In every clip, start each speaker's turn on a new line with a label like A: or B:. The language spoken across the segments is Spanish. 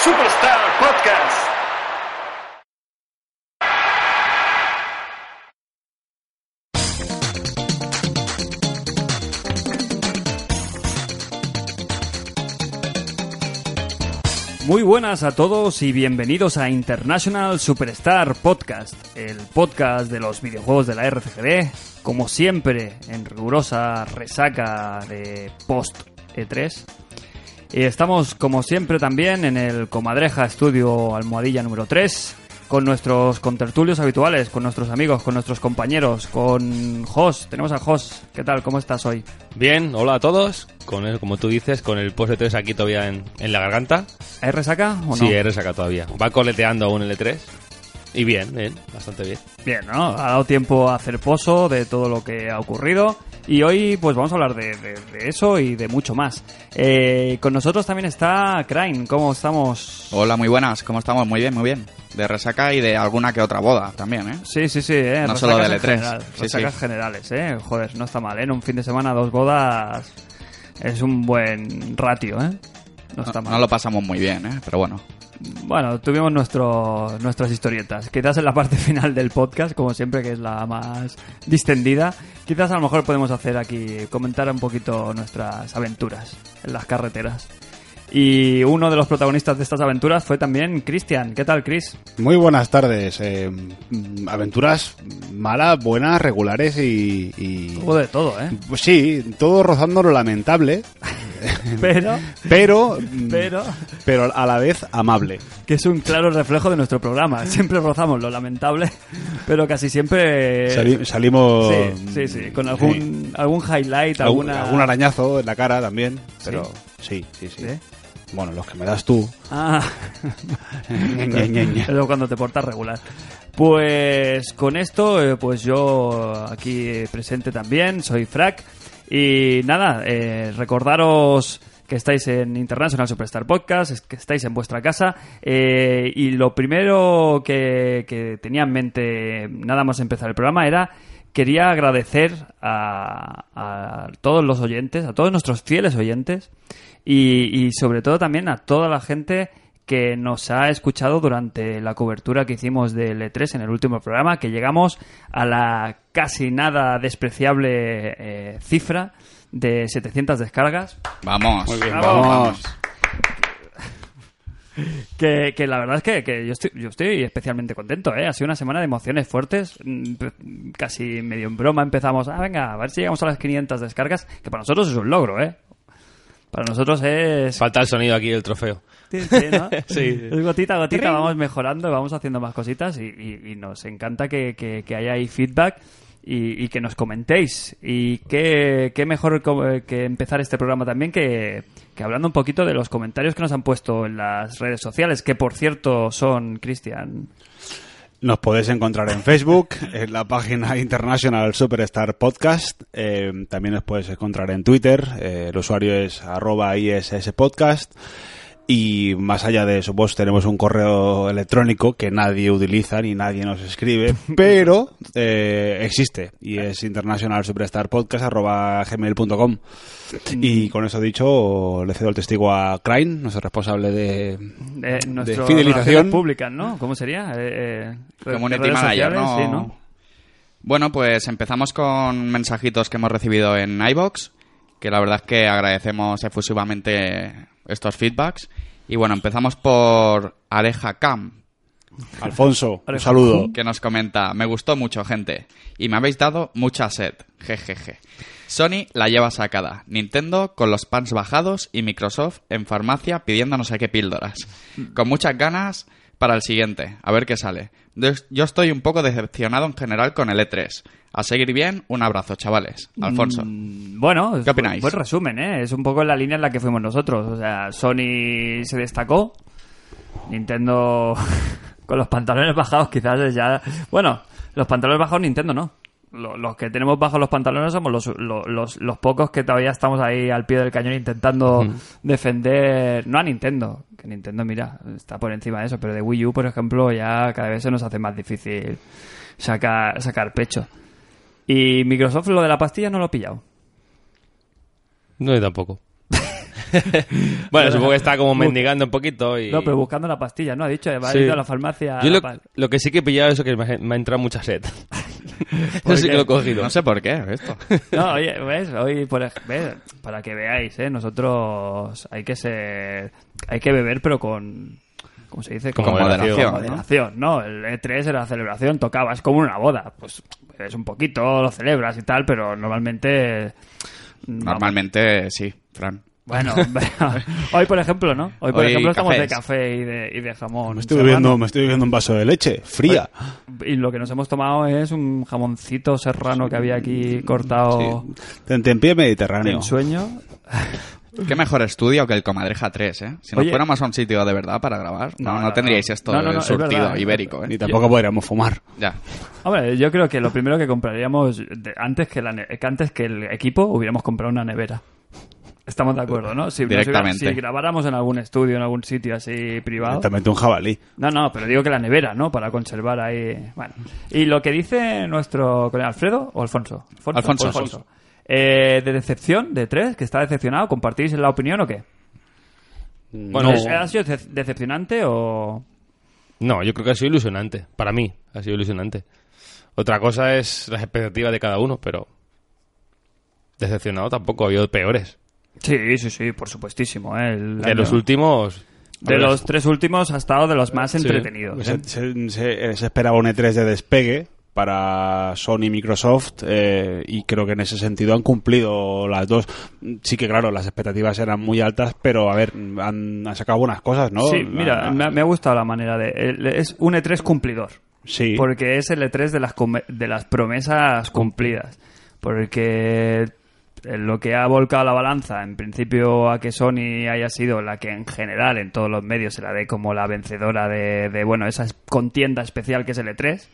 A: Superstar Podcast.
B: Muy buenas a todos y bienvenidos a International Superstar Podcast, el podcast de los videojuegos de la RCGB, como siempre en rigurosa resaca de post E3. Y estamos como siempre también en el Comadreja Estudio Almohadilla número 3 con nuestros contertulios habituales, con nuestros amigos, con nuestros compañeros, con Jos. Tenemos a Jos. ¿Qué tal? ¿Cómo estás hoy?
C: Bien, hola a todos. Con el- como tú dices, con el post 3 aquí todavía en, en la garganta.
B: ¿Hay resaca o no?
C: Sí, eres acá todavía. Va coleteando aún el E3. Y bien, bien, bastante bien.
B: Bien, ¿no? Ha dado tiempo a hacer pozo de todo lo que ha ocurrido. Y hoy, pues vamos a hablar de, de- de eso y de mucho más. Eh, con nosotros también está Crane. ¿Cómo estamos?
D: Hola, muy buenas, ¿cómo estamos? Muy bien, muy bien. De resaca y de alguna que otra boda también, ¿eh?
B: Sí, sí, sí. Eh,
D: No solo
B: resacas
D: del
B: en
D: E3.
B: general,
D: Sí,
B: resacas
D: sí.
B: generales, ¿eh? Joder, no está mal, ¿eh? En un fin de semana, dos bodas. Es un buen ratio, ¿eh? No está
D: Ah, No,
B: mal.
D: no lo pasamos muy bien, ¿eh? Pero bueno.
B: Bueno, tuvimos nuestro, nuestras historietas. Quizás en la parte final del podcast, como siempre, que es la más distendida, quizás a lo mejor podemos hacer aquí, comentar un poquito nuestras aventuras en las carreteras. Y uno de los protagonistas de estas aventuras fue también Cristian. ¿Qué tal, Chris?
E: Muy buenas tardes. eh, mm, aventuras malas, buenas, regulares y. y-
B: Hubo de todo, ¿eh?
E: Pues sí, todo rozando lo lamentable,
B: Pero
E: pero. mm,
B: Pero-
E: pero a la vez amable.
B: que es un claro reflejo de nuestro programa. Siempre rozamos lo lamentable, pero casi siempre...
E: Sali- salimos.
B: Sí, sí, sí, con
E: sí.
B: algún, algún highlight,
E: Algún-
B: alguna... ¿eh?
E: algún arañazo en la cara también, pero sí, sí, sí.
B: ¿Sí?
E: Bueno, los que me das tú.
B: Ah, Eso cuando te portas regular. Pues con esto, eh, pues yo aquí eh, presente también, soy Frac. Y nada, eh, recordaros que estáis en International Superstar Podcast, es- que estáis en vuestra casa. eh, y lo primero que, que tenía en mente, nada más empezar el programa, era quería agradecer a, a todos los oyentes, a todos nuestros fieles oyentes y, y sobre todo también a toda la gente que nos ha escuchado durante la cobertura que hicimos del E3 en el último programa, que llegamos a la casi nada despreciable eh, cifra de 700 descargas.
D: Vamos.
E: Muy bien,
B: Bravo.
E: vamos.
B: Que, que la verdad es que, que yo, estoy, yo estoy especialmente contento, ¿eh? Ha sido una semana de emociones fuertes, mm, pe- casi medio en broma empezamos, ah, venga, a ver si llegamos a las 500 descargas, que para nosotros es un logro, ¿eh? Para nosotros es...
C: Falta el sonido aquí del trofeo.
B: Sí, sí, ¿no?
C: Sí.
B: Es gotita a gotita, vamos mejorando, vamos haciendo más cositas y, y- y nos encanta que, que- que haya ahí feedback y, y que nos comentéis. Y qué, qué mejor co- eh, que empezar este programa también que, que hablando un poquito de los comentarios que nos han puesto en las redes sociales, que por cierto son, Cristian,
E: Nos podéis encontrar en Facebook, en la página International Superstar Podcast. eh, también nos podéis encontrar en Twitter. eh, el usuario es arroba ISS Podcast. Y más allá de eso, pues tenemos un correo electrónico que nadie utiliza ni nadie nos escribe, pero eh, existe y es internationalsuperstarpodcast.gmail.com Y con eso dicho, le cedo el testigo a Crane, nuestro responsable de,
B: eh, nuestro
E: fidelización.
B: relaciones públicas, ¿no? ¿Cómo sería? Eh, eh, re-
D: Community
B: redes
D: manager,
B: sociales,
D: ¿no?
B: sí, ¿no?
D: Bueno, pues empezamos con mensajitos que hemos recibido en iBox, que la verdad es que agradecemos efusivamente estos feedbacks. Y bueno, empezamos por Aleja Cam,
E: Alfonso. Un
B: Alejo.
E: saludo.
D: que nos comenta, me gustó mucho, gente, y me habéis dado mucha sed, jejeje. Sony la lleva sacada, Nintendo con los pants bajados y Microsoft en farmacia pidiendo no sé qué píldoras. Con muchas ganas para el siguiente, a ver qué sale. Yo- Yo estoy un poco decepcionado en general con el E3. A seguir bien, un abrazo, chavales. Alfonso.
B: Mm, Bueno, es
D: ¿Qué opináis?
B: Buen resumen, ¿eh? Es un poco la línea en la que fuimos nosotros. O sea, Sony se destacó. Nintendo con los pantalones bajados quizás es ya... Bueno, los pantalones bajados Nintendo no. Lo- Los que tenemos bajos los pantalones somos los, lo- los, los pocos que todavía estamos ahí al pie del cañón intentando defender, no a Nintendo, que Nintendo, mira, está por encima de eso, pero de Wii U, por ejemplo, ya cada vez se nos hace más difícil sacar, sacar pecho. Y Microsoft lo de la pastilla no lo ha pillado.
C: No, yo tampoco. bueno, supongo que está como mendigando un poquito y...
B: No, pero buscando la pastilla, ¿no? Ha dicho, eh, va, ha
C: Sí.
B: ido a la farmacia.
C: Yo lo,
B: pa-
C: lo que sí que he pillado es que me ha, me ha entrado mucha sed. Eso sí
B: qué?
C: que lo he cogido.
D: No sé por qué, esto.
B: No, oye, ¿ves? Hoy, por ej- ¿ves? para que veáis, ¿eh? Nosotros hay que ser... Hay que beber, pero con... ¿Cómo se dice?
C: Con
D: moderación,
B: Con moderación, ¿no? El E3 era la celebración, tocaba. Es como una boda. Pues es un poquito, lo celebras y tal, pero normalmente... no.
D: Normalmente sí, Fran.
B: Bueno, hoy por ejemplo, ¿no? Hoy por
D: Hoy
B: ejemplo estamos de
D: cafés.
B: café y de, y de jamón.
E: Me estoy,
B: serrano.
E: bebiendo, me estoy bebiendo un vaso de leche, fría.
B: Y lo que nos hemos tomado es un jamoncito serrano que había aquí cortado
E: En Tempié
B: en
E: Mediterráneo.
B: sueño.
D: Qué mejor estudio que el Comadreja 3, ¿eh? Si
B: Oye.
D: nos fuéramos a un sitio de verdad para grabar, no,
B: No,
D: no,
B: no, no.
D: tendríais esto
B: No, no, no,
D: del
B: es
D: surtido
B: verdad, es
D: ibérico,
E: Ni
D: ¿eh?
E: tampoco podríamos fumar.
D: Ya.
B: Hombre, yo creo que lo primero que compraríamos de- antes que, la ne- que antes que el equipo hubiéramos comprado una nevera. Estamos de acuerdo, ¿no? Si, nos hubiera-
D: Directamente.
B: si grabáramos en algún estudio, en algún sitio así privado.
E: Directamente un jabalí.
B: No, no, pero digo que la nevera, ¿no? Para conservar ahí. Bueno. Y lo que dice nuestro colega Alfredo o Alfonso.
D: Alfonso.
B: Eh, de decepción, de tres, que está decepcionado. ¿Compartís la opinión o qué?
C: Bueno,
B: ¿Es- ¿Ha sido dece- decepcionante o.?
C: no, yo creo que ha sido ilusionante. Para mí, ha sido ilusionante. Otra cosa es las expectativas de cada uno, pero... Decepcionado tampoco, ha habido peores.
B: Sí, sí, sí, por supuestísimo. ¿eh? El
C: De
B: año-
C: los últimos...
B: de los tres últimos ha estado de los más
C: Sí.
B: entretenidos. ¿eh?
E: Se, se- se- se esperaba un E3 de despegue para Sony y Microsoft eh, y creo que en ese sentido han cumplido las dos. Sí que claro, las expectativas eran muy altas, pero a ver, han, han sacado buenas cosas, ¿no?
B: Sí, mira,
E: Ah,
B: me ha, me ha gustado la manera de. el- Es un E3 cumplidor.
E: Sí.
B: Porque es el E3 de las, come- de las promesas cumplidas. Porque lo que ha volcado la balanza, en principio, a que Sony haya sido la que en general en todos los medios se la dé como la vencedora de, de, bueno, esa es- contienda especial que es el E E3.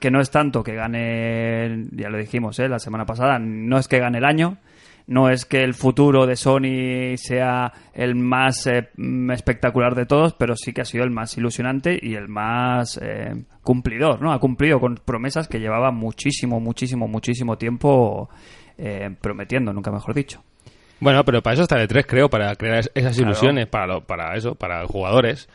B: Que no es tanto que gane, ya lo dijimos ¿eh? la semana pasada, no es que gane el año, no es que el futuro de Sony sea el más eh, mm, espectacular de todos, pero sí que ha sido el más ilusionante y el más eh, cumplidor, ¿no? Ha cumplido con promesas que llevaba muchísimo, muchísimo, muchísimo tiempo eh, prometiendo, nunca mejor dicho.
C: Bueno, pero para eso está el E3, creo, para crear es- esas
B: Claro.
C: ilusiones, para, lo- para eso, para los jugadores.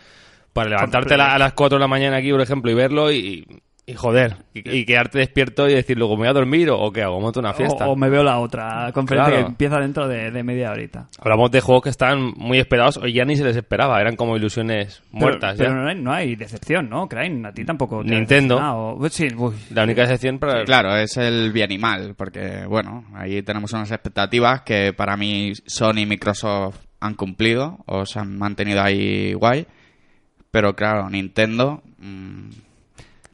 C: Para levantarte la- a las 4 de la mañana aquí, por ejemplo, y verlo y, y joder. Y, y quedarte despierto y decir, luego me voy a dormir o, o qué hago, monto una fiesta.
B: O, o me veo la otra conferencia
C: Claro.
B: que empieza dentro de, de media horita.
C: Hablamos de juegos que están muy esperados o ya ni se les esperaba, eran como ilusiones muertas.
B: Pero,
C: ya.
B: pero no, hay, no hay decepción, ¿no? Crane, a ti tampoco. te ha
C: Nintendo.
B: decepcionado. Sí, uy,
C: La única excepción para...
D: Claro, es el bien y mal, porque bueno, ahí tenemos unas expectativas que para mí Sony y Microsoft han cumplido o se han mantenido ahí guay, pero claro, Nintendo mm,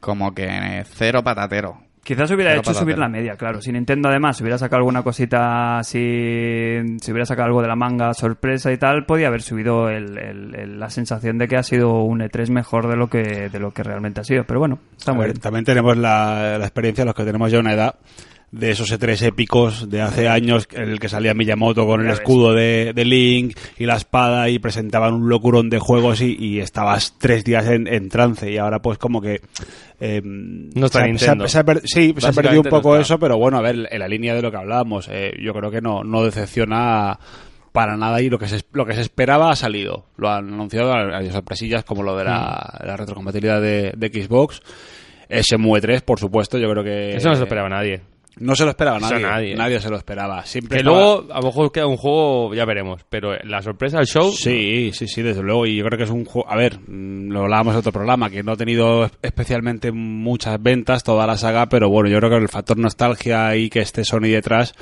D: como que cero patatero.
B: Quizás hubiera
C: Pero
B: hecho
C: para
B: subir
C: hacer.
B: la media, claro. Si Nintendo además hubiera sacado alguna cosita así, si hubiera sacado algo de la manga sorpresa y tal, podía haber subido el- el- el- la sensación de que ha sido un E3 mejor de lo que de lo que realmente ha sido. Pero bueno, está
E: A
B: muy
E: ver,
B: bien.
E: Eh, También tenemos la, la experiencia, los que tenemos ya una edad, de esos E3 épicos de hace años, en el que salía Miyamoto con el
B: Ya ves.
E: escudo de, de Link y la espada y presentaban un locurón de juegos y, y estabas tres días en, en trance y ahora pues como que... eh,
C: está
E: se ha-
C: Nintendo.
E: se ha per- sí, se ha perdido un
C: Básicamente
E: poco
C: no está.
E: eso, pero bueno, a ver, en la línea de lo que hablábamos, eh, yo creo que no, no decepciona para nada y lo que se, lo que se esperaba ha salido. Lo han anunciado, ha habido sorpresillas como lo de la,
C: Mm.
E: la retrocompatibilidad de, de Xbox. Ese MUE3, por supuesto, yo creo que...
C: Eso no se esperaba nadie.
E: No se lo esperaba
C: Eso
E: nadie.
C: nadie.
E: nadie. se lo esperaba. Siempre
C: Que
E: estaba-
C: luego, a lo mejor queda un juego, ya veremos. Pero la sorpresa, el show...
E: Sí, sí, sí, desde luego. Y yo creo que es un juego. A ver, mm, lo hablábamos en otro programa, que no ha tenido es- especialmente muchas ventas toda la saga, pero bueno, yo creo que el factor nostalgia y que esté Sony detrás,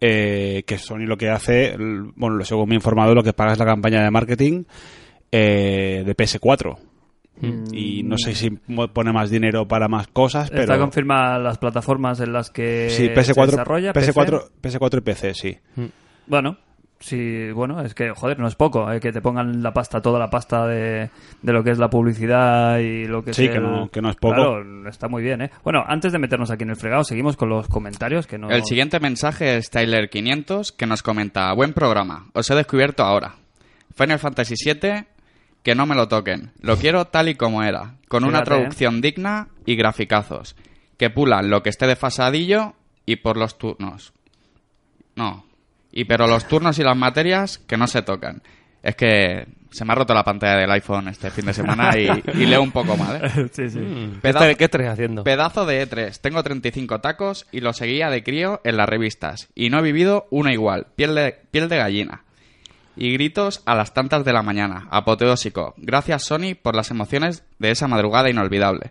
E: eh, que Sony lo que hace, l- bueno, lo- según me he informado, lo que paga es la campaña de marketing eh, de PS4. Y no sé si mo- pone más dinero para más cosas, pero.
B: Está confirmada las plataformas en las que
E: Sí,
B: eh, se
E: PS4,
B: desarrolla. PC.
E: PS4, PS4 y PC, sí.
B: Bueno, sí, bueno, es que, joder, no es poco. eh, que te pongan la pasta, toda la pasta de, de lo que es la publicidad y lo que
E: Sí,
B: es
E: que
B: el-
E: no- que no es poco.
B: Claro, está muy bien, ¿eh? Bueno, antes de meternos aquí en el fregado, seguimos con los comentarios que no...
D: El siguiente mensaje es Tyler500 que nos comenta, buen programa, os he descubierto ahora. Final Fantasy VII, que no me lo toquen, lo quiero tal y como era, con una
B: Fíjate, ¿eh?
D: traducción digna y graficazos, que pulan lo que esté desfasadillo y por los turnos. No, Y pero los turnos y las materias que no se tocan. Es que se me ha roto la pantalla del iPhone este fin de semana y, y leo un poco mal. ¿eh?
B: sí, sí.
E: Mm.
D: Pedazo-
C: ¿Qué estás haciendo?
D: Pedazo de E3. Tengo 35 tacos y lo seguía de crío en las revistas. Y no he vivido uno igual. Piel de, piel de gallina. Y gritos a las tantas de la mañana. Apoteósico. Gracias, Sony, por las emociones de esa madrugada inolvidable.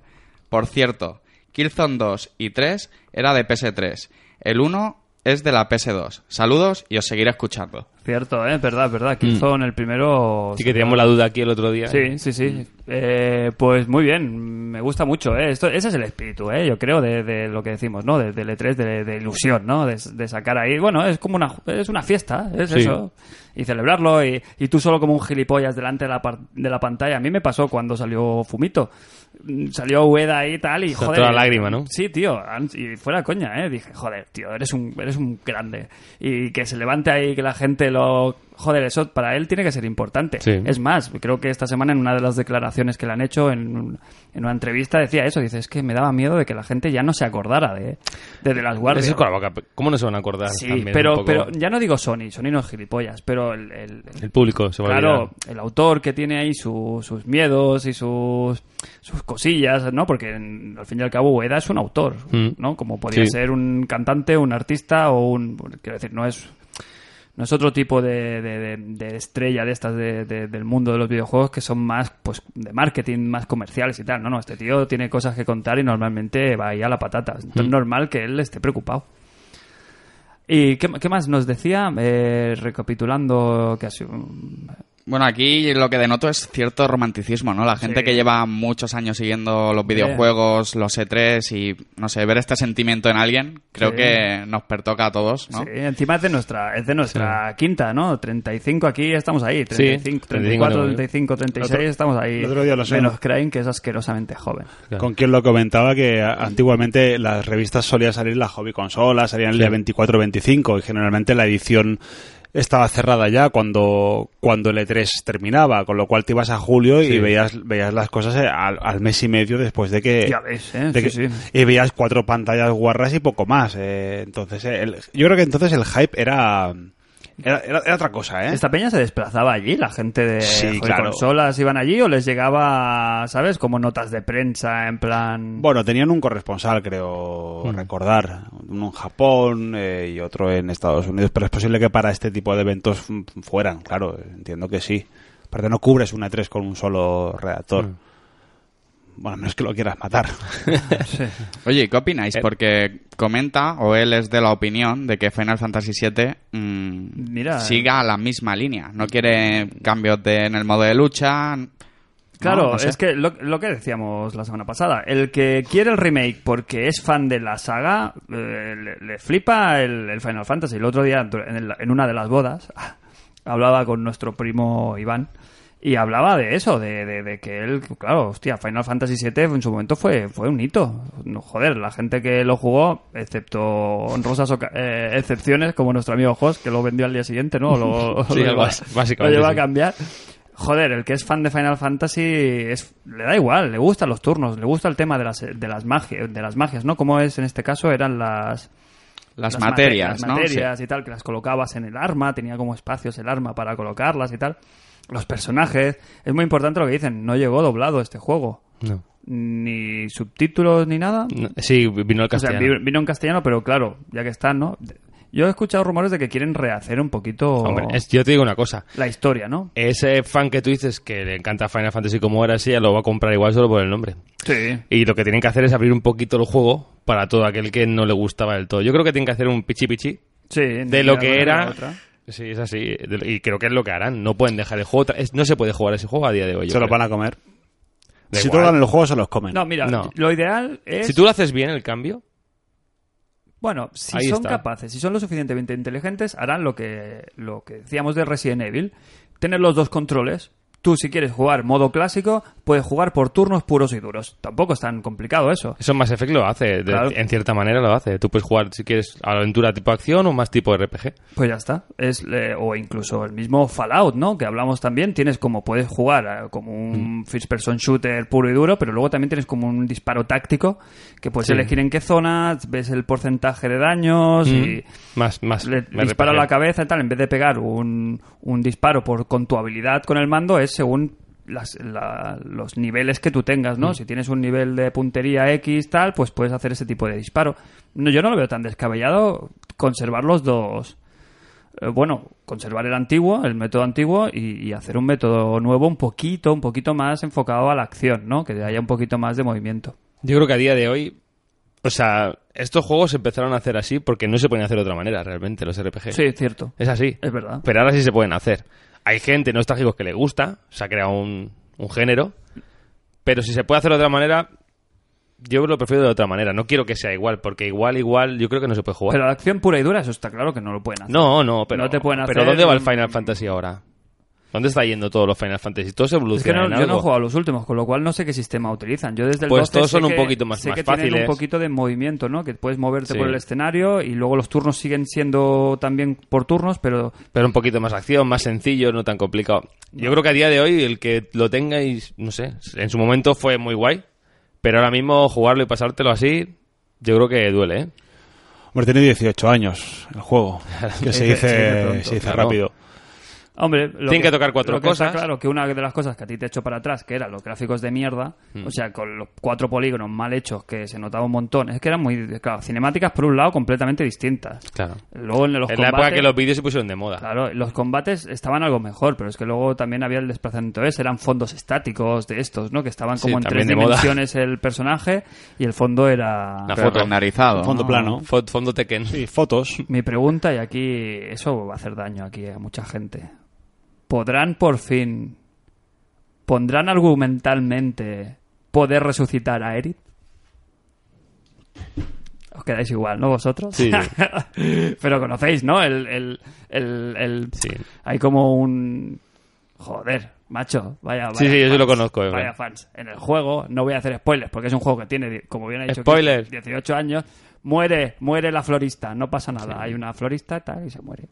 D: Por cierto, Killzone 2 y 3 era de PS3. El 1 es de la PS2. Saludos y os seguiré escuchando.
B: Cierto, ¿eh? Verdad, verdad.
E: Mm.
B: Killzone, el primero...
C: Sí que teníamos la duda aquí el otro día. Mm.
B: Sí, sí, sí. Eh, pues muy bien, me gusta mucho. ¿eh? Esto, ese es el espíritu, ¿eh? yo creo, de, de lo que decimos, ¿no? De, del E3, de, de ilusión, ¿no? De, de sacar ahí. Bueno, es como una, es una fiesta, es
C: Sí.
B: eso. Y celebrarlo, y, y tú solo como un gilipollas delante de la, par- de la pantalla. A mí me pasó cuando salió Fumito. Mm, Salió Ueda y tal, y
C: sea,
B: joder.
C: toda lágrima, ¿no?
B: Sí, tío, an- y fuera coña, ¿eh? Dije, joder, tío, eres un, eres un grande. Y que se levante ahí, que la gente lo... Joder, eso para él tiene que ser importante.
C: Sí.
B: Es más, creo que esta semana en una de las declaraciones que le han hecho en, un- en una entrevista decía eso. Dice, es que me daba miedo de que la gente ya no se acordara de, de, The Last Guardian".
C: Eso es con la boca. ¿Cómo no se van a acordar?
B: Sí,
C: también?
B: pero,
C: Un poco-
B: pero ya no digo Sony, Sony no es gilipollas, pero el- el- el
C: El público se va a
B: Claro,
C: olvidar.
B: el autor que tiene ahí su- sus miedos y sus, sus cosillas, ¿no? Porque en- al fin y al cabo Ueda es un autor,
C: Mm.
B: ¿no? Como podría
C: Sí.
B: ser un cantante, un artista o un... Quiero decir, no es... No es otro tipo de, de- de- de estrella de estas de- de- del mundo de los videojuegos que son más pues de marketing, más comerciales y tal. No, no, este tío tiene cosas que contar y normalmente va ahí a la patata. Entonces
C: Mm.
B: es normal que él esté preocupado. ¿Y qué, qué más nos decía? Eh, recapitulando que ha sido un-
D: Bueno, aquí lo que denoto es cierto romanticismo, ¿no? La gente
B: Sí.
D: que lleva muchos años siguiendo los videojuegos, los E3 y, no sé, ver este sentimiento en alguien, creo
B: Sí.
D: que nos pertoca a todos, ¿no?
B: Sí, encima es de nuestra, es de nuestra quinta, ¿no? 35 aquí estamos ahí, 35, 34, 35, 36 estamos ahí.
E: el otro día lo sé.
B: menos Crane, que es asquerosamente joven.
C: Claro.
E: Con quien lo comentaba que a- antiguamente las revistas solía salir la hobby consola, salían el día 24 o 25 y generalmente la edición estaba cerrada ya cuando, cuando el E3 terminaba, con lo cual te ibas a julio y
C: Sí.
E: veías, veías las cosas eh, al, al mes y medio después de que...
B: Ya ves, ¿eh?
E: de
B: Sí,
E: que-
B: sí.
E: Y veías cuatro pantallas guarras y poco más. eh, entonces, eh, el- yo creo que entonces el hype era... Era, era- era otra cosa, ¿eh?
B: Esta peña se desplazaba allí, la gente de
E: Sí,
B: joder,
E: claro.
B: consolas iban allí o les llegaba, ¿sabes? Como notas de prensa, en plan...
E: Bueno, tenían un corresponsal, creo recordar. Uno en Japón eh, y otro en Estados Unidos. Pero es posible que para este tipo de eventos fu- fueran, claro, entiendo que sí. Aparte, no cubres una 3 con un solo redactor. Bueno, a menos que lo quieras matar.
D: Oye, ¿qué opináis?
B: Eh.
D: Porque comenta, o él es de la opinión, de que Final Fantasy VII mm,
B: Mira, eh.
D: siga la misma línea. No quiere cambios de- en el modo de lucha. n-
B: Claro,
D: no, no sé.
B: es que lo, lo que decíamos la semana pasada, el que quiere el remake porque es fan de la saga, eh, le, le flipa el, el Final Fantasy. El otro día, en, el- en una de las bodas, hablaba con nuestro primo Iván y hablaba de eso, de, de- de que él, claro, hostia, Final Fantasy VII en su momento fue, fue un hito. No, joder, la gente que lo jugó, excepto honrosas oca- eh, excepciones, como nuestro amigo Jos, que lo vendió al día siguiente, ¿no? Lo,
C: Sí,
B: lo lleva-
C: bás- básicamente,
B: Lo lleva a
C: sí.
B: cambiar. Joder, el que es fan de Final Fantasy es, le da igual, le gustan los turnos, le gusta el tema de las, de las, magias, de las magias, ¿no? Como es en este caso, eran las,
D: Las,
B: las mate-
D: materias,
B: las
D: ¿no? Sí.
B: materias y tal, que las colocabas en el arma, tenía como espacios el arma para colocarlas y tal. Los personajes, es muy importante lo que dicen, no llegó doblado este juego,
C: No.
B: ni subtítulos ni nada.
C: No, Sí, vino el
B: O sea,
C: castellano.
B: vi- vino en castellano, pero claro, ya que están, ¿no? De- Yo he escuchado rumores de que quieren rehacer un poquito
C: Hombre, es- yo te digo una cosa.
B: la historia, ¿no?
C: Ese fan que tú dices que le encanta Final Fantasy como era así, ya lo va a comprar igual solo por el nombre.
B: Sí.
C: Y lo que tienen que hacer es abrir un poquito el juego para todo aquel que no le gustaba del todo. Yo creo que tienen que hacer un pichi pichi
B: Sí,
C: de lo
B: una cosa
C: que
B: y
C: era.
B: otra.
C: Sí, es así. De lo- Y creo que es lo que harán. No pueden dejar el juego. tra- es- No se puede jugar ese juego a día de hoy. yo
E: se los
C: creo.
E: van a comer.
C: Da
E: si
C: igual.
E: tocan el juego, se los comen.
B: No, mira,
C: No.
B: lo ideal es...
C: Si tú lo haces bien el cambio,
B: Bueno, si
C: Ahí
B: son
C: está.
B: capaces, si son lo suficientemente inteligentes, harán lo que, lo que decíamos de Resident Evil, tener los dos controles, Tú, si quieres jugar modo clásico, puedes jugar por turnos puros y duros. Tampoco es tan complicado eso.
C: Eso Mass Effect lo hace, de-
B: Claro.
C: en cierta manera lo hace. Tú puedes jugar, si quieres, a la aventura tipo acción o más tipo RPG.
B: Pues ya está. Es, eh, o incluso el mismo Fallout, ¿no? Que hablamos también. Tienes como puedes jugar eh, como
C: Mm.
B: un first person shooter puro y duro, pero luego también tienes como un disparo táctico que puedes
C: Sí.
B: elegir en qué zona, ves el porcentaje de daños
C: Mm.
B: y
C: Más, más.
B: le
C: más
B: disparo a
C: RPG.
B: la cabeza y tal. En vez de pegar un, un disparo por, con tu habilidad con el mando, es según las- la- los niveles que tú tengas, ¿no? Si tienes un nivel de puntería X, tal, pues puedes hacer ese tipo de disparo. No, yo no lo veo tan descabellado conservar los dos. Eh, bueno, conservar el antiguo, el método antiguo, y, y hacer un método nuevo un poquito, un poquito más enfocado a la acción, ¿no? Que haya un poquito más de movimiento.
C: Yo creo que a día de hoy, o sea, estos juegos se empezaron a hacer así porque no se pueden hacer de otra manera realmente los RPG.
B: Sí, Eh, es cierto.
C: Es así.
B: Es verdad.
C: Pero ahora sí se pueden hacer. Hay gente nostálgicos que le gusta, se ha creado un, un género, pero si se puede hacer de otra manera, yo lo prefiero de otra manera. No quiero que sea igual, porque igual, igual, yo creo que no se puede jugar.
B: Pero la acción pura y dura, eso está claro que no lo pueden hacer.
C: no, no, pero,
B: No te pueden
C: pero
B: hacer-
C: ¿dónde va el Final Fantasy ahora? ¿Dónde está yendo todos los Final Fantasy? Todos
B: Es que
C: evolucionan
B: no-
C: en
B: yo no he
C: algo.
B: jugado a los últimos, con lo cual no sé qué sistema utilizan. Yo desde el
C: Pues
B: 12
C: todos
B: sé
C: son un
B: que-
C: poquito más-
B: sé
C: más
B: que tienen
C: fáciles.
B: un poquito de movimiento, ¿no? Que puedes moverte
C: Sí.
B: por el escenario y luego los turnos siguen siendo también por turnos, pero
C: pero un poquito más acción, más sencillo, no tan complicado. Yo creo que a día de hoy el que lo tengáis, no sé, en su momento fue muy guay, pero ahora mismo jugarlo y pasártelo así, yo creo que duele, ¿eh?
E: Hombre, tiene 18 años el juego.
B: Sí,
E: Que se
B: sí, de
E: dice,
B: pronto.
E: se dice
C: Claro.
E: rápido.
B: hombre, lo
C: Tienen que tocar cuatro
B: lo que está
C: cosas.
B: claro que una de las cosas que a ti te echó para atrás, que eran los gráficos de mierda,
C: Mm.
B: o sea, con los cuatro polígonos mal hechos que se notaba un montón, es que eran muy claro, cinemáticas por un lado completamente distintas.
C: Claro.
B: Luego en los
C: en la época
B: combates-
C: que los vídeos se pusieron de moda.
B: Claro, los combates estaban algo mejor, pero es que luego también había el desplazamiento ese, eran fondos estáticos de estos, ¿no? Que estaban
C: Sí,
B: como en tres
C: también de moda.
B: dimensiones el personaje y el fondo era...
C: La
D: Pero
C: foto.
D: renderizado.
E: Fondo
D: ¿no?
E: plano.
C: Fo- fondo Tekken.
E: Sí, fotos.
B: Mi pregunta, y aquí eso va a hacer daño aquí a mucha gente. ¿Podrán por fin, pondrán argumentalmente poder resucitar a Eric? Os quedáis igual, ¿no? Vosotros.
C: Sí.
B: Pero conocéis, ¿no? El, el, el, el-
C: Sí.
B: Hay como un... Joder, macho, vaya... vaya
C: Sí, sí, yo sí lo
B: fans,
C: conozco, eh,
B: Vaya
C: bueno.
B: fans. En el juego, no voy a hacer spoilers, porque es un juego que tiene, como bien ha dicho...
C: Spoiler.
B: Kiko, 18 años. Muere, muere la florista, no pasa nada. Hay una florista tal, y se muere.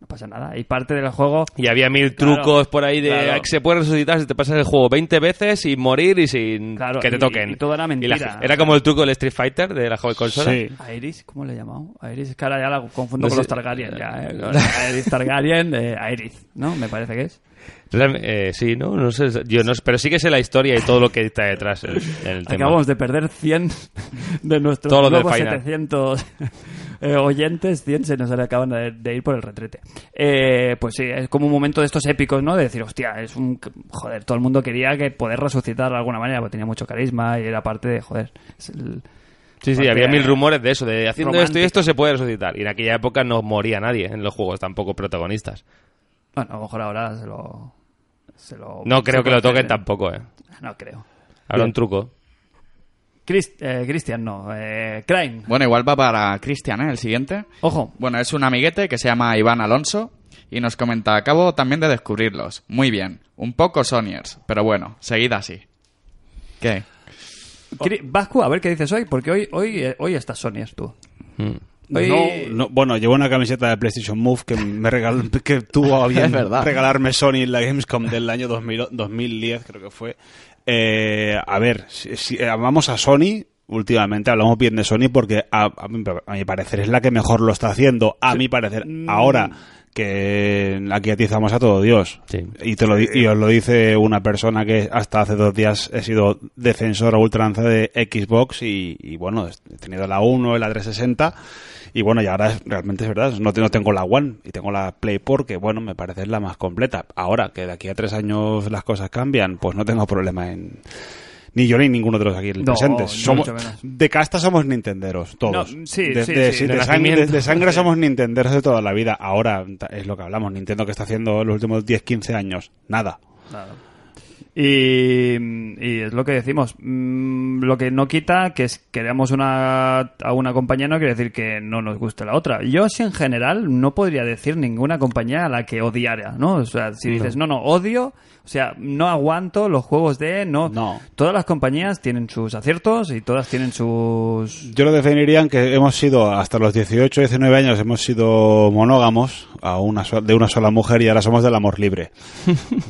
B: No pasa nada. Y parte del juego...
C: Y había mil
B: Claro,
C: trucos por ahí de
B: claro.
C: que se puede resucitar si te pasas el juego 20 veces sin morir y sin
B: Claro,
C: que te
B: y-
C: toquen.
B: y todo era mentira.
C: la- era como el truco del Street Fighter de la joven consola.
E: Sí.
B: ¿A Iris? ¿Cómo le he llamado? A Iris, es que ahora ya la confundo
C: No
B: con
C: sé.
B: los Targaryen. Ya, ¿eh? A Iris Targaryen, eh, a Iris, ¿no? Me parece que es.
C: Real- eh, sí, ¿no? No sé, yo no, pero sí que sé la historia y todo lo que está detrás el, el tema.
B: Acabamos de perder 100 de nuestros
C: Todos los del
B: nuevos
C: final.
B: 700 eh, oyentes. 100 se nos acaban de, de ir por el retrete. Eh, pues sí, es como un momento de estos épicos, ¿no? De decir, hostia, es un... Joder, todo el mundo quería que poder resucitar de alguna manera, porque tenía mucho carisma y era parte de, joder... es el-
C: Sí, sí,
B: Porque
C: había mil rumores de eso, de haciendo esto y
B: romántico.
C: esto se puede resucitar. Y en aquella época no moría nadie en los juegos, tampoco protagonistas.
B: Bueno, a lo mejor ahora se lo... se lo-
C: No creo
B: se
C: que lo toquen
B: conceden.
C: tampoco, ¿eh?
B: No creo.
C: Habrá un truco.
B: Chris- eh, Cristian, no. Eh, Crane.
D: Bueno, igual va para Cristian, ¿eh? El siguiente.
B: Ojo.
D: Bueno, es un amiguete que se llama Iván Alonso y nos comenta, acabo también de descubrirlos. Muy bien. Un poco Sonyers, pero bueno, seguid así. ¿Qué?
C: Oh.
B: Cri- Vasco, a ver qué dices hoy, porque hoy, hoy, eh, hoy estás Sonias tú.
C: Mm.
B: Hoy-
D: eh,
E: No, no, bueno, llevo una camiseta de PlayStation Move que me regaló, que tuvo a bien
D: Es verdad.
E: regalarme Sony en la Gamescom del año 2000 2010, creo que fue. Eh, a ver, si, si- eh, vamos a Sony. Últimamente hablamos bien de Sony porque a, a mi, a mi parecer es la que mejor lo está haciendo. A mi parecer,
D: Mm.
E: ahora que aquí atizamos a todo Dios.
C: Sí.
E: Y, te lo, di- y os lo dice una persona que hasta hace dos días he sido defensor a ultranza de Xbox y, y bueno, he tenido la 1, la 360 y bueno, y ahora es- realmente es verdad, no, te- no tengo la One y tengo la Play porque bueno, me parece la más completa. Ahora que de aquí a tres años las cosas cambian, pues no tengo problema en... Ni yo ni ninguno de los aquí
B: No,
E: presentes.
B: ni
E: Somos,
B: mucho menos.
E: de casta somos nintenderos, todos.
B: No, sí,
E: de,
B: sí,
E: de-
B: sí,
E: sí,
C: de
E: de sang-
C: nacimiento.
E: de- de sangre somos nintenderos de toda la vida. Ahora ta- es lo que hablamos. Nintendo que está haciendo los últimos 10, 15 años. Nada.
B: Nada. Y, y es lo que decimos. Mm, Lo que no quita que es- queramos una, a una compañía no quiere decir que no nos guste la otra. Yo, si en general, no podría decir ninguna compañía a la que odiara, ¿no? O sea, si dices, no, no, odio, o sea, no aguanto los juegos de... No,
E: No.
B: Todas las compañías tienen sus aciertos y todas tienen sus...
E: Yo lo definiría en que hemos sido, hasta los 18, 19 años, hemos sido monógamos a una so- de una sola mujer y ahora somos del amor libre.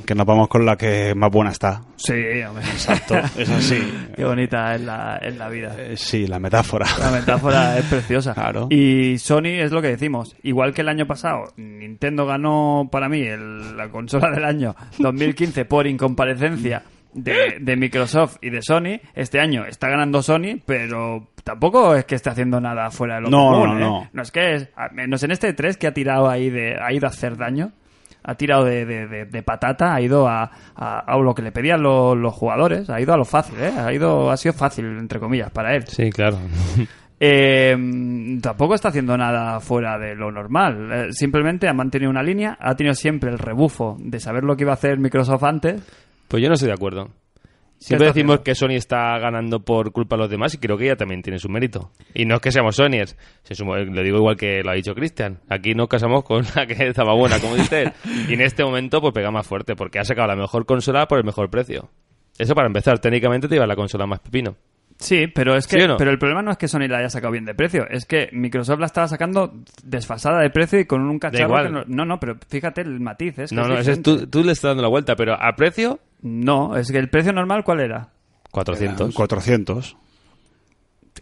E: que nos vamos con la que más buena está.
B: Sí, hombre.
E: Exacto, es así.
B: Qué bonita es la, es la vida.
E: Eh, Sí, la metáfora.
B: La metáfora es preciosa.
E: Claro.
B: Y Sony es lo que decimos. Igual que el año pasado, Nintendo ganó para mí el- la consola del año 2015 por incomparecencia de, de Microsoft y de Sony. Este año está ganando Sony, pero tampoco es que esté haciendo nada fuera de lo
E: No,
B: común.
E: no,
B: ¿eh?
E: no.
B: es que es, a menos en este 3 que ha tirado ahí de, ha ido a hacer daño. Ha tirado de, de- de- de patata, ha ido a, a- a lo que le pedían lo- los jugadores, ha ido a lo fácil, ¿eh? ha ido, ha sido fácil entre comillas para él.
C: Sí, claro.
B: Eh, tampoco está haciendo nada fuera de lo normal. Eh, simplemente ha mantenido una línea, ha tenido siempre el rebufo de saber lo que iba a hacer Microsoft antes.
C: Pues yo no estoy de acuerdo. Siempre
B: está
C: decimos
B: haciendo?
C: que Sony está ganando por culpa de los demás y creo que ella también tiene su mérito. Y no es que seamos Sonyers, se sumo- lo digo igual que lo ha dicho Cristian. Aquí nos casamos con la que estaba buena, como dice él. Y en este momento pues pega más fuerte porque ha sacado la mejor consola por el mejor precio. Eso para empezar, técnicamente te iba la consola más pepino.
B: Sí, pero es que
C: ¿Sí o no?
B: pero el problema no es que Sony la haya sacado bien de precio, es que Microsoft la estaba sacando desfasada de precio y con un cacharro
C: igual.
B: que no, no, no, pero fíjate el matiz, es que
C: no,
B: es
C: no, ese es
B: diferente.
C: tú, tú le estás dando la vuelta, pero a precio
B: No, es que el precio normal cuál era?
C: 400.
E: 400.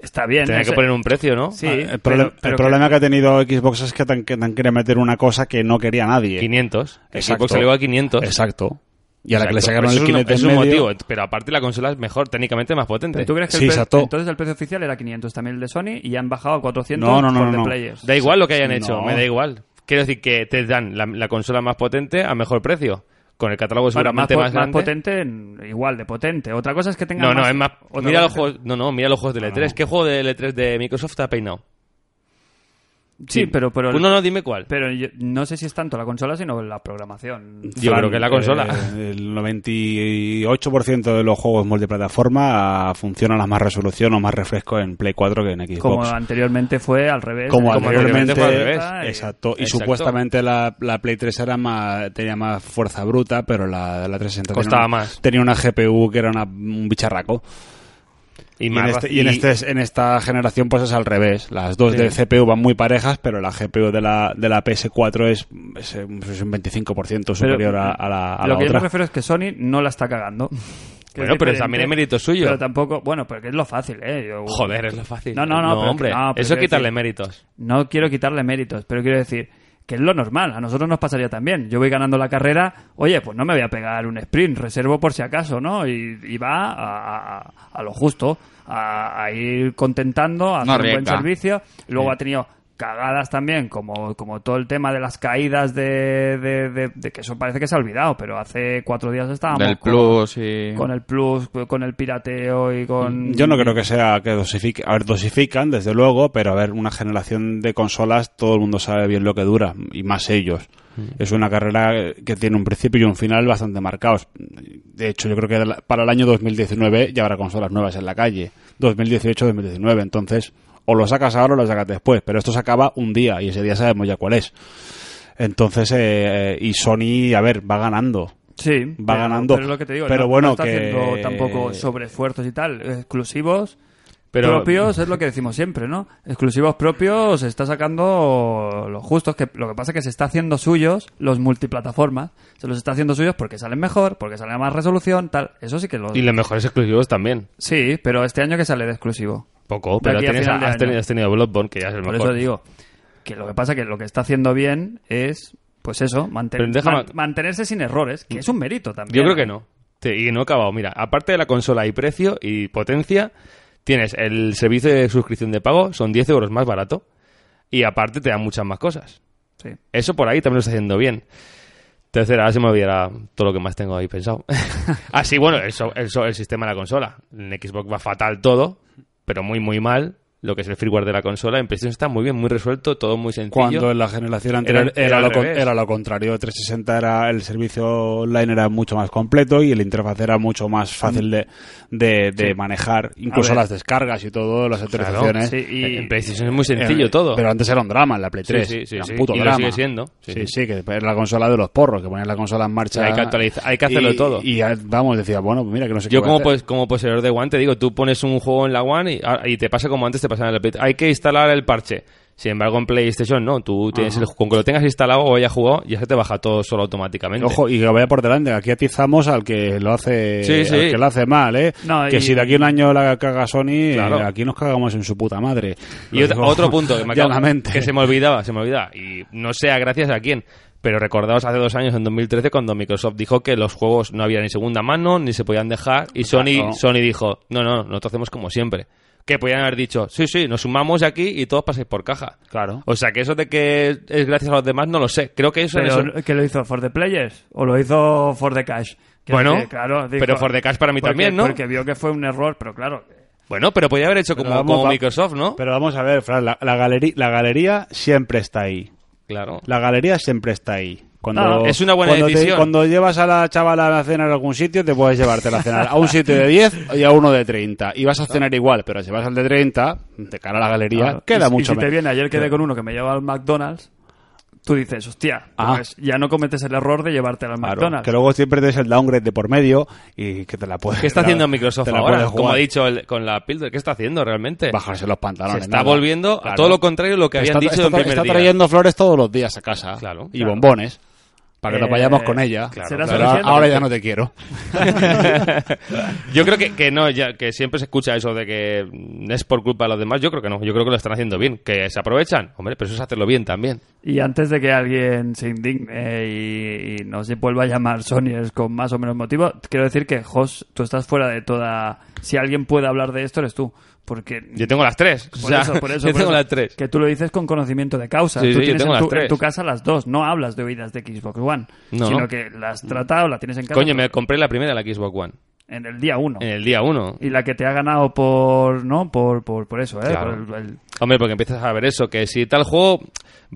B: Está bien,
C: Tenía
B: ese-
C: que poner un Ah, precio, ¿no?
B: Sí, pero-
E: el, problema- el
B: pero que-
E: problema que... ha tenido Xbox es que tan, que tan quiere meter una cosa que no quería nadie.
C: 500.
E: Exacto.
C: Xbox salió a 500.
E: Exacto. Y a la que le
C: Exacto.
E: sacaron
C: Eso
E: el
C: es un-
E: 500
C: es
E: en
C: un
E: medio-
C: motivo, pero aparte la consola es mejor, técnicamente más potente.
B: ¿Pero ¿Tú crees que
E: Sí,
B: el pre-
E: exacto.
B: entonces el precio oficial era 500 también el de Sony y han bajado a 400
E: No, no, no,
B: por
E: no,
B: The
E: no.
B: Players?
C: Da igual lo que hayan hecho,
E: No.
C: me da igual. Quiero decir que te dan la, la consola más potente a mejor precio, con el catálogo
B: Bueno, más,
C: seguramente
B: po-
C: Pues más,
B: más
C: grande.
B: potente, en- igual de potente. Otra cosa es que tenga
C: No, no,
B: más-
C: es más.
B: otra cosa
C: Mira
B: Ah,
C: los
B: es
C: juegos, no, no, mira los juegos del E3. ¿Qué juego del E3 de Microsoft te ha peinado?
B: que- Sí, pero, pero,
C: Uno no, dime cuál.
B: pero yo- no sé si es tanto la consola, sino la programación.
C: Yo creo que la consola.
E: eh, el 98% de los juegos multiplataforma ah, funcionan a más resolución o más refresco en Play 4 que en Xbox.
B: Como anteriormente fue al revés.
E: Como
B: ¿eh?
E: anteriormente,
C: fue al revés.
B: Ah, y-
E: exacto. Y
C: Exacto.
E: supuestamente la, la Play 3 era más, tenía más fuerza bruta, pero la, la 360 tenía
C: Costaba
E: una-
C: más.
E: Tenía una GPU que era una- un bicharraco.
C: Y,
E: Y,
C: más
E: en,
C: raz-
E: este- y en
C: y-
E: este- en esta generación pues es al revés. Las dos de CPU van muy parejas, pero la GPU de la, de la PS4 es, es un es un 25%
B: pero
E: superior a, a la, a
B: Lo
E: la
B: que yo me
E: otra.
B: refiero es que Sony no la está cagando. Que
C: Bueno,
B: es
C: pero
B: diferente.
C: también es mérito suyo.
B: Pero tampoco, bueno, pero que es lo fácil, ¿eh? Yo-
C: Joder, es lo fácil.
B: No, no, no, pero que-
C: hombre.
B: no, pero
C: eso es
B: quiero
C: quitarle
B: decir-
C: méritos.
B: No quiero quitarle méritos, pero quiero decir que es lo normal, a nosotros nos pasaría también. Yo voy ganando la carrera, oye, pues no me voy a pegar un sprint, reservo por si acaso, ¿no? Y, y va a, a- a lo justo, a, a ir contentando, a
D: No
B: hacer un buen
D: arriesga.
B: servicio. Luego ha tenido cagadas también, como, como todo el tema de las caídas de, de- de- de- que eso parece que se ha olvidado, pero hace cuatro días estábamos
D: Del
B: con,
D: Plus y...
B: con el plus, con el pirateo y con...
E: Yo no creo que sea que dosifiquen. A ver, dosifican, desde luego, pero a ver, una generación de consolas, todo el mundo sabe bien lo que dura, y más ellos. Es una carrera que tiene un principio y un final bastante marcados. De hecho, yo creo que la- para el año 2019 ya habrá consolas nuevas en la calle. 2018-2019, entonces, o lo sacas ahora o lo sacas después, pero esto se acaba un día y ese día sabemos ya cuál es. Entonces, eh, y Sony, a ver, va ganando.
B: Sí,
E: va ganando.
B: Pero es lo que te digo,
E: Pero
B: no-
E: bueno,
B: no está
E: que-
B: haciendo tampoco sobreesfuerzos y tal. Exclusivos
C: Pero-
B: propios es lo que decimos siempre, ¿no? Exclusivos propios está sacando los justos. Que lo que pasa es que se está haciendo suyos los multiplataformas. Se los está haciendo suyos porque salen mejor, porque salen a más resolución, tal. Eso sí que lo.
C: Y los mejores exclusivos también.
B: Sí, pero este año que sale de exclusivo.
C: Poco,
B: De
C: pero
B: aquí a
C: tienes,
B: final de
C: has,
B: año.
C: tenido, has tenido Bloodborne, que ya es el
B: Por
C: mejor.
B: eso digo que lo que pasa es que lo que está haciendo bien es, pues eso, manten-
C: Pero déjame- Mm.
B: man- mantenerse sin errores, que es un mérito también.
C: Yo creo que no. Sí, y no he acabado. Mira, aparte de la consola y precio y potencia, tienes el servicio de suscripción de pago, son 10 euros más barato. Y aparte te dan muchas más cosas.
B: Sí.
C: Eso por ahí también lo está haciendo bien. Tercera, ahora se me olvidará todo lo que más tengo ahí pensado. Ah, Así, bueno, el, so- el so- el sistema de la consola. En Xbox va fatal todo, pero muy, muy mal. lo que es el firmware de la consola. En PlayStation está muy bien, muy resuelto, todo muy sencillo.
E: Cuando en la generación anterior
C: Era-
E: era,
C: era al
E: lo, con-
C: revés.
E: era lo contrario, 360 era el servicio online era mucho más completo y el interfaz era mucho más fácil de, de- de manejar, incluso
B: ver.
E: las descargas y todo, las actualizaciones.
B: sí, y-
C: En PlayStation es muy sencillo
E: Eh,
C: todo.
E: Pero antes era un drama en la Play
C: Sí,
E: 3.
C: sí, sí,
E: era un
C: sí.
E: puto
C: Y lo
E: drama.
C: sigue siendo. Sí,
E: Sí,
C: sí.
E: sí, que era la consola de los porros, que ponían la consola en marcha.
C: Hay que actualiza- hay que hacerlo
E: y-
C: todo.
E: Y ah, vamos, decía, bueno, pues mira que no sé qué
C: Yo
E: voy a
C: como,
E: hacer.
C: pues, como poseedor de One te digo, tú pones un juego en la One y, ah, y te pasa como antes te pasaba en la Play. Hay que instalar el parche. Sin embargo, en PlayStation no. Tú tienes el, con que lo tengas instalado o haya jugado, ya se te baja todo solo automáticamente.
E: Ojo, y que vaya por delante, aquí atizamos al que lo hace
C: Sí, sí.
E: al que lo hace mal, ¿eh?
B: No,
E: que
B: y-
E: si de aquí a un año la caga Sony,
C: Claro.
E: eh, aquí nos cagamos en su puta madre.
C: Y otro, otro punto que, me acabo-
E: Llanamente.
C: que se me olvidaba, se me olvidaba. Y no sé a gracias a quién. Pero recordaos hace dos años, en 2013, cuando Microsoft dijo que los juegos no había ni segunda mano, ni se podían dejar. Y Sony,
E: Claro.
C: Sony dijo, no, no, nosotros hacemos como siempre. Que podían haber dicho, sí, sí, nos sumamos aquí y todos pasáis por caja.
E: Claro.
C: O sea, que eso de que es gracias a los demás, no lo sé. Creo que eso... eso-
B: Pero, ¿Que lo hizo for the players o lo hizo for the cash? Que
C: Bueno,
B: sí, claro,
C: pero for the cash para mí
B: porque-
C: también, ¿no?
B: Porque vio que fue un error, pero claro.
C: Bueno, pero podía haber hecho como,
E: vamos,
C: como
E: va-
C: Microsoft, ¿no?
E: Pero vamos a ver, Fran, la, la galería, la galería siempre está ahí.
C: Claro.
E: La galería siempre está ahí. Cuando,
B: No,
C: es una buena
E: cuando te-
C: decisión.
E: cuando llevas a la chavala a cenar a algún sitio, te puedes llevarte a cenar a un sitio de 10 y a uno de 30. Y vas a cenar igual, pero si vas al de 30, de cara a la galería,
B: claro,
E: queda
B: y, si-
E: mucho
B: y si te
E: menos.
B: viene, ayer quedé con uno que me llevaba al McDonald's, tú dices, hostia,
E: Ah.
B: pues ya no cometes el error de llevarte al
E: Claro,
B: McDonald's.
E: que luego siempre tienes el downgrade de por medio y que te la puedes.
C: ¿Qué está
E: te la-
C: haciendo Microsoft
E: te la
C: ahora?
E: puedes
C: Como
E: jugar.
C: ha dicho el- con la píldora, ¿qué está haciendo realmente?
E: Bajarse los pantalones.
C: Se está
E: nada.
C: volviendo a
E: Claro.
C: todo lo contrario de lo que habían
E: está,
C: dicho
E: está-
C: en primer
E: está
C: día.
E: trayendo flores todos los días a casa.
C: Claro,
E: Y
C: claro.
E: bombones. Para que nos
B: Eh,
E: vayamos con ella.
B: claro, ¿será
E: Pero
B: suficiente?
E: ahora ya no te quiero.
C: yo creo que, que no, ya, que siempre se escucha eso de que mm, es por culpa de los demás. Yo creo que no, yo creo que lo están haciendo bien. Que se aprovechan, hombre, pero eso es hacerlo bien también.
B: Y antes de que alguien se indigne y, y nos vuelva a llamar Sonyers con más o menos motivo, quiero decir que, Jos, tú estás fuera de toda... Si alguien puede hablar de esto, eres tú. Porque
C: Yo tengo las tres.
B: Por
C: o sea,
B: eso, por eso,
C: yo
B: por
C: tengo
B: eso.
C: las tres.
B: Que tú lo dices con conocimiento de causa.
C: Sí,
B: tú
C: sí, yo
B: tienes
C: tengo
B: en,
C: las
B: tu,
C: tres.
B: en tu casa las dos. No hablas de oídas de Xbox One.
C: No.
B: Sino que las trata o la tienes en casa
C: Coño, me Eh. compré la primera, la Xbox One,
B: en el día uno.
C: en el día uno.
B: Y la que te ha ganado por... No, por, por, por eso, ¿eh?
C: Claro.
B: Por el- el-
C: Hombre, porque empiezas a ver eso, que si tal juego,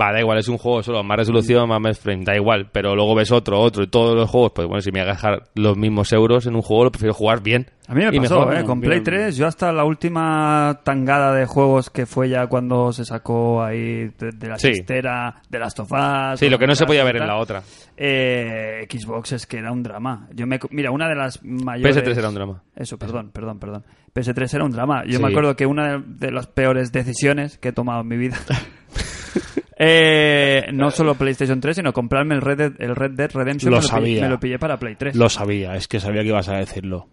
C: va, da igual, es un juego solo, más resolución, más mes frame, da igual, pero luego ves otro, otro, y todos los juegos, pues bueno, si me voy a gastar los mismos euros en un juego, lo prefiero jugar bien.
B: A mí me
C: Y
B: pasó,
C: mejor,
B: ¿eh?
C: ¿no?
B: Con Play 3, yo hasta la última tangada de juegos que fue ya cuando se sacó ahí de, de la
C: Sí.
B: chistera, de las tofás...
C: Sí, lo que no se podía ver en la otra.
B: Eh, Xbox es que era un drama. Yo me, mira, una de las mayores...
C: PS3 era un drama.
B: Eso, perdón, perdón, perdón. PS3 era un drama. Yo
C: Sí.
B: me acuerdo que una de- de las peores decisiones que he tomado en mi vida. eh, no solo PlayStation 3, sino comprarme el Red Dead, el Red Dead Redemption.
E: Lo
B: me, Lo pillé,
E: sabía.
B: me lo pillé para Play 3.
E: Lo sabía, es que sabía que ibas a decirlo.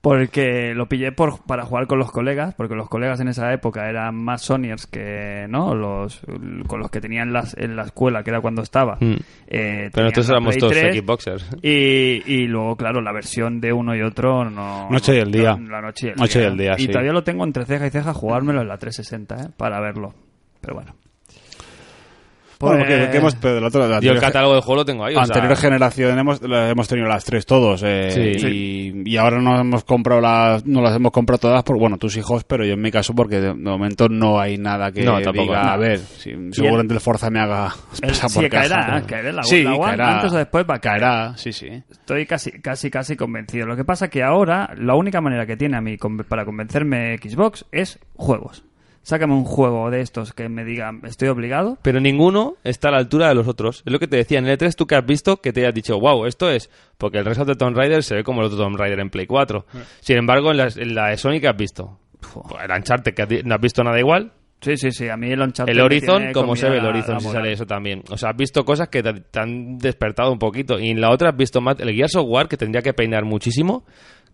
B: Porque lo pillé por, para jugar con los colegas, porque los colegas en esa época eran más Sonyers que, ¿no? Los, con los que tenían las, en la escuela, que era cuando estaba.
C: Mm.
B: Eh,
C: Pero
B: tenían
C: nosotros
B: la
C: éramos
B: Play
C: todos
B: 3,
C: Xboxers.
B: Y, y luego, claro, la versión de uno y otro no...
E: Noche y el día.
B: no- La noche y el
E: Noche y
B: día.
E: el día,
B: Y
E: sí.
B: todavía lo tengo entre ceja y ceja jugármelo en la 360, ¿eh? Para verlo. Pero bueno.
E: Bueno,
B: Pues-
E: porque- porque hemos, pero de la otra- de la
C: Yo el
E: anterior-
C: catálogo del juego lo tengo ahí. o sea,
E: anterior generación hemos, la hemos tenido las tres todos eh,
C: Sí.
E: y, y ahora no hemos comprado las no las hemos comprado todas por bueno tus hijos pero yo en mi caso porque de de momento no hay nada que
C: No, tampoco.
E: diga a ver si- seguramente el Forza me haga
B: El-
E: pasar
B: sí,
E: por
B: caerá,
E: caja.
B: ¿eh? Caerá la-
E: sí,
B: la One
E: caerá.
B: antes o después va a caer.
E: caerá sí sí
B: Estoy casi, casi, casi convencido. Lo que pasa que ahora la única manera que tiene a mí con- para convencerme Xbox es juegos. Sácame un juego de estos que me digan estoy obligado.
C: Pero ninguno está a la altura de los otros. Es lo que te decía en el E3, tú que has visto que te has dicho, wow, esto es. Porque el resto de Tomb Raider se ve como el otro Tomb Raider en Play 4.
B: Eh.
C: Sin embargo, en la, en la de Sonic has visto? Pues El Uncharted, que has di- no has visto nada igual.
B: Sí, sí, sí. A mí el Uncharted
C: El
B: me
C: Horizon,
B: tiene
C: como se
B: comida
C: ve el
B: la-
C: Horizon,
B: la
C: si
B: moral.
C: sale eso también. O sea, has visto cosas que te, te han despertado un poquito. Y en la otra has visto más el Gears of War, que tendría que peinar muchísimo.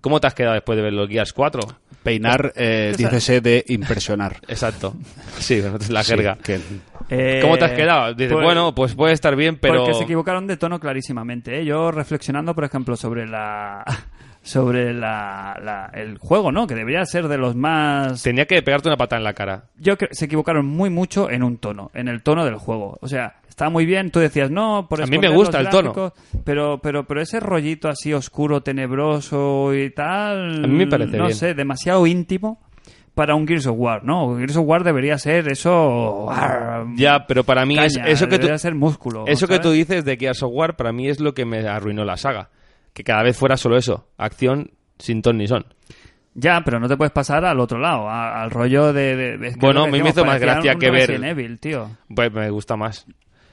C: ¿Cómo te has quedado después de ver los Gears 4?
E: peinar eh, dícese de impresionar
C: Exacto. Sí, bueno, es la
E: Sí,
C: jerga.
E: que-
B: Eh,
C: ¿Cómo te has quedado? Dices,
B: pues-
C: bueno, pues puede estar bien, pero...
B: Porque se equivocaron de tono clarísimamente. ¿eh? Yo reflexionando, por ejemplo, sobre la sobre la, la- el juego, ¿no? Que debería ser de los más
C: Tenía que pegarte una patada en la cara.
B: yo creo se equivocaron muy mucho en un tono, en el tono del juego. O sea, está muy bien, tú decías, no, por
C: A mí me
B: esconder
C: gusta
B: los
C: el tono.
B: gráficos", Pero, pero, pero ese rollito así oscuro, tenebroso y tal.
C: A mí me parece
B: No
C: bien.
B: sé, demasiado íntimo para un Gears of War, ¿no? Gears of War debería ser eso...
C: Ya, pero para mí es-
B: Caña,
C: eso que tú,
B: debería ser músculo.
C: eso que
B: ¿sabes?
C: tú dices de Gears of War para mí es lo que me arruinó la saga, que cada vez fuera solo eso, acción sin ton ni son.
B: Ya, pero no te puedes pasar al otro lado, a- al rollo de... de- de- es que
C: Bueno,
B: lo que
C: a mí me
B: decíamos,
C: hizo más
B: parecía
C: gracia
B: un
C: que ver-
B: Resident Evil, tío.
C: Pues me gusta más.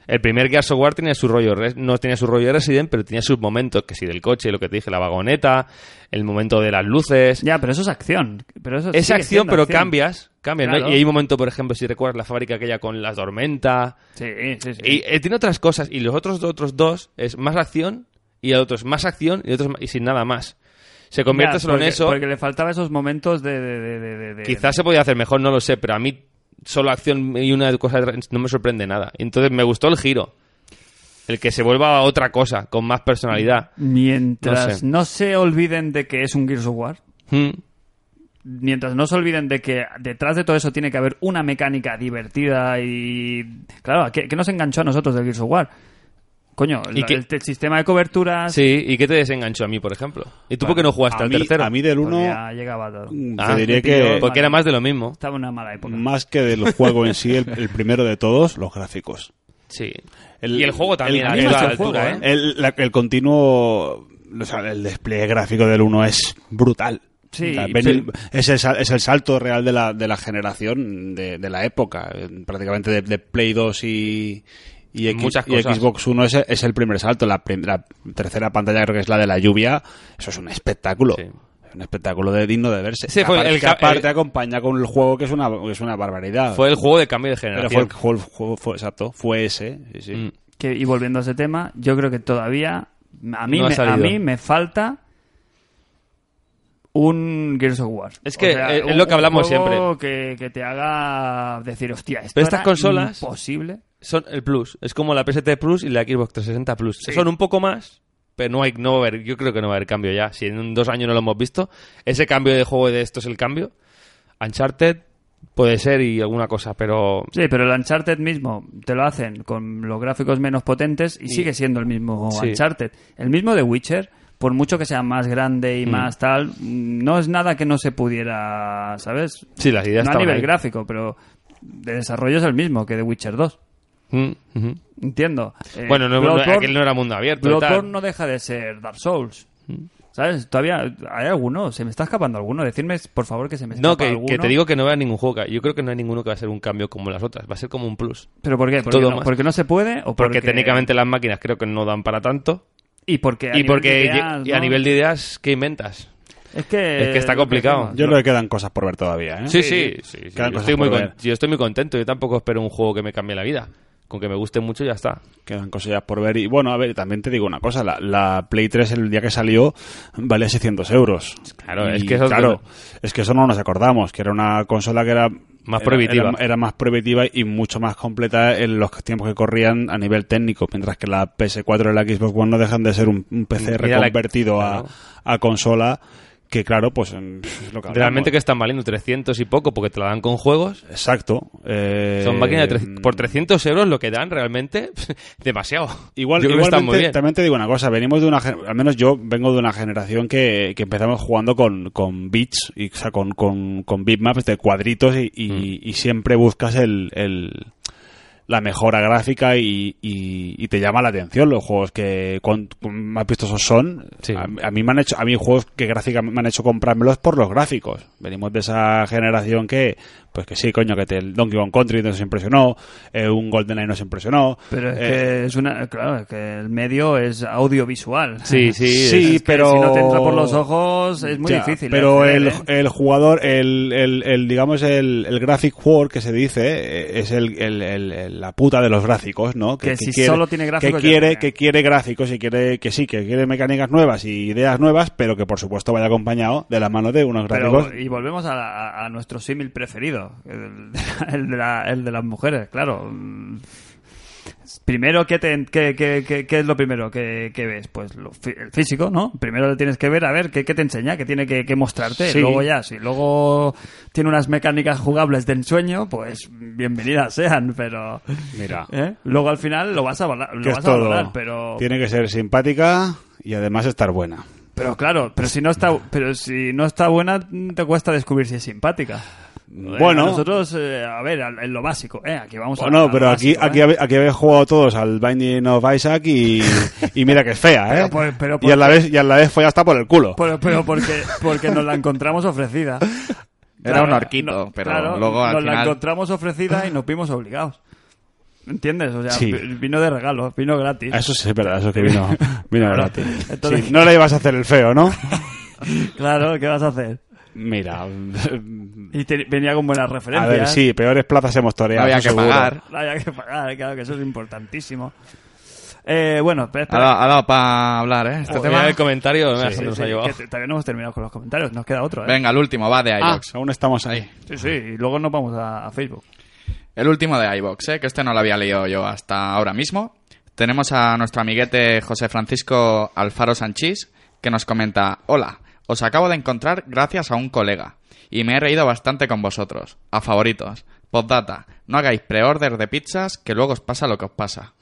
C: El primer Gears of War tenía su rollo, res- no tenía su rollo Resident, pero tenía sus momentos, que sí del coche, lo que te dije, la vagoneta, el momento de las luces.
B: Ya, pero eso es acción. Pero eso
C: Esa
B: sigue
C: acción,
B: siendo
C: pero cambias, cambias, ¿no?
B: Claro.
C: Y hay un momento, por ejemplo, si recuerdas la fábrica aquella con la tormenta,
B: Sí, sí, sí.
C: Y eh, tiene otras cosas. Y los otros, otros dos es más acción y el otro es más acción y otros y sin nada más. Se convierte
B: Ya,
C: solo en
B: porque-
C: eso.
B: Porque le faltaba esos momentos de... de- de- de- de- de-
C: Quizás se podía hacer mejor, no lo sé, pero a mí solo acción y una cosa no me sorprende nada. Entonces me gustó el giro. El que se vuelva a otra cosa, con más personalidad.
B: Mientras
C: No sé.
B: no se olviden de que es un Gears of War,
C: Mm.
B: mientras no se olviden de que detrás de todo eso tiene que haber una mecánica divertida y... Claro, ¿qué, qué nos enganchó a nosotros del Gears of War? Coño,
C: Y
B: la-
C: que-
B: el, el sistema de coberturas...
C: Sí, ¿y qué te desenganchó a mí, por ejemplo? ¿Y tú por qué no jugaste
E: a
C: al
E: mí-
C: tercero?
E: A mí del
B: porque
E: 1
B: pues ya llegaba todo.
C: Ah,
E: te diré
B: me pilló-
E: que
B: pues-
C: Porque era más de lo mismo.
B: Estaba en una mala época.
E: más que del juego en sí, el, el primero de todos, los gráficos.
C: Sí. y el juego también,
E: el-
C: a
E: el-
C: la
E: el-
C: altura, ¿eh?
E: El, la- el continuo. O sea, el despliegue gráfico del 1 es brutal.
B: Sí,
E: O sea, ven-
C: sí.
E: Es, el, sal- es el salto real de la, de la generación, de, de la época. eh, Prácticamente de, de Play 2 y, y, X-
C: Muchas
E: y
C: cosas.
E: Xbox 1 es, es el primer salto. La, prim- la tercera pantalla creo que es la de la lluvia. Eso es un espectáculo.
C: Sí.
E: Es Un espectáculo de digno de verse.
C: Ese
E: Que
C: fue
E: aparte-
C: el
E: que
C: ca-
E: aparte
C: el-
E: acompaña con el juego que es una, que es una barbaridad.
C: Fue el juego de cambio de
E: Pero
C: generación.
E: fue el juego, el juego fue, exacto, fue ese. sí, sí.
C: Mm.
B: que, y volviendo a ese tema, yo creo que todavía a mí,
C: No ha
B: me, a
C: salido.
B: mí me falta un Gears of War.
C: Es que eh, es-
B: un-
C: es lo que
B: un
C: hablamos
B: juego Que, que te haga decir, hostia, esto
C: Pero estas
B: era
C: consolas-
B: imposible.
C: son el Plus. Es como la PST Plus y la Xbox 360 Plus. Son un poco más, pero no hay, no va a haber- yo creo que no va a haber cambio ya. Si en un- dos años no lo hemos visto, ese cambio de juego de esto es el cambio. Uncharted puede ser y alguna cosa, pero
B: Sí, pero el Uncharted mismo te lo hacen con los gráficos menos potentes y, sigue siendo el mismo
C: Sí.
B: Uncharted. El mismo de Witcher, por mucho que sea más grande y
C: Mm.
B: más tal, no es nada que no se pudiera, ¿sabes?
C: sí, las ideas
B: no a
C: estaban
B: nivel
C: ahí.
B: gráfico, pero de desarrollo es el mismo que de Witcher 2.
C: Mm, ujú.
B: Entiendo. Eh,
C: Bueno, no, no-
B: Bloodborne-
C: aquel no era mundo abierto. y tal.
B: Bloodborne no deja de ser Dark Souls. ¿Sabes? Todavía hay alguno, se me está escapando alguno. Decirme, por favor, que se me escapa
C: No, que,
B: alguno.
C: que te digo que no va a ningún juego. que- Yo creo que no hay ninguno que va a ser un cambio como las otras. Va a ser como un plus.
B: ¿Pero por qué? ¿Porque,
C: todo
B: no,
C: más.
B: porque no se puede o
C: Porque, técnicamente las máquinas creo que no dan para tanto.
B: Y porque a
C: y
B: nivel
C: porque
B: de
C: ye-
B: ideas,
C: y a
B: ¿no?
C: nivel de ideas, ¿qué inventas?
B: Es que,
C: es que está
B: lo
C: complicado.
B: decimos,
E: Yo
B: ¿no?
E: creo que quedan cosas por ver todavía. ¿eh?
C: Sí, sí, sí, sí.
E: Quedan
C: Yo,
E: cosas
C: estoy muy
E: por
C: con-
E: ver.
C: yo estoy muy contento. Yo tampoco espero un juego que me cambie la vida. Con que me guste mucho ya está.
E: Quedan cosillas por ver. Y bueno, a ver, también te digo una cosa: la, la Play 3, el día que salió, valía 600 euros.
C: Claro,
E: Y,
C: es que eso-
E: claro, es que eso no nos acordamos, que era una consola que era.
C: Más
E: era-
C: prohibitiva.
E: Era, era más prohibitiva y mucho más completa en los tiempos que corrían a nivel técnico, mientras que la PS4 y la Xbox One no dejan de ser un, un PC
C: Mira la-
E: reconvertido a-
C: claro.
E: a, consola, que claro, pues en- es lo que
C: Realmente
E: hablamos.
C: que están valiendo 300 y poco porque te la dan con juegos.
E: Exacto. eh,
C: Son máquinas de tre- por 300 euros lo que dan realmente. demasiado.
E: Igual,
C: yo creo que está muy
E: igualmente,
C: bien.
E: también te digo una cosa, venimos de una gen- al menos yo vengo de una generación que, que empezamos jugando con, con bits, y, o sea, con, con, con bitmaps de cuadritos y, y,
C: Mm.
E: y siempre buscas el, el- la mejora gráfica y, y, y te llama la atención los juegos que cuan- cuan más vistosos son.
C: Sí.
E: A, a mí me han hecho, a mí juegos que gráficamente me han hecho comprármelos por los gráficos. Venimos de esa generación que, pues que sí, coño, que te, el Donkey Kong Country nos impresionó, eh, un GoldenEye nos impresionó.
B: Pero es
E: eh,
B: que es una. Claro, es que el medio es audiovisual.
C: Sí, eh, sí.
E: Sí, este
B: Es que
E: pero
B: Si no te entra por los ojos, es muy
E: Ya,
B: difícil.
E: Pero
B: acceder,
E: el,
B: ¿eh?
E: el jugador, el, el- el, digamos, el, el graphic war que se dice, eh, es el, el- el- el- la puta de los gráficos, ¿no?
B: Que si solo tiene gráficos,
E: Que
B: ya
E: quiere,
B: tiene.
E: que quiere gráficos y quiere que sí, que quiere mecánicas nuevas y ideas nuevas, pero que por supuesto vaya acompañado de la mano de unos gráficos.
B: Pero, y volvemos a, a- a nuestro símil preferido, el, el de la- el de las mujeres, claro. Mm. Primero, ¿qué, te- qué- qué- qué- qué es lo primero que, que ves? Pues lo fí- el físico, ¿no? Primero le tienes que ver, a ver, ¿qué, qué te enseña? ¿Qué tiene que, que mostrarte?
E: Sí.
B: Luego ya, si luego tiene unas mecánicas jugables de ensueño, pues bienvenidas sean, pero...
E: Mira.
B: ¿eh? Luego al final lo vas a, vala- lo
E: que es
B: vas a
E: todo.
B: valorar, pero...
E: Tiene que ser simpática y además estar buena.
B: Pero claro, pero si no está, pero si no está buena, te cuesta descubrir si es simpática.
E: Bueno.
B: nosotros, eh, a ver, al- en lo básico, eh, aquí vamos a
E: Bueno,
B: a
E: pero
B: lo
E: aquí,
B: básico,
E: aquí,
B: ¿eh?
E: habe- aquí habéis jugado todos al Binding of Isaac y, y mira que es fea, ¿eh?
B: Pero por- pero
E: y,
B: por-
E: a la vez, y a la vez fue hasta por el culo.
B: Pero, pero porque, porque nos la encontramos ofrecida.
D: Era un arquito, pero luego al
B: nos la
D: final-
B: encontramos ofrecida y nos vimos obligados. ¿Entiendes? O sea,
E: Sí.
B: vi- vino de regalo, vino gratis.
E: Eso sí es verdad, eso es que vino, vino
B: Claro.
E: gratis.
B: Entonces-
E: Sí, no le ibas a hacer el feo, ¿no?
B: Claro, ¿qué vas a hacer?
E: Mira, a
B: Y te- venía con buenas referencias.
E: ver, sí, peores plazas hemos toreado.
D: había
E: eso
D: que
E: seguro.
D: pagar.
B: No había que pagar, claro que eso es importantísimo. Eh, bueno, espera,
D: Ha
B: espera.
D: dado, para hablar, ¿eh? Este
C: Joder,
D: tema.
C: el comentario me
B: Sí,
C: nos
B: sí,
C: ha llevado.
B: que te- todavía no hemos terminado con los comentarios, nos queda otro, ¿eh?
D: Venga, el último va de
E: Ah,
D: iVox.
E: aún estamos ahí.
D: Ahí.
B: Sí, sí, y luego nos vamos a, a Facebook.
D: El último de iVox, ¿eh? que este no lo había leído yo hasta ahora mismo. Tenemos a nuestro amiguete José Francisco Alfaro Sanchís, que nos comenta: Hola, os acabo de encontrar gracias a un colega, y me he reído bastante con vosotros. A favoritos. Postdata, no hagáis pre-order de pizzas, que luego os pasa lo que os pasa.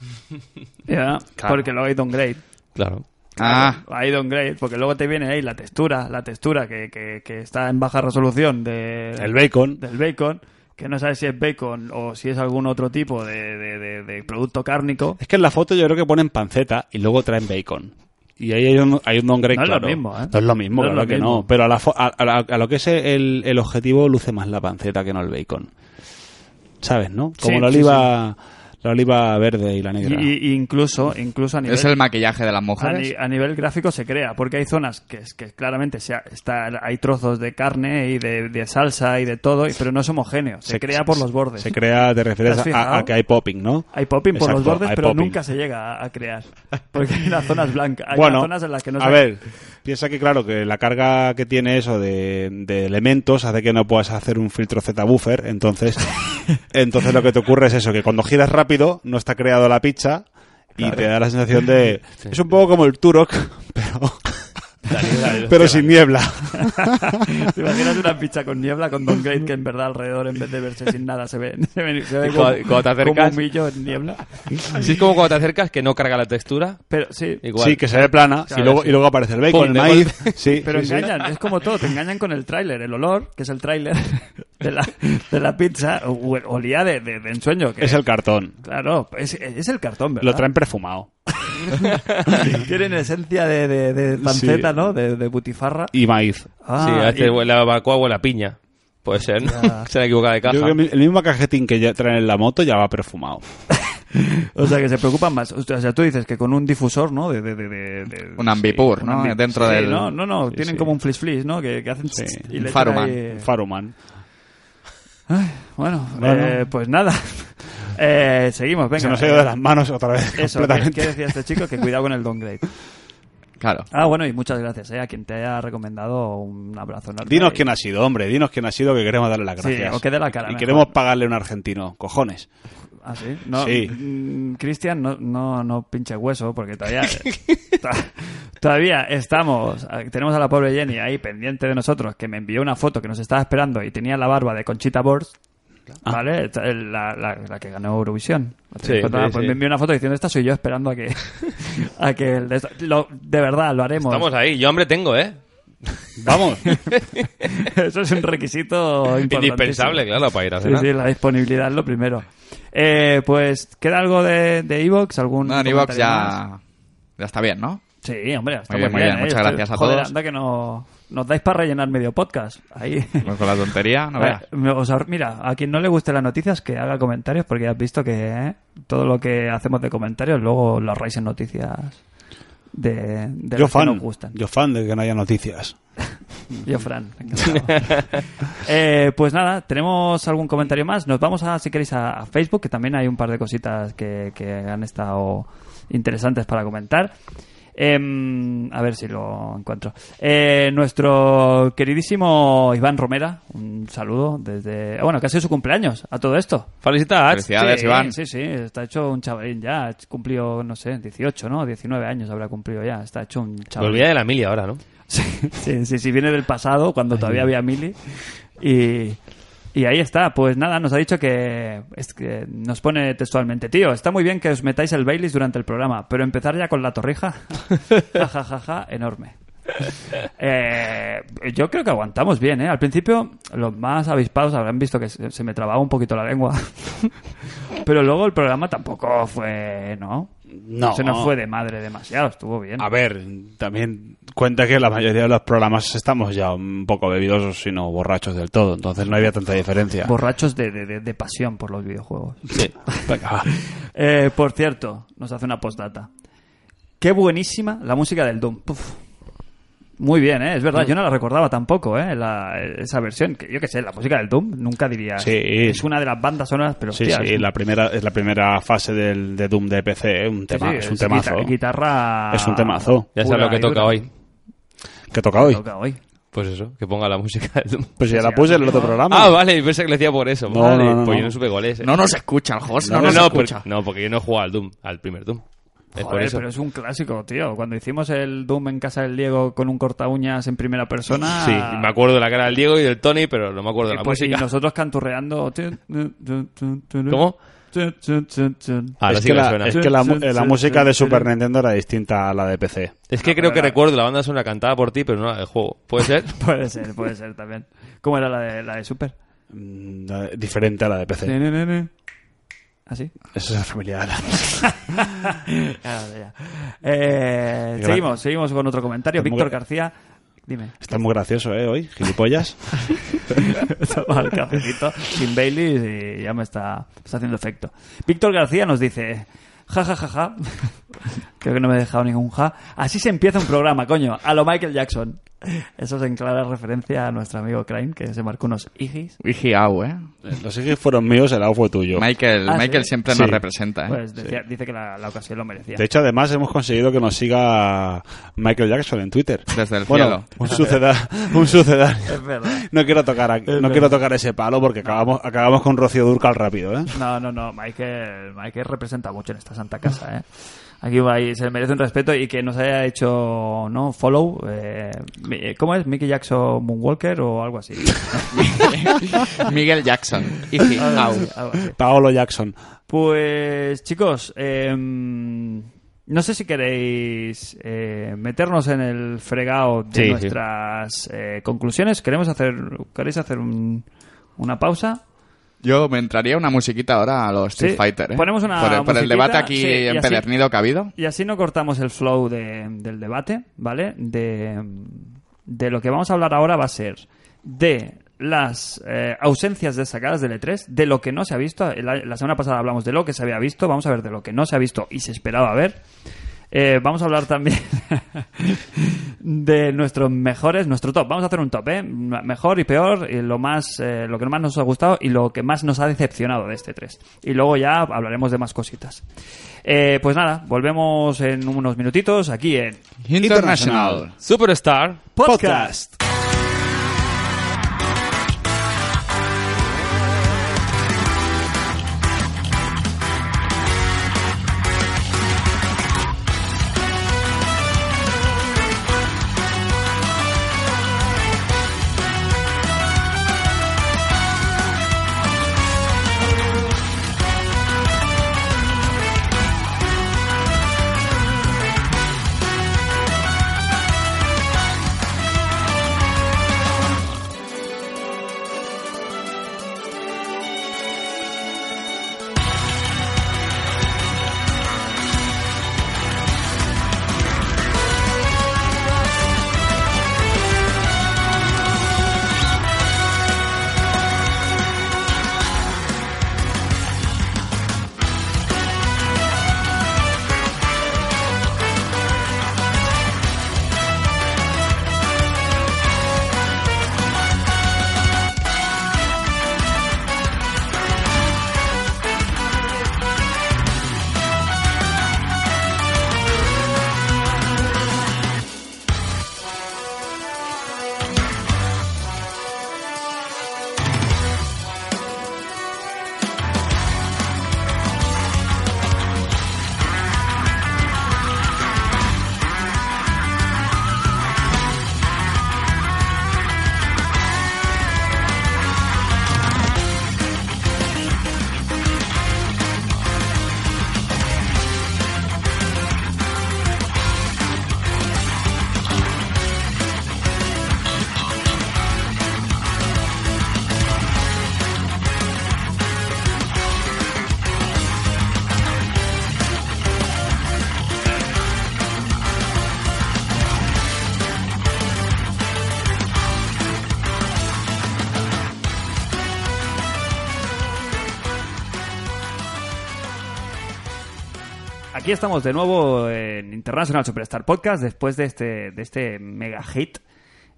B: Ya, Porque luego hay downgrade.
C: Claro.
D: Ah,
B: Hay downgrade, porque luego te viene ahí la textura, la textura que, que- que está en baja resolución de,
E: El bacon.
B: del bacon, que no sabes si es bacon o si es algún otro tipo de, de- de- de producto cárnico.
E: Es que en la foto yo creo que ponen panceta y luego traen bacon. Y ahí hay un, hay un downgrade
B: No es lo
E: claro.
B: mismo, ¿eh?
E: No es lo mismo,
B: No es
E: claro
B: lo
E: que
B: mismo.
E: no. Pero a, la fo- a, a la- a lo que es el, el objetivo luce más la panceta que no el bacon. ¿Sabes, no? Como
B: Sí,
E: la
B: sí,
E: oliva la oliva verde y la
B: Y,
E: negra.
B: y- y incluso, incluso a nivel...
D: es el maquillaje de las
B: a, ni-
D: mujeres.
B: a nivel gráfico se crea, porque hay zonas que, es- que claramente se ha- está, hay trozos de carne y de, de salsa y de todo, y- pero no es homogéneo, se, crea por los bordes.
E: Se crea, te refieres
B: ¿Te has
E: a- a,
B: fijado?
E: que hay popping, ¿no?
B: Hay popping por los
E: Exacto,
B: bordes,
E: hay
B: pero
E: popping.
B: nunca se llega a, a crear. Porque hay las zonas blancas, hay
E: bueno,
B: unas zonas en las que no
E: a
B: se-
E: ver, piensa que claro, que la carga que tiene eso de, de elementos hace que no puedas hacer un filtro Z buffer, entonces, entonces lo que te ocurre es eso, que cuando giras rápido no está creado la pizza y te da la sensación de... Es un poco como el Turok, pero, pero sin niebla.
B: ¿Te imaginas una pizza con niebla con Don Great que en verdad alrededor, en vez de verse sin nada, se ve, se ve, se ve
C: Y
B: como,
C: cuando- cuando te
B: como
C: acercas-
B: un millo en niebla?
C: Así es como cuando te acercas que no carga la textura.
B: Pero sí,
C: Igual.
E: Sí, que se ve plana
B: Claro,
E: y, luego,
B: sí.
E: y luego aparece el bacon,
C: Pon
E: el
C: de
E: maíz.
C: golpe.
E: Sí,
B: Pero
E: sí, sí.
B: engañan, es como todo, te engañan con el tráiler, el olor, que es el tráiler de la, de la pizza, o- o- olía de, de, de ensueño. Que,
E: Es el cartón.
B: Claro, es, es el cartón, ¿verdad?
E: Lo traen perfumado.
B: Tienen esencia de, de, de panceta,
E: Sí.
B: ¿no? De, de butifarra.
E: Y maíz.
B: Ah,
C: sí,
B: y-
C: hace la este vacua o la piña. Puede ser, ¿no? Se la equivocado de caja.
E: Yo creo que el mismo cajetín que ya traen en la moto ya va perfumado.
B: o sea, que se preocupan más. O sea, tú dices que con un difusor, ¿no? De, de, de, de- de-
D: Un ambipur,
B: un
D: ¿no? Dentro
B: sí,
D: del-
B: No, no, no, tienen
E: sí.
B: como un flis-flis, ¿no? Que, que hacen...
E: Sí,
B: y
D: un
B: le echan
D: Faruman,
B: ahí-
E: Faruman.
B: Bueno,
E: Bueno.
B: eh, pues nada. Eh, seguimos, venga.
E: se nos ha ido de
B: Eh,
E: las manos otra vez
B: Eso, ¿qué,
E: completamente.
B: qué decía este chico? Que cuidado con el downgrade.
D: Claro.
B: Ah, bueno, y muchas gracias eh, a quien te haya recomendado un abrazo enorme.
E: Dinos quién ha sido, hombre, dinos quién ha sido que queremos darle las
B: Sí,
E: gracias.
B: o que dé la cara,
E: Y
B: mejor.
E: queremos pagarle a un argentino, cojones.
B: Ah, sí. No,
E: Sí.
B: mm, Cristian, no, no, no pinche hueso, porque todavía. ta- todavía estamos. Tenemos a la pobre Jenny ahí pendiente de nosotros, que me envió una foto que nos estaba esperando y tenía la barba de Conchita Bors.
E: Ah.
B: ¿Vale? Esta- eh, La, la- la que ganó Eurovisión. La
C: Sí,
B: tenéis contada.
C: sí,
B: pues
C: sí.
B: me envió una foto diciendo: Esta soy yo esperando a que. a que el de, esto- lo- de verdad, lo haremos.
C: Estamos ahí. Yo hambre tengo, ¿eh?
E: Vamos.
B: Eso es un requisito
C: Indispensable,
B: indispensable.
C: claro, para ir a
B: Sí,
C: cenar.
B: sí, la disponibilidad es lo primero. Eh, pues, ¿queda algo de de Evox? ¿Algún
D: No, en iVox
B: comentario más?
D: ya, ya está bien, ¿no?
B: Sí, hombre, está
D: Muy bien, muy bien.
B: ¿eh?
D: Muchas
B: Estoy-
D: gracias a
B: joder,
D: todos.
B: anda que no, nos dais para rellenar medio podcast. Ahí. Eh,
D: Pues con la tontería, no veas.
B: Me- os ahor- mira, a quien no le guste las noticias, que haga comentarios, porque ya has visto que ¿eh? todo lo que hacemos de comentarios luego lo arráis en noticias de, de
E: Yo
B: las que
E: fan.
B: nos gustan.
E: Yo fan de que no haya noticias.
B: Yo, Fran. encantado. Eh, pues nada, tenemos algún comentario más. Nos vamos a, si queréis, a, a Facebook, que también hay un par de cositas que, que han estado interesantes para comentar. Em, a ver si lo encuentro. Eh, nuestro queridísimo Iván Romera, un saludo desde. ah, Bueno, que ha sido su cumpleaños a todo esto.
C: Felicitats.
D: Felicidades,
B: sí,
D: Iván.
B: Sí, sí, está hecho un chavalín ya. Ha cumplido, no sé, 18, ¿no? 19 años habrá cumplido ya. Está hecho un
C: Me
B: chaval.
C: olvidé de la mili ahora, ¿no?
B: Sí, sí, sí, sí, viene del pasado, cuando todavía había Mili. Y, y ahí está, pues nada, nos ha dicho que, es que nos pone textualmente, tío, está muy bien que os metáis el Baileys durante el programa, pero empezar ya con la torrija, ja, ja, ja, ja, enorme. Eh, yo creo que aguantamos bien, ¿eh? Al principio, los más avispados habrán visto que se se me trababa un poquito la lengua. Pero luego el programa tampoco fue, ¿no?
E: No.
B: Se nos fue de madre demasiado, estuvo bien.
E: A ver, también cuenta que la mayoría de los programas estamos ya un poco bebidosos, sino borrachos del todo, entonces no había tanta diferencia.
B: Borrachos de, de- de- de pasión por los videojuegos.
E: Venga, va.
B: Eh, por cierto, nos hace una postdata. Qué buenísima la música del Doom. Puf. Muy bien, ¿eh? es verdad. Yo no la recordaba tampoco, ¿eh? La- esa versión. Que, yo qué sé, la música del Doom nunca diría.
E: Sí.
B: Es una de las bandas sonoras, pero
E: Sí,
B: hostia,
E: sí,
B: es-
E: la primera, es la primera fase del, de Doom de PC, ¿eh? un
B: sí,
E: tema,
B: sí,
E: es un
B: guita-
E: temazo
B: guitarra.
E: Es un temazo.
C: Ya
B: pura
C: sabes lo que
B: y
C: toca
B: dura.
C: hoy.
E: que toca hoy.
B: Toca hoy.
C: Pues eso, que ponga la música del Doom.
E: Pues ya
B: Sí,
E: la puse en el
B: no.
E: otro programa.
C: Ah, vale, pensé que lo decía por eso.
E: No,
C: Vale,
E: no, no,
C: pues
E: no.
C: yo no supe goles. eh.
D: No nos escucha el host, no,
C: no,
D: nos
C: no, por-
D: escucha.
C: no, porque yo no he jugado al Doom, al primer Doom. Es por
B: Joder,
C: eso.
B: pero es un clásico, tío. Cuando hicimos el Doom en casa del Diego con un corta uñas en primera persona.
C: Sí, y me acuerdo de la cara del Diego y del Tony, pero no me acuerdo de
B: Y,
C: la
B: pues, y
C: música.
B: nosotros canturreando. ¿Cómo?
C: ¿Cómo? Ahora
E: es,
C: sí que
E: que
C: me
E: la,
C: suena.
E: es que la mu- eh, la
B: Sí,
E: música
B: sí,
E: de
B: sí.
E: Super Nintendo era distinta a la de PC.
C: Es que
B: No,
C: creo
B: pero
C: que
B: era-
C: recuerdo la banda sonora cantada por ti, pero no la del juego. ¿Puede ser?
B: Puede ser, puede ser también. ¿Cómo era la de, la de Super?
E: Mm, la- Diferente a la de PC.
B: ¿Así?
E: Esa es la familiar.
B: Eh,
E: Qué
B: seguimos, seguimos con otro comentario.
E: Está muy
B: Víctor
E: gra-
B: García, dime.
E: Está muy gracioso, ¿eh? Hoy, gilipollas.
B: Toma el cafecito sin Bailey y ya me está, está haciendo efecto. Víctor García nos dice, ja, ja, ja, ja. Creo que no me he dejado ningún ja. Así se empieza un programa, coño, a lo Michael Jackson. Eso es en clara referencia a nuestro amigo Crane, que se marcó unos igis.
D: Vigiao, eh.
E: Los ejes fueron míos, el AU fue tuyo.
D: Michael,
B: Ah,
D: Michael
B: sí.
D: siempre
E: Sí.
D: nos representa, eh.
B: Pues decía- dice que la, la ocasión lo merecía.
E: De hecho, además, hemos conseguido que nos siga Michael Jackson en Twitter.
D: Desde el cielo.
E: bueno, un suceda- un sucedáneo.
B: Es verdad.
E: No quiero tocar aquí- no quiero tocar ese palo porque acabamos, acabamos con Rocío Durcal rápido, ¿eh?
B: No, no, no, Michael, Michael representa mucho en esta santa casa, ¿eh? Aquí va y se merece un respeto y que nos haya hecho, ¿no? Follow. eh, mi- ¿Cómo es? ¿Mickey Jackson Moonwalker o algo así?
D: Miguel Jackson. Vigiao.
B: Algo así.
E: Paolo Jackson.
B: Pues, chicos, eh, no sé si queréis eh, meternos en el fregado de
C: Sí, sí.
B: nuestras eh, conclusiones. ¿Queremos hacer, ¿Queréis hacer un- una pausa?
D: Yo me entraría una musiquita ahora a los Street
B: Sí,
D: Fighter, eh.
B: ponemos una
D: Por el, por el
B: musiquita,
D: debate aquí
B: sí, y así-
D: empedernido que ha habido.
B: Y así no cortamos el flow de- del debate, ¿vale? De, de lo que vamos a hablar ahora va a ser de las eh, ausencias destacadas del E3, de lo que no se ha visto. La, la semana pasada hablamos de lo que se había visto, vamos a ver de lo que no se ha visto y se esperaba ver. Eh, vamos a hablar también de nuestros mejores, nuestro top. Vamos a hacer un top, ¿eh? Mejor y peor, y lo más, eh, lo que más nos ha gustado y lo que más nos ha decepcionado de este 3. Y luego ya hablaremos de más cositas. Eh, pues nada, volvemos en unos minutitos aquí en
D: International.
C: Superstar.
B: Podcast.
F: International.
B: aquí estamos de nuevo en International Superstar Podcast después de este, de este mega hit,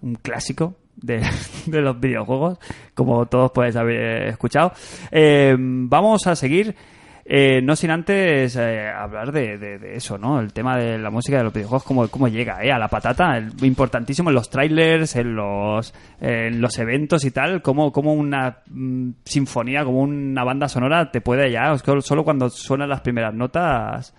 B: un clásico de, de los videojuegos, como todos podéis haber escuchado. Eh, vamos a seguir, eh, no sin antes eh, hablar de, de- de eso, ¿no? El tema de la música de los videojuegos, cómo, cómo llega eh, a la patata, el- importantísimo en los trailers, en los, en los eventos y tal, cómo, cómo una mm, sinfonía, como una banda sonora te puede ya, es que solo cuando suenan las primeras notas.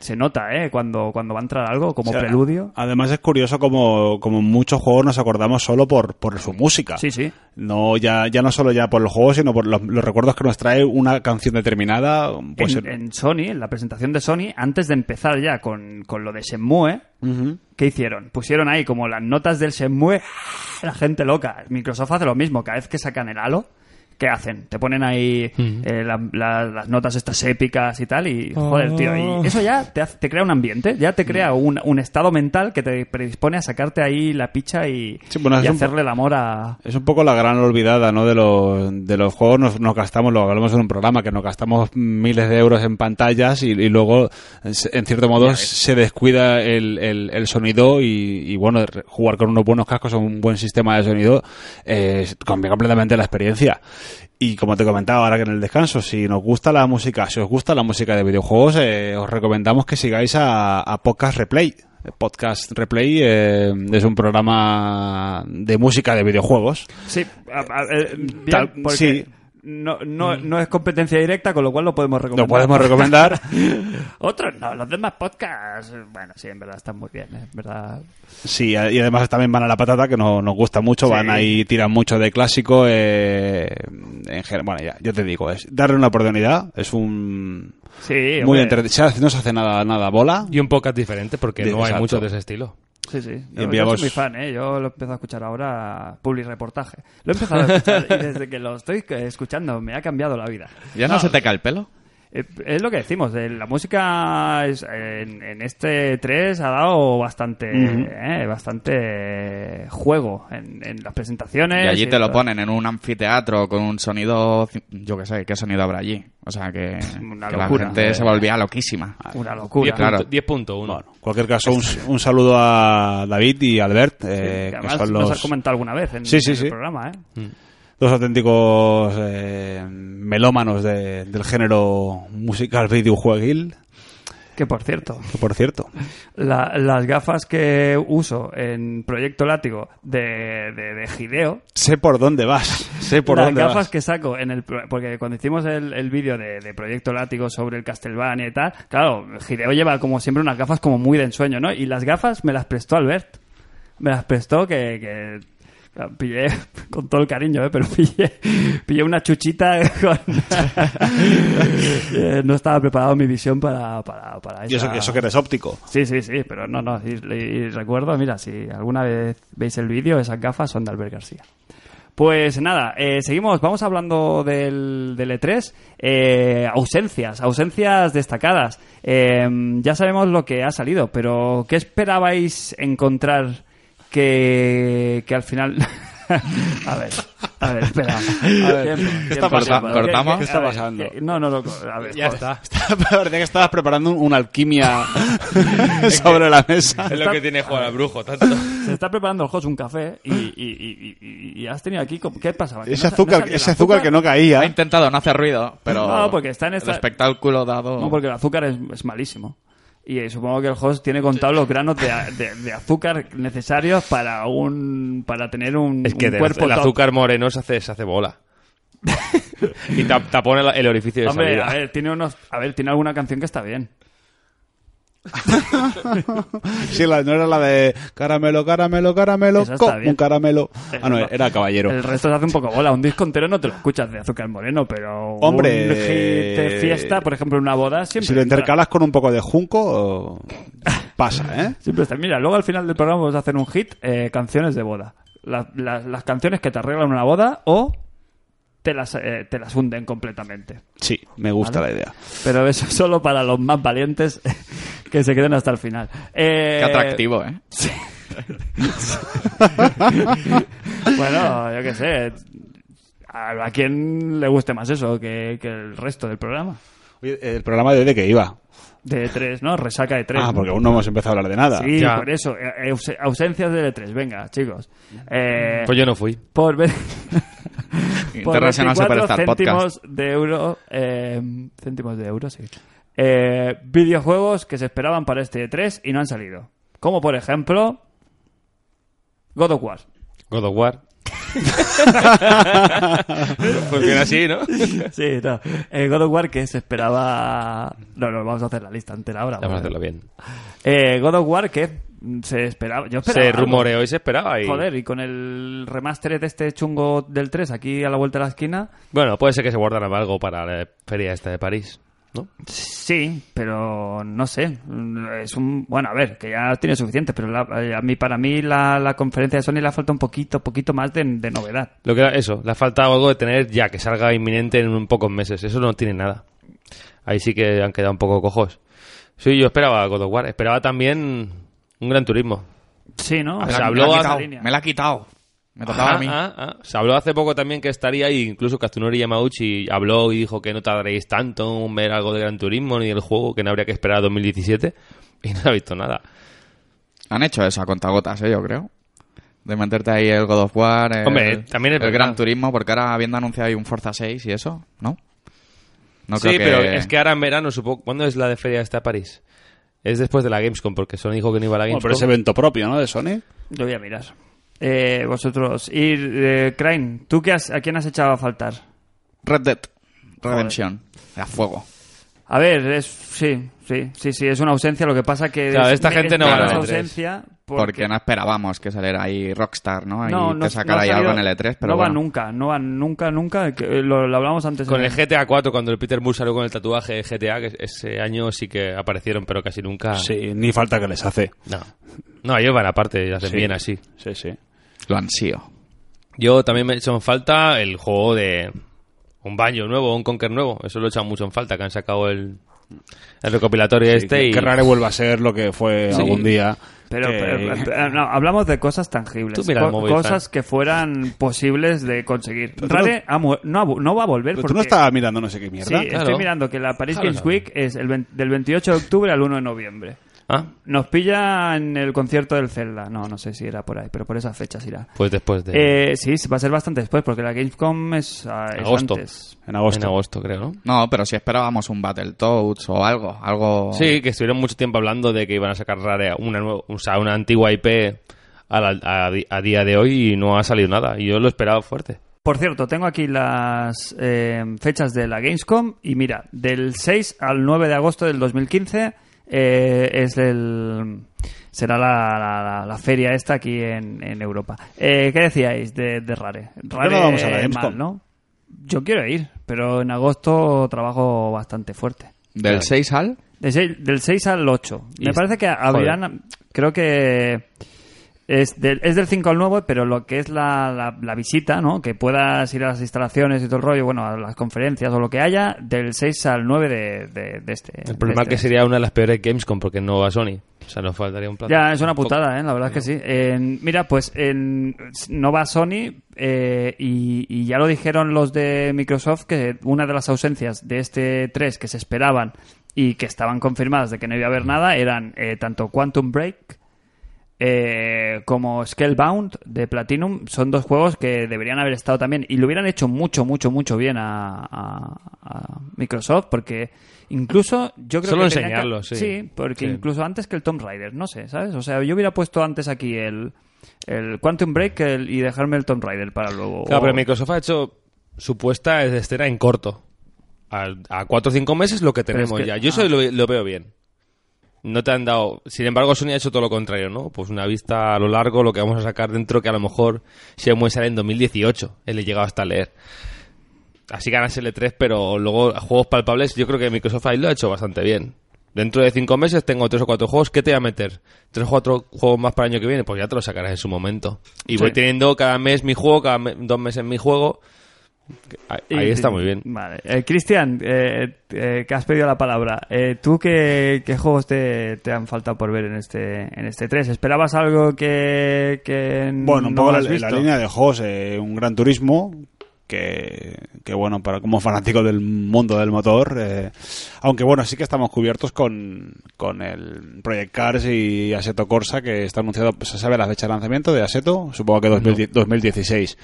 B: Se nota, ¿eh? Cuando, cuando va a entrar algo, como
E: O sea,
B: preludio.
E: Además es curioso como, como en muchos juegos nos acordamos solo por, por su música.
B: Sí, sí.
E: No, ya, ya no solo ya por los juegos, sino por los, los recuerdos que nos trae una canción determinada. Pues
B: en, en Sony, en la presentación de Sony, antes de empezar ya con, con lo de Shenmue,
E: Ujú.
B: ¿qué hicieron? Pusieron ahí como las notas del Shenmue, la gente loca. Microsoft hace lo mismo, cada vez que sacan el Halo, ¿qué hacen? Te ponen ahí
E: Mm.
B: eh, la- la- las notas estas épicas y tal, y joder,
E: Ah.
B: tío, y eso ya te, hace- te crea un ambiente, ya te crea un, un estado mental que te predispone a sacarte ahí la picha y,
E: Sí, bueno,
B: y
E: es un-
B: hacerle el amor a...
E: Es un poco la gran olvidada, ¿no? De los, de los juegos nos, nos gastamos, lo hablamos en un programa, que nos gastamos miles de euros en pantallas y, y luego, en se- en cierto modo, se descuida el, el- el sonido y, y, bueno, re- jugar con unos buenos cascos o un buen sistema de sonido eh, cambia completamente la experiencia. Y como te comentaba ahora que en el descanso, si nos gusta la música, si os gusta la música de videojuegos, eh, os recomendamos que sigáis a, a Podcast Replay. Podcast Replay eh, es un programa de música de videojuegos.
B: Sí, a- a- eh, bien,
E: Tal-
B: porque
E: sí. Mm.
B: No, no, no es competencia directa, con lo cual lo podemos recomendar.
E: Lo podemos recomendar.
B: Otros no, los demás podcasts. Bueno, sí, en verdad están muy bien, ¿eh? en verdad.
E: Sí, y además también van a la patata, que no- nos gusta mucho.
B: Sí.
E: Van ahí, tiran mucho de clásico. eh, en gen- bueno, ya, yo te digo, es darle una oportunidad. Es un...
B: Sí,
E: muy
B: hombre.
E: entretenido. No se hace nada, nada bola.
C: Y un podcast diferente porque
E: De-
C: no hay
E: exacto.
C: muchos de ese estilo.
B: Sí, sí. Yo,
E: enviamos-
B: yo soy muy fan, ¿eh? Yo lo empiezo a escuchar ahora, public reportaje. Lo he empezado a escuchar y desde que lo estoy escuchando me ha cambiado la vida.
D: ¿Ya no, se te cae el pelo?
B: Eh, Es lo que decimos, eh, la música es- en, en este 3 ha dado bastante eh, bastante juego en, en las presentaciones.
D: Y allí te lo
B: pones
D: ponen en un anfiteatro con un sonido... ci- Yo qué sé, ¿qué sonido habrá allí? O sea que,
B: Una
D: que
B: locura.
D: la gente se volvía loquísima.
B: Una
C: 10.1.
B: locura.
D: Claro.
E: Bueno, en cualquier caso, un, un saludo a David y Albert, eh,
B: Este. Sí, que
E: que
B: además
E: son
B: nos
E: los
B: has comentado alguna vez en,
E: Sí, sí,
B: en el
E: sí.
B: programa, ¿eh?
E: dos auténticos eh, melómanos de- del género musical videojueguil.
B: Que por cierto,
E: Que por cierto,
B: la- las gafas que uso en Proyecto Látigo de, de, de Gideo,
E: sé por dónde vas. Sé por
B: las
E: dónde
B: gafas
E: vas.
B: que saco en el... pro- Porque cuando hicimos el, el vídeo de, de Proyecto Látigo sobre el Castlevania y tal, claro, Gideo lleva como siempre unas gafas como muy de ensueño, ¿no? Y las gafas me las prestó Albert. Me las prestó que... que la pillé con todo el cariño, ¿eh? pero pillé, pillé una chuchita con... Eh, no estaba preparado mi visión para, para, para
E: Y eso,
B: esa-
E: eso que eres óptico.
B: Sí, sí, sí, pero no, no. Y, y recuerdo, mira, si alguna vez veis el vídeo, esas gafas son de Albert García. Pues nada, eh, seguimos, vamos hablando del, del E3. Eh, ausencias, ausencias destacadas. Eh, ya sabemos lo que ha salido, pero ¿qué esperabais encontrar que, que al final... a ver, a ver, espera. A ver, tiempo, tiempo,
D: pasando?
B: tiempo. ¿Qué-
D: ¿Cortamos?
B: qué-
E: ¿Qué está
B: a ver,
E: pasando?
B: qué- no, no, no. A ver, joder.
E: Parecía que estabas preparando un- una alquimia sobre la mesa.
C: Es lo que tiene jugar al brujo, tanto.
B: Se está preparando el Jos un café y, y- y- y- y has tenido aquí. como- ¿Qué pasaba? ¿Que
E: Ese
B: no sa- no
E: azúcar,
B: salía el
E: ese azúcar que no caía.
D: He intentado no hacer ruido, pero...
B: No, porque está en esta-
D: El espectáculo dado...
B: No, porque el azúcar es, es malísimo. Y eh, supongo que el host tiene contados los granos de, a- de- de azúcar necesarios para un para tener un,
C: Es que
B: un
C: del-
B: cuerpo
C: el
B: top.
C: azúcar moreno se hace, se hace bola. y tap- tapona el, el orificio de
B: Hombre,
C: salida.
B: a ver, tiene unos, a ver, tiene alguna canción que está bien.
E: Sí, la, no era la de caramelo, caramelo, caramelo,
B: Esa está
E: co-
B: bien.
E: un caramelo. Ah, no,
B: Eh,
E: era caballero.
B: El resto se hace un poco bola. Un disco entero no te lo escuchas de azúcar moreno, pero
E: Hombre,
B: un hit de fiesta, por ejemplo, en una boda, siempre.
E: Si lo
B: entra.
E: intercalas con un poco de junco, pasa, ¿eh?
B: Siempre está. Mira, luego al final del programa vamos a hacer un hit, eh, canciones de boda. Las, las- las canciones que te arreglan una boda o te las, eh, te las hunden completamente.
E: Sí, me gusta la idea.
B: Pero eso es solo para los más valientes que se queden hasta el final. Eh,
D: Qué atractivo, ¿eh?
B: Bueno, yo qué sé. A, a quién le guste más eso que, que el resto del programa.
E: Oye, el programa de hoy de que iba.
B: De E3, ¿no? Resaca de E3.
E: Ah, porque aún no hemos empezado a hablar de nada.
B: Sí,
C: Ya.
B: por eso. Eh, aus- Ausencias de E3, venga, chicos. Eh,
C: Pues yo no fui.
B: por ver... por 24
D: International Superstar
B: céntimos
D: Podcast.
B: de euro, eh, céntimos de euro, sí. Eh, videojuegos que se esperaban para este E3 y no han salido. Como por ejemplo, God of War.
C: God of War. pues bien así, ¿no?
B: Sí, no. Eh, God of War que se esperaba... No, no, vamos a hacer la lista entera ahora.
C: Vamos a
B: porque-
C: hacerlo bien.
B: Eh, God of War que mm, se esperaba... Yo esperaba
C: Se
B: algo.
C: rumoreó y se esperaba. Y...
B: Joder, y con el remaster de este chungo del 3 aquí a la vuelta de la esquina,
C: Bueno, puede ser que se guardaran algo para la feria esta de París, ¿no?
B: sí, pero no sé. Es un. Bueno, a ver, que ya tiene suficiente, pero la- eh, a mí, para mí la, la conferencia de Sony le falta un poquito, poquito más de, de novedad.
C: Lo que era eso, le ha faltado algo de tener ya que salga inminente en un pocos meses. Eso no tiene nada. Ahí sí que han quedado un poco cojos. Sí, yo esperaba God of War. Esperaba también un Gran Turismo.
B: Sí, ¿no?
C: O
D: Me
C: sea,
D: la-
C: habló
D: me la ha
C: a-
D: quitado,
B: línea.
D: me la ha quitado. Me tocaba
C: Ah,
D: a mí.
C: ah, ah. Se habló hace poco también que estaría ahí, incluso Kazunori Yamauchi habló y dijo que no tardaréis tanto en ver algo de Gran Turismo ni del juego, que no habría que esperar a 2017 y no se ha visto nada.
D: Han hecho eso a contagotas, eh, yo creo. De meterte ahí el God of War, el,
C: Hombre, también es
D: el
C: verdad.
D: Gran Turismo, porque ahora habiendo anunciado ahí un Forza 6 y eso, ¿no? No
C: sí, pero es que ahora en verano, supongo, ¿cuándo es la de feria esta París? Es después de la Gamescom, porque Sony dijo que no iba a la
E: Bueno,
C: Gamescom.
E: pero es evento propio, ¿no? De Sony.
B: Lo voy a mirar. Eh, vosotros. Y eh, Crane, ¿tú qué has, a quién has echado a faltar?
D: Red Dead Redemption. A fuego.
B: A ver, es, sí, sí, sí, sí, es una ausencia. Lo que pasa que.
C: Claro,
B: es-
C: esta gente no
B: es
D: va a
B: más
D: la
C: E3.
B: ausencia
D: Porque... no esperábamos que saliera ahí Rockstar, ¿no? Ahí
B: No,
D: te
B: no,
D: sacara
B: no ha
D: ahí
B: salido-
D: algo en el E3, pero
B: no
D: bueno.
B: va nunca, no va nunca, nunca. que, eh, Lo, lo hablamos antes.
C: Con
B: en-
C: el GTA 4, cuando el Peter Moore salió con el tatuaje de GTA, que ese año sí que aparecieron, pero casi nunca.
B: Ah.
E: Sí, ni falta que les hace.
C: No. No, ellos van aparte y hacen
E: Sí.
C: bien así.
E: Sí, sí.
D: Lo ansío.
C: Yo también me he hecho en falta el juego de un baño nuevo, un Conquer nuevo. Eso lo he echado mucho en falta, que han sacado el, el recopilatorio
E: Sí,
C: este
E: que-
C: y...
E: Que raro vuelva a ser lo que fue
C: Sí.
E: algún día.
B: Pero,
E: que-
B: pero- pero, no, hablamos de cosas tangibles,
C: Tú mira el
B: co-
C: móvil,
B: cosas que fueran posibles de conseguir.
E: tú
B: Rare ha mu- no, ha vu- no va a volver
E: Pero
B: porque...
E: tú no estabas mirando no sé qué
B: Sí,
E: mierda.
B: estoy
C: Claro.
B: mirando que la Paris
C: Déjalo
B: Games
C: saber.
B: Week es el vein- del 28 de octubre al 1 de noviembre.
C: Ah,
B: Nos pilla en el concierto del Zelda. No, no sé si era por ahí, pero por esas fechas irá.
C: pues después de...
B: Eh, sí, va a ser bastante después porque la Gamescom es, ah, es
C: Agosto.
B: antes.
E: En agosto.
C: En agosto, creo, ¿no?
D: No, pero si esperábamos un Battletoads o algo,
E: Oh.
D: algo...
C: Sí, que estuvieron mucho tiempo hablando de que iban a sacar Rare una, nueva, o sea, una antigua IP a, la- a di- a día de hoy y no ha salido nada. Y yo lo esperaba fuerte.
B: Por cierto, tengo aquí las eh, fechas de la Gamescom y mira, del 6 al 9 de agosto del 2015 eh, es el, será la, la- la- la feria esta aquí en, en Europa. Eh, ¿Qué decíais de, de Rare? Rare
E: no vamos a la
B: mal,
E: Gamescom?
B: ¿no? Yo quiero ir, pero en agosto trabajo bastante fuerte.
D: Del 6 al...
B: De seis- del 6 al 8.
C: Y
B: Me
C: es-
B: parece que abrirán. Creo que. Es del, es del 5 al 9, pero lo que es la, la- la visita, ¿no? Que puedas ir a las instalaciones y todo el rollo, bueno, a las conferencias o lo que haya, del 6 al 9 de, de- de este.
C: El problema
B: de este
C: es que sería una de las peores Gamescom porque no va Sony. O sea, nos faltaría un plato.
B: ya, es una putada, ¿eh? la verdad es que sí. En- mira, pues en, no va Sony eh, y, y ya lo dijeron los de Microsoft que una de las ausencias de este 3 que se esperaban y que estaban confirmadas de que no iba a haber nada eran eh, tanto Quantum Break eh, como Scalebound de Platinum. Son dos juegos que deberían haber estado también y lo hubieran hecho mucho, mucho, mucho bien a, a- a Microsoft porque incluso yo creo
C: Solo
B: que... tenían que-
C: enseñarlo, sí.
B: Sí, porque
C: Sí.
B: incluso incluso antes que el Tomb Raider, no sé, ¿sabes? O sea, yo hubiera puesto antes aquí el, el Quantum Break el- y dejarme el Tomb Raider para luego.
C: Claro,
B: O-
C: pero Microsoft ha hecho su puesta de escena en corto. A, a cuatro o cinco meses lo que
B: Pero es
C: tenemos
B: que- ah.
C: ya. Yo eso lo, lo veo bien. No te han dado... Sin embargo, Sony ha hecho todo lo contrario, ¿no? Pues una vista a lo largo, lo que vamos a sacar dentro, que a lo mejor se muestra en 2018. Él he llegado hasta a leer. Así ganas L3, pero luego a juegos palpables yo creo que Microsoft ahí lo ha hecho bastante bien. Dentro de cinco meses tengo tres o cuatro juegos. ¿Qué te voy a meter? ¿Tres o cuatro juegos más para el año que viene? Pues ya te los sacarás en su momento.
B: Sí.
C: Y voy teniendo cada mes mi juego, cada me- dos meses mi juego. Ahí,
B: y-
C: ahí está muy bien.
B: Vale. Eh, Cristian, eh, eh, que has pedido la palabra. Eh, ¿Tú qué, qué juegos te, te han faltado por ver en este en este 3? ¿Esperabas algo que, que
E: Bueno, un
B: no
E: poco
B: has
E: la, la
B: visto?
E: línea de juegos, eh, un gran turismo, que, que, bueno, para como fanático del mundo del motor, eh, aunque bueno, sí que estamos cubiertos con, con el Project Cars y Assetto Corsa, que está anunciado, pues, se sabe la fecha de lanzamiento de Assetto, supongo que 2010 2016.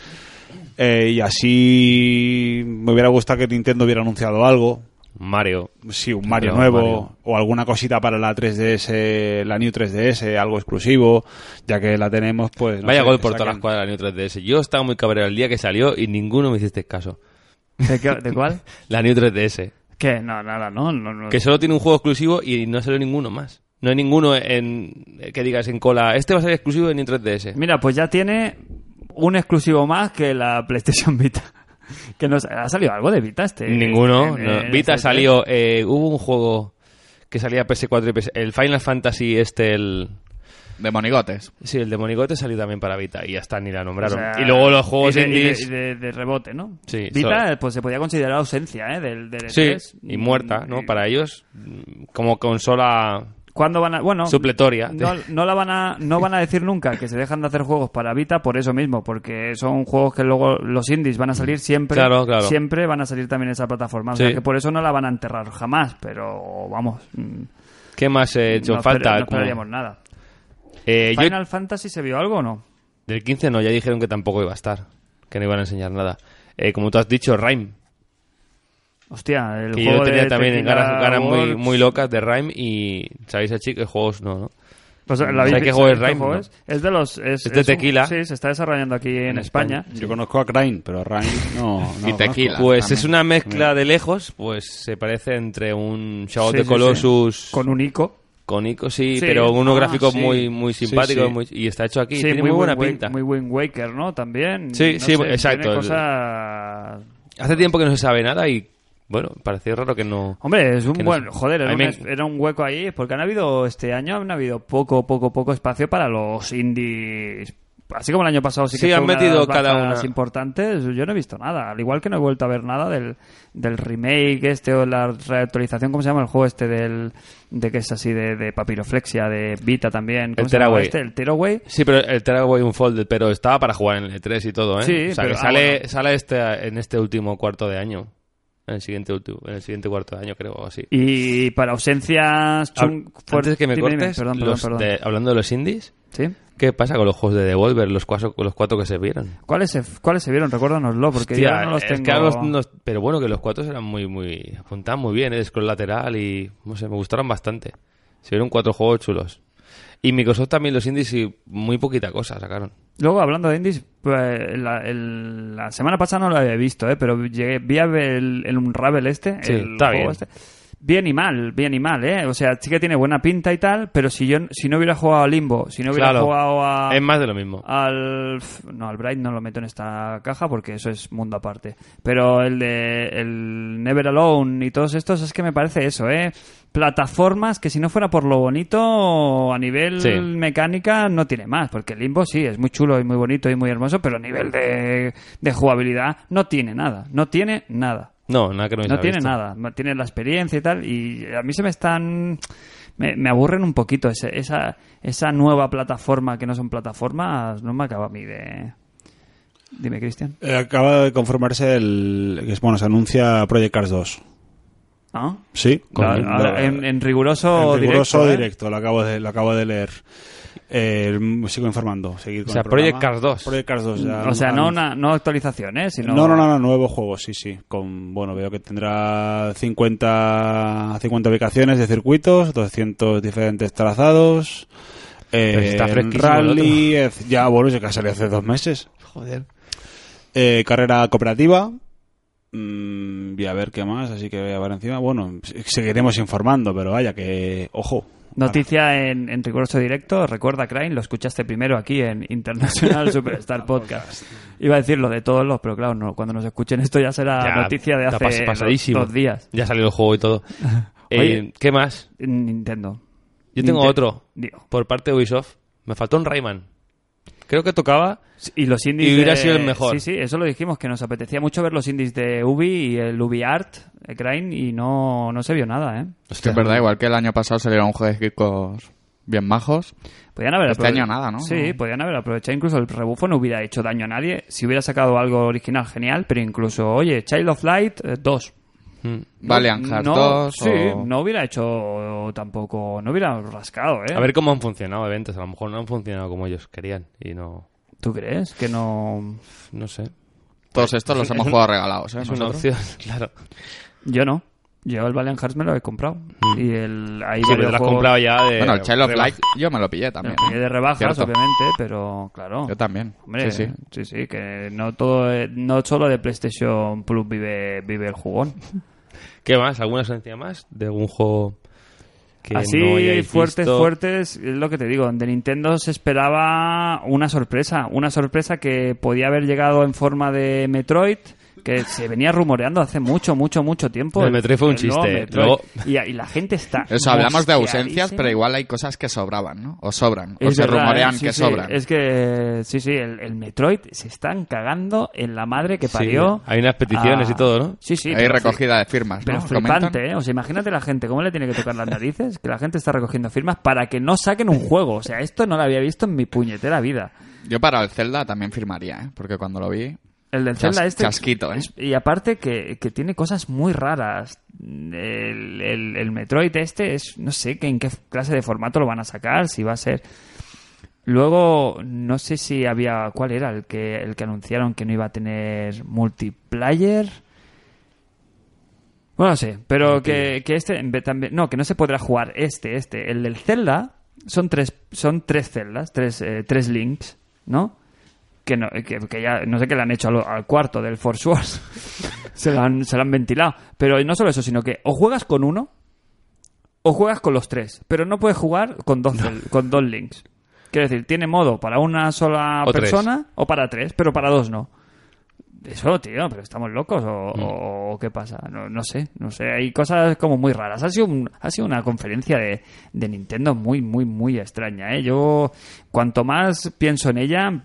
E: Eh, y así me hubiera gustado que Nintendo hubiera anunciado algo,
C: Mario.
E: Sí, un Mario
C: Claro,
E: nuevo
C: Mario.
E: o alguna cosita para la 3DS, la New 3DS, algo exclusivo, ya que la tenemos, pues... no
C: Vaya
E: sé,
C: gol
E: que
C: por todas
E: saquen-
C: las cuadras de la New 3DS. Yo estaba muy cabreado el día que salió y ninguno me hiciste caso.
B: ¿De, qué- de cuál? Ah.
C: La New 3DS.
B: Que no, nada, no. no, no.
C: Que solo tiene un juego exclusivo y no salió ninguno más. No hay ninguno en que digas en cola, este va a ser exclusivo de New 3DS.
B: Mira, pues ya tiene un exclusivo más que la PlayStation Vita. Que nos, ¿Ha salido algo de Vita este?
C: Ninguno.
B: este-
C: no.
B: en- en
C: Vita
B: este-
C: salió. eh, hubo un juego que salía PS4 y PS... El Final Fantasy este, el...
D: De monigotes.
C: Sí, el de Monigote salió también para Vita y ya está, ni la
B: O
C: nombraron.
B: sea,
C: y luego los juegos
B: y de, y de-
C: indies...
B: y de, de rebote, ¿no?
C: Sí,
B: Vita,
C: solo-
B: pues se podía considerar ausencia, ¿eh? Del, del
C: Sí,
B: E3.
C: y muerta, ¿no?
B: Y-
C: Para ellos, mm, como consola
B: ¿Cuándo van a.? Bueno.
C: supletoria.
B: No, no la van a no van a decir nunca que se dejan de hacer juegos para Vita por eso mismo porque son juegos que luego los indies van a salir siempre
C: Mm. Claro, claro.
B: siempre van a salir también en esa plataforma o
C: Sí.
B: sea que por eso no la van a enterrar jamás pero vamos mm,
C: ¿Qué más he hecho
B: no esper-
C: falta?
B: no
C: Como-
B: esperaríamos nada
C: Eh, yo-
B: Final Fantasy se vio algo o no
C: Del 15 no, ya dijeron que tampoco iba a estar, que no iban a enseñar nada. Eh, como tú has dicho, Rhyme,
B: hostia el
C: que
B: juego
C: yo tenía
B: de
C: también
B: Tequila
C: ganas, ganas muy,
B: Works.
C: muy locas de Rhyme y sabéis así que juegos no, ¿no?
B: O sea, Pues, ¿la
C: ¿Sabes
B: habéis
C: qué
B: visto?
C: juego es
B: ¿Qué
C: Rhyme, no?
B: es? Es de los es,
C: Es de
B: es un-
C: Tequila.
B: sí se está desarrollando aquí en,
C: España.
B: España,
E: Yo conozco a Crane, pero a Ryan no... no
D: Y
E: lo
D: Tequila.
E: conozco.
C: Pues
D: también.
C: es una mezcla de lejos, pues se parece entre un Shadow
B: Sí,
C: de
B: sí,
C: Colossus
B: con un ico
C: con Ico, sí,
B: Sí.
C: pero unos
E: Ah,
C: gráficos
E: sí.
C: muy, muy
E: Sí,
C: simpáticos
E: sí.
C: muy- y está hecho aquí,
B: Sí,
C: tiene muy,
B: Wind
C: buena
B: Wake-
C: pinta.
B: Muy Wind Waker, ¿no? También.
C: Sí,
B: no
C: sí, exacto.
B: Tiene cosas...
C: Hace tiempo que no se sabe nada y, bueno, parecía raro que no...
B: Hombre, es un
C: Que no
B: buen...
C: sé.
B: Joder,
C: A
B: era un,
C: mí me-
B: es- era un hueco ahí, porque han habido, este año han habido poco, poco, poco espacio para los indies. Así como el año pasado sí que
C: Sí,
B: fue
C: han
B: una de
C: metido
B: las
C: cada
B: bajas
C: una.
B: importantes, yo no he visto nada. Al igual que no he vuelto a ver nada del, del remake este o la reactualización, ¿cómo se llama el juego este del... de que es así de, de papiroflexia, de Vita también? ¿Cómo se llama
C: Tearaway.
B: este? El Tearaway.
C: Sí, pero el Terraway Unfolded, pero estaba para jugar en el E3 y todo, ¿eh?
B: Sí,
C: o sea,
B: pero-
C: que
B: ah,
C: sale,
B: bueno.
C: sale este, en este último cuarto de año. En el siguiente, último, en el siguiente cuarto de año, creo, o así.
B: Y para ausencias... chun-
C: Antes que me
B: Dime, dime,
C: cortes,
B: perdón, perdón,
C: los
B: perdón.
C: de- hablando de los indies,
B: ¿Sí?
C: ¿qué pasa con los juegos de Devolver, los cuatro, los cuatro que se vieron?
B: ¿Cuáles se, ¿Cuáles se vieron? Recuérdanoslo, porque
C: Hostia,
B: yo no los
C: es
B: tengo.
C: que ahora los- los- pero bueno, que los cuatro eran muy, muy, apuntaban muy bien, el scroll lateral y, no sé, me gustaron bastante. Se vieron cuatro juegos chulos. Y Microsoft también los indies y muy poquita cosa sacaron.
B: Luego, hablando de indies, pues, la, el- la semana pasada no lo había visto, ¿eh? pero llegué, vi a ver el, el Unravel este.
C: Sí,
B: el
C: está
B: juego
C: bien.
B: este. Bien y mal, bien y mal, ¿eh? O sea, sí que tiene buena pinta y tal, pero si yo si no hubiera jugado a Limbo, si no hubiera
C: Claro.
B: jugado a...
C: es más de lo mismo.
B: Al. No, al Bright no lo meto en esta caja porque eso es mundo aparte. Pero el de. El Never Alone y todos estos es que me parece eso, ¿eh? Plataformas que si no fuera por lo bonito, a nivel
C: Sí.
B: mecánica no tiene más. Porque Limbo sí, es muy chulo y muy bonito y muy hermoso, pero a nivel de, de jugabilidad no tiene nada. No tiene nada.
C: No, nada que no,
B: No
C: hubiese
B: tiene
C: visto.
B: nada, no tiene la experiencia y tal, y a mí se me están... Me, me aburren un poquito ese- esa, esa nueva plataforma que no son plataformas, no me acaba a mí de... Dime, Cristian.
E: Eh, acaba de conformarse el... que es, Bueno, se anuncia Project Cars 2.
B: ¿Ah?
E: Sí.
B: Ahora-
E: Con-
B: ahora,
E: lo-
B: en, en riguroso
E: en riguroso
B: directo, ¿eh?
E: directo, lo acabo de, lo acabo de leer. Eh, sigo informando. Seguid con
C: O sea,
E: el programa.
C: Project Cars 2.
E: Project Cars 2. ya
B: ¿eh? O sea, no,
E: han-
B: una, no actualizaciones, sino...
E: No, no, no, no, nuevo juego, sí, sí. Con, bueno, veo que tendrá 50, 50 ubicaciones de circuitos, 200 diferentes trazados. Eh,
C: Pero está fresquísimo
E: rally, eh, ya, bueno, ya que ha salido hace dos meses.
C: Joder.
E: Eh, carrera cooperativa. Mm, y a ver qué más, así que voy a ver encima. Bueno, se- seguiremos informando, pero vaya que, ojo.
B: Noticia en, en riguroso directo, recuerda Crane, lo escuchaste primero aquí en International Superstar Podcast. Iba a decir lo de todos los, pero claro, no, cuando nos escuchen esto ya será
C: Ya,
B: noticia de
C: está pas-
B: hace dos,
C: pasadísimo.
B: dos días.
C: Ya salió el juego y todo. Eh,
B: Oye.
C: ¿Qué más?
B: Nintendo.
C: Yo tengo
B: Ninte-
C: otro
B: Digo,
C: por parte de Ubisoft. Me faltó un Rayman. Creo que tocaba.
B: Y los indies.
C: Y hubiera
B: de-
C: sido el mejor.
B: Sí, sí, eso lo dijimos, que nos apetecía mucho ver los indies de Ubi y el Ubi Art, eh, Crane, y no, no se vio nada, ¿eh?
D: Es que es verdad, igual que el año pasado salieron juegos bien majos.
B: Podían haber
D: Este
B: aprove-
D: año nada, ¿no?
B: Sí,
D: No.
B: podían haber aprovechado. Incluso el rebufo no hubiera hecho daño a nadie. Si hubiera sacado algo original, genial. Pero incluso, oye, Child of Light 2.
D: Valiant Hearts
B: no,
D: 2
B: Sí,
D: o-
B: no hubiera hecho tampoco. No hubiera rascado, ¿eh?
C: A ver cómo han funcionado eventos. A lo mejor no han funcionado como ellos querían. Y no.
B: ¿Tú crees que no.?
C: No sé.
D: Todos estos los hemos jugado regalados, ¿eh?
C: Es una
D: Nosotros.
C: opción, claro.
B: Yo no. Yo el Valiant Hearts me lo he comprado. Y el. Ahí
C: Mm. Sí, pero te lo has comprado ya de.
D: Bueno, el Child of
C: rebaj-
D: Light yo me lo pillé también. ¿eh?
B: de rebajas,
D: Cierto.
B: obviamente, pero claro.
D: Yo también.
B: Hombre, eh.
D: sí,
B: sí,
D: sí.
B: sí, que no todo, eh, no solo de PlayStation Plus vive, vive el jugón.
C: ¿Qué más? ¿Alguna esencia más de algún juego que
B: Así,
C: no hayáis
B: fuertes,
C: visto?
B: fuertes, es lo que te digo. De Nintendo se esperaba una sorpresa. Una sorpresa que podía haber llegado en forma de Metroid, que se venía rumoreando hace mucho, mucho, mucho tiempo.
C: El Metroid fue un
B: nuevo
C: chiste.
B: Metroid.
C: Luego-
B: Y, y la gente está.
D: O sea, hablamos de ausencias,
B: mosqueadísima.
D: pero igual hay cosas que sobraban, ¿no? O sobran. o
B: Es
D: Pues se
B: verdad,
D: rumorean
B: ¿eh? Sí,
D: que
B: sí,
D: sobran.
B: Es que, sí, sí, el, el Metroid se están cagando en la madre que
C: Sí,
B: parió.
C: hay unas peticiones y todo, ¿no?
B: Sí, sí.
D: hay
B: pero
D: recogida de firmas,
B: Pero
D: ¿no?
B: flipante,
D: Comentan.
B: ¿eh? O sea, imagínate la gente, ¿cómo le tiene que tocar las narices? Que la gente está recogiendo firmas para que no saquen un juego. O sea, esto no lo había visto en mi puñetera vida.
D: Yo para el Zelda también firmaría, ¿eh? Porque cuando lo vi...
B: El del
D: Chas-
B: Zelda este...
D: chasquito, ¿eh?
B: es- y aparte que, que tiene cosas muy raras. El, el- el Metroid este es... No sé que en qué clase de formato lo van a sacar, si va a ser... Luego, no sé si había... ¿Cuál era el que, el que anunciaron que no iba a tener multiplayer? Bueno, no sé, pero que, que este... en vez También, no, que no se podrá jugar este, este. El del Zelda son tres, son tres celdas, tres, eh, tres links, ¿no? que, no, que, que ya no sé qué le han hecho al, al cuarto del Force Wars. se, lo han, se lo han ventilado. Pero no solo eso, sino que o juegas con uno o juegas con los tres. Pero no puedes jugar con dos, del- con dos links. Quiero decir, tiene modo para una sola
C: O tres.
B: persona o para tres, pero para dos no. Eso, tío, pero estamos locos o,
C: Mm.
B: o- o qué pasa. No, no sé, no sé. Hay cosas como muy raras. Ha sido, un- ha sido una conferencia de, de Nintendo muy, muy, muy extraña. ¿eh? Yo, cuanto más pienso en ella,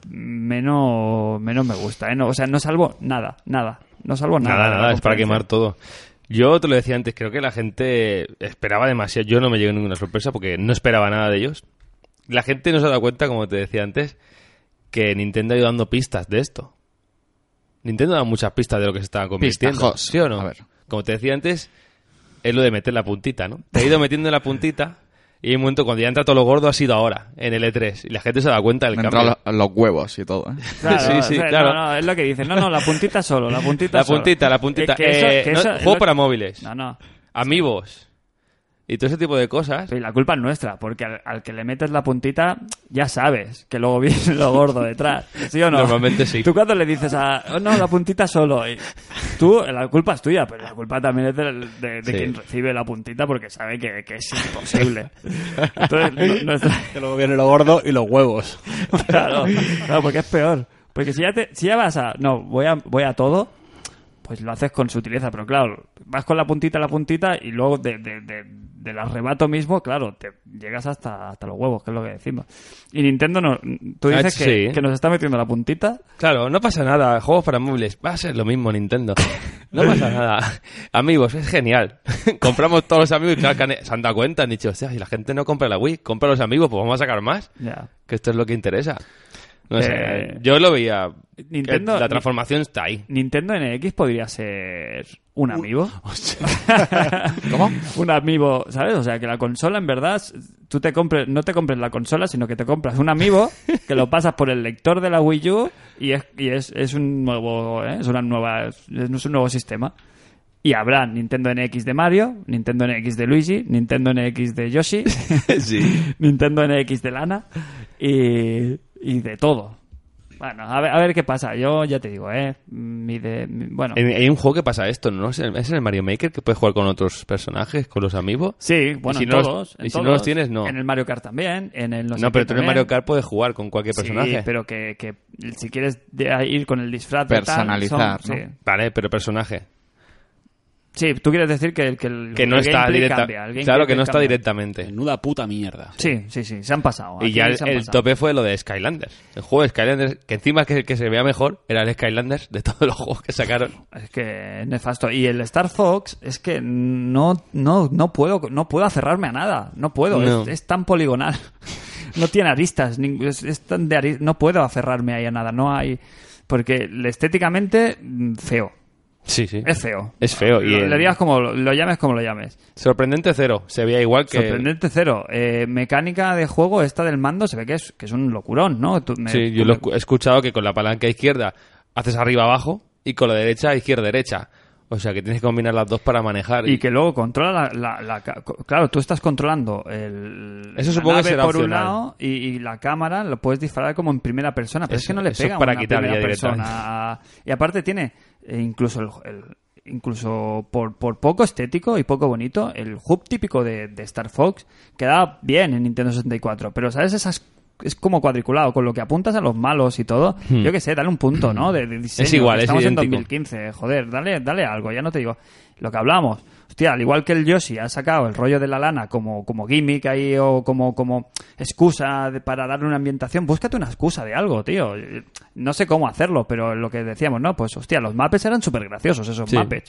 B: menos, menos me gusta. ¿eh? No, o sea, no salvo nada, nada. No salvo nada.
C: Nada,
B: de la
C: nada, es para
B: conferencia.
C: quemar todo. Yo te lo decía antes, creo que la gente esperaba demasiado. Yo no me llegué a ninguna sorpresa porque no esperaba nada de ellos. La gente no se ha dado cuenta, como te decía antes, que Nintendo ha ido dando pistas de esto. Nintendo da muchas pistas de lo que se estaba convirtiendo.
D: Pistajos.
C: ¿Sí o no?
D: A ver.
C: Como te decía antes, es lo de meter la puntita, ¿no? Te ha ido metiendo la puntita y hay un momento cuando ya entra todo lo gordo ha sido ahora, en el E3. Y la gente se ha dado cuenta del
D: Me
C: cambio.
D: entraron los, los huevos y todo, ¿eh?
B: Claro,
C: Sí, sí,
B: o sea,
C: claro.
B: No, no, es lo que dicen. No, no, la puntita solo, la puntita
C: La
B: solo.
C: puntita, la puntita.
B: Eh, que eso-
C: Eh,
B: que
C: no,
B: eso es
C: juego
B: lo-
C: para móviles.
B: No, no.
C: amigos y todo ese tipo de cosas.
B: Sí, la culpa es nuestra, porque al, al que le metes la puntita, ya sabes que luego viene lo gordo detrás. ¿Sí o no?
C: Normalmente sí.
B: Tú cuando le dices a. "Oh, no, la puntita solo. y tú, la culpa es tuya, pero la culpa también es del- de, de
C: Sí.
B: quien recibe la puntita porque sabe que, que es imposible. Entonces, no- nuestra-
E: Que luego viene lo gordo y los huevos.
B: Claro, claro, porque es peor. Porque si ya, te, si ya vas a. No, voy a, voy a todo, pues lo haces con sutileza. Pero claro, vas con la puntita a la puntita y luego de, de- de- del arrebato mismo, claro, te llegas hasta, hasta los huevos, que es lo que decimos. Y Nintendo, no, tú
C: Ah,
B: dices que,
C: sí.
B: que nos está metiendo la puntita.
C: Claro, no pasa nada. Juegos para móviles. Va a ser lo mismo Nintendo. No pasa nada. Amigos, es genial. Compramos todos los amigos y claro, que han- se han dado cuenta. Han dicho, hostia, si la gente no compra la Wii, compra los amigos, pues vamos a sacar más.
B: Ya.
C: Que esto es lo que interesa. No
B: Eh,
C: sé, yo lo veía.
B: Nintendo-
C: la transformación está ahí.
B: Nintendo NX podría ser un amiibo.
D: ¿Cómo?
B: un amiibo, ¿sabes? O sea, que la consola en verdad s- tú te compres no te compres la consola, sino que te compras un amiibo que lo pasas por el lector de la Wii U y es y es, es un nuevo, ¿eh? es una nueva es, es un nuevo sistema. Y habrá Nintendo NX de Mario, Nintendo NX de Luigi, Nintendo NX de Yoshi, Nintendo NX de Lana y, y de todo. Bueno, a ver, a ver qué pasa. Yo ya te digo, ¿eh? Mi de, mi- bueno.
C: En- Hay un juego que pasa esto, ¿no? Es en es en el Mario Maker que puedes jugar con otros personajes, con los amigos.
B: Sí, bueno,
C: si
B: en
C: no los-
B: todos. en
C: y si no
B: todos.
C: los tienes, no.
B: En el Mario Kart también, en el no, sé
C: No, pero
B: qué
C: tú en el
B: también.
C: Mario Kart puedes jugar con cualquier personaje.
B: Sí, pero que, que si quieres de- ir con el disfraz de tal,
D: Personalizar,
B: son-
D: ¿no?
B: sí.
C: Vale, pero personaje.
B: Sí, tú quieres decir que, el- que el,
C: Que no
B: el
C: está
B: gameplay
C: directa-
B: cambia, el gameplay
C: Claro que no está
B: cambia.
C: directamente.
E: Menuda puta mierda.
B: Sí, sí, sí, se han pasado.
C: Y
B: Aquí
C: ya el,
B: se han
C: el
B: pasado.
C: tope fue lo de Skylanders. El juego de Skylanders, que encima que, que se vea mejor, era el Skylanders de todos los juegos que sacaron.
B: Es que es nefasto. Y el Star Fox es que no, no, no puedo, no puedo aferrarme a nada. No puedo.
C: No.
B: Es, es tan poligonal. No tiene aristas. ning- Es, es tan de ari- No puedo aferrarme ahí a nada. No hay. Porque estéticamente, mm, feo.
C: Sí, sí.
B: Es feo.
C: Es feo. Y
B: Lo-
C: el-
B: le digas como lo, lo llames como lo llames.
C: Sorprendente cero. Se veía igual que...
B: Sorprendente cero. Eh, mecánica de juego, esta del mando, se ve que es, que es un locurón, ¿no? Tú- me-
C: Sí, yo
B: tú
C: lo
B: me-
C: he escuchado que con la palanca izquierda haces arriba abajo y con la derecha izquierda derecha. O sea que tienes que combinar las dos para manejar.
B: Y que luego controla la, la- la ca- co- Claro, tú estás controlando el,
C: Eso
B: la
C: supongo que
B: nave
C: será
B: por un
C: opcional.
B: lado y, y la cámara lo puedes disparar como en primera persona, pero es,
C: Eso-
B: que no le
C: eso
B: pega
C: para
B: una
C: quitar
B: primera
C: ya
B: persona. Y aparte tiene eh, incluso el, el- incluso por, por poco estético y poco bonito el hub típico de, de Star Fox quedaba bien en Nintendo 64, pero sabes esas es como cuadriculado, con lo que apuntas a los malos y todo. Yo qué sé, dale un punto, ¿no? De, de diseño.
C: Hmm. Es igual, es
B: Estamos en
C: idéntico.
B: 15, joder, dale, dale algo, ya no te digo. Lo que hablamos, hostia, al igual que el Yoshi ha sacado el rollo de la lana como, como gimmick ahí o como, como excusa de- para darle una ambientación, búscate una excusa de algo, tío. Eh, No sé cómo hacerlo, pero lo que decíamos, ¿no? Pues hostia, los mapes eran súper graciosos, esos
C: Sí.
B: mapes.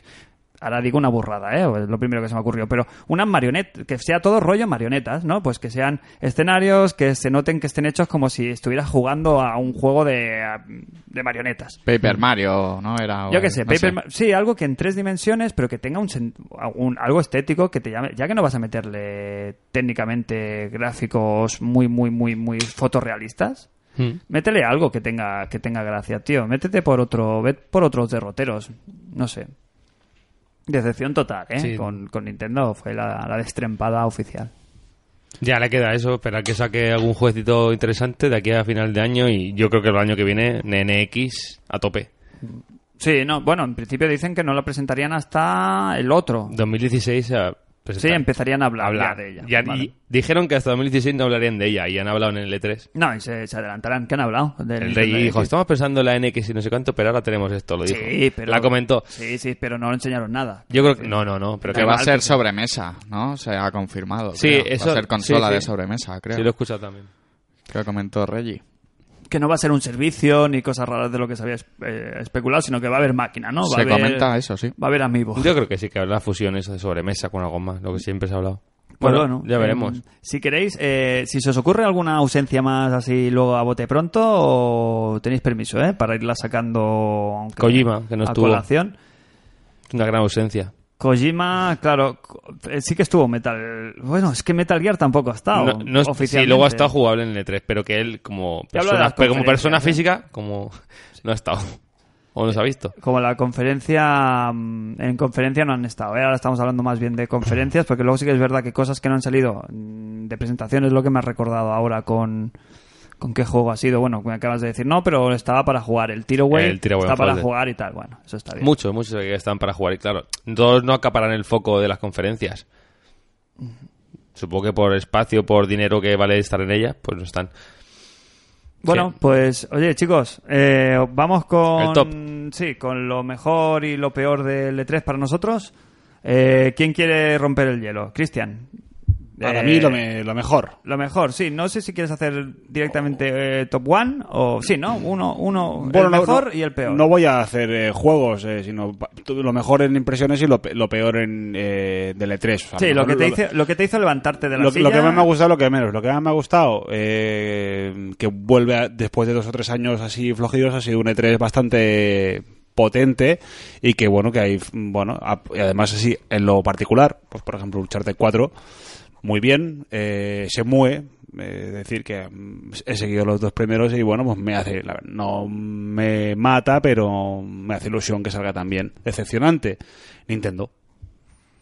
B: Ahora digo una burrada, ¿eh? Es lo primero que se me ocurrió. Pero unas marionetas, que sea todo rollo marionetas, ¿no? Pues que sean escenarios, que se noten que estén hechos como si estuvieras jugando a un juego de, a- de marionetas.
D: Paper Mario, ¿no? Era,
C: Ah,
B: Yo qué sé,
D: no
B: Paper Ma- sí, algo que en tres dimensiones, pero que tenga un, sen- algún- algo estético que te llame, ya que no vas a meterle técnicamente gráficos muy, muy, muy, muy fotorrealistas,
C: Mm.
B: métele algo que tenga, que tenga gracia, tío. Métete por otro, ve por otros derroteros, no sé. Decepción total, ¿eh?
C: Sí.
B: Con, con Nintendo fue la, la destrempada oficial.
C: Ya le queda eso, esperar que saque algún jueguecito interesante de aquí a final de año y yo creo que el año que viene NX a tope.
B: Sí, no, bueno, en principio dicen que no la presentarían hasta el otro.
C: 2016 a
B: Sí,
C: presentar.
B: empezarían a hablar,
C: Hablar.
B: ya de ella.
C: pues Ya-
B: Vale.
C: y dijeron que hasta 2016 no hablarían de ella y han hablado en el E3.
B: No, y se, se adelantarán. ¿Qué han hablado? Del
C: El rey
B: Nintendo
C: dijo,
B: X.
C: estamos pensando en la NX y no sé cuánto, pero ahora tenemos esto, lo dijo.
B: E Sí, pero...
C: La comentó.
B: Sí, sí, pero no enseñaron nada.
C: Yo creo que... No, no, no, pero
D: Que
C: que
D: va a
C: va-
D: ser sobremesa, ¿no? Se ha confirmado.
C: Sí,
D: creo.
C: eso-
D: Va a ser consola
C: sí, sí.
D: de sobremesa, creo.
C: Sí, lo he escuchado también.
D: Que comentó Reggie.
B: Que no va a ser un servicio ni cosas raras de lo que se había eh, especulado, sino que va a haber máquina, ¿no? Va
D: Se
B: a haber-
D: comenta eso, sí.
B: Va a haber amiibo.
C: Yo creo que sí, que habrá fusión eso de sobremesa con algo más, lo que siempre se ha hablado.
B: Pues
C: ya
B: eh,
C: veremos.
B: si queréis, eh, si se os ocurre alguna ausencia más así luego a bote pronto, o tenéis permiso, ¿eh? Para irla sacando... aunque-
C: Kojima, que
B: a
C: no estuvo.
B: colación.
C: Una gran ausencia.
B: Kojima, claro, co- eh, sí que estuvo Metal... Bueno, es que Metal Gear tampoco ha estado
C: No, no es- sí,
B: Ah, oficialmente.
C: luego ha estado jugable en el E3, pero que él como
B: Ya habla de
C: persona,
B: las
C: pero como persona
B: conferencias,
C: física, como no ha estado. O no se ha visto.
B: Como la conferencia, mm, en conferencia no han estado, ¿eh? ahora estamos hablando más bien de conferencias, porque luego sí que es verdad que cosas que no han salido mm, de presentación es lo que me has recordado ahora con, con qué juego ha sido. Bueno, me acabas de decir, no, pero estaba para jugar, el tiro away,
C: El Tear Away
B: está para
C: Unfolded.
B: jugar y tal, bueno, eso está bien.
C: Muchos, muchos que están para jugar. Y claro, todos no acaparan el foco de las conferencias. Supongo que por espacio, por dinero que vale estar en ellas, pues no están.
B: Bueno,
C: Sí.
B: pues, oye, chicos, eh, vamos con.
C: El top.
B: Sí, con lo mejor y lo peor del E3 para nosotros. Eh, ¿Quién quiere romper el hielo? Cristian.
E: Para
B: Eh,
E: mí lo, me- lo mejor.
B: Lo mejor, sí. No sé si quieres hacer directamente eh, top one o... Sí, ¿no? Uno, uno
E: Bueno,
B: el
E: no-
B: mejor
E: no-
B: y el peor.
E: No voy a hacer eh, juegos, eh, sino pa- tú- lo mejor en impresiones y lo, pe- lo peor en eh, del E3. O sea,
B: sí, lo
E: mejor
B: que, te hizo, lo que te hizo levantarte de la
E: lo, lo
B: silla...
E: que más me ha gustado, lo que menos. Lo que más me ha gustado, eh, que vuelve a- después de dos o tres años así flojidos, ha sido un E3 bastante potente y que bueno, que hay, bueno, a- y además así, en lo particular, pues por ejemplo, un Charter 4, muy bien, eh, se mueve, eh, es decir, que mm, he seguido los dos primeros y bueno, pues me hace, la- no me mata, pero me hace ilusión que salga también. Decepcionante. Nintendo.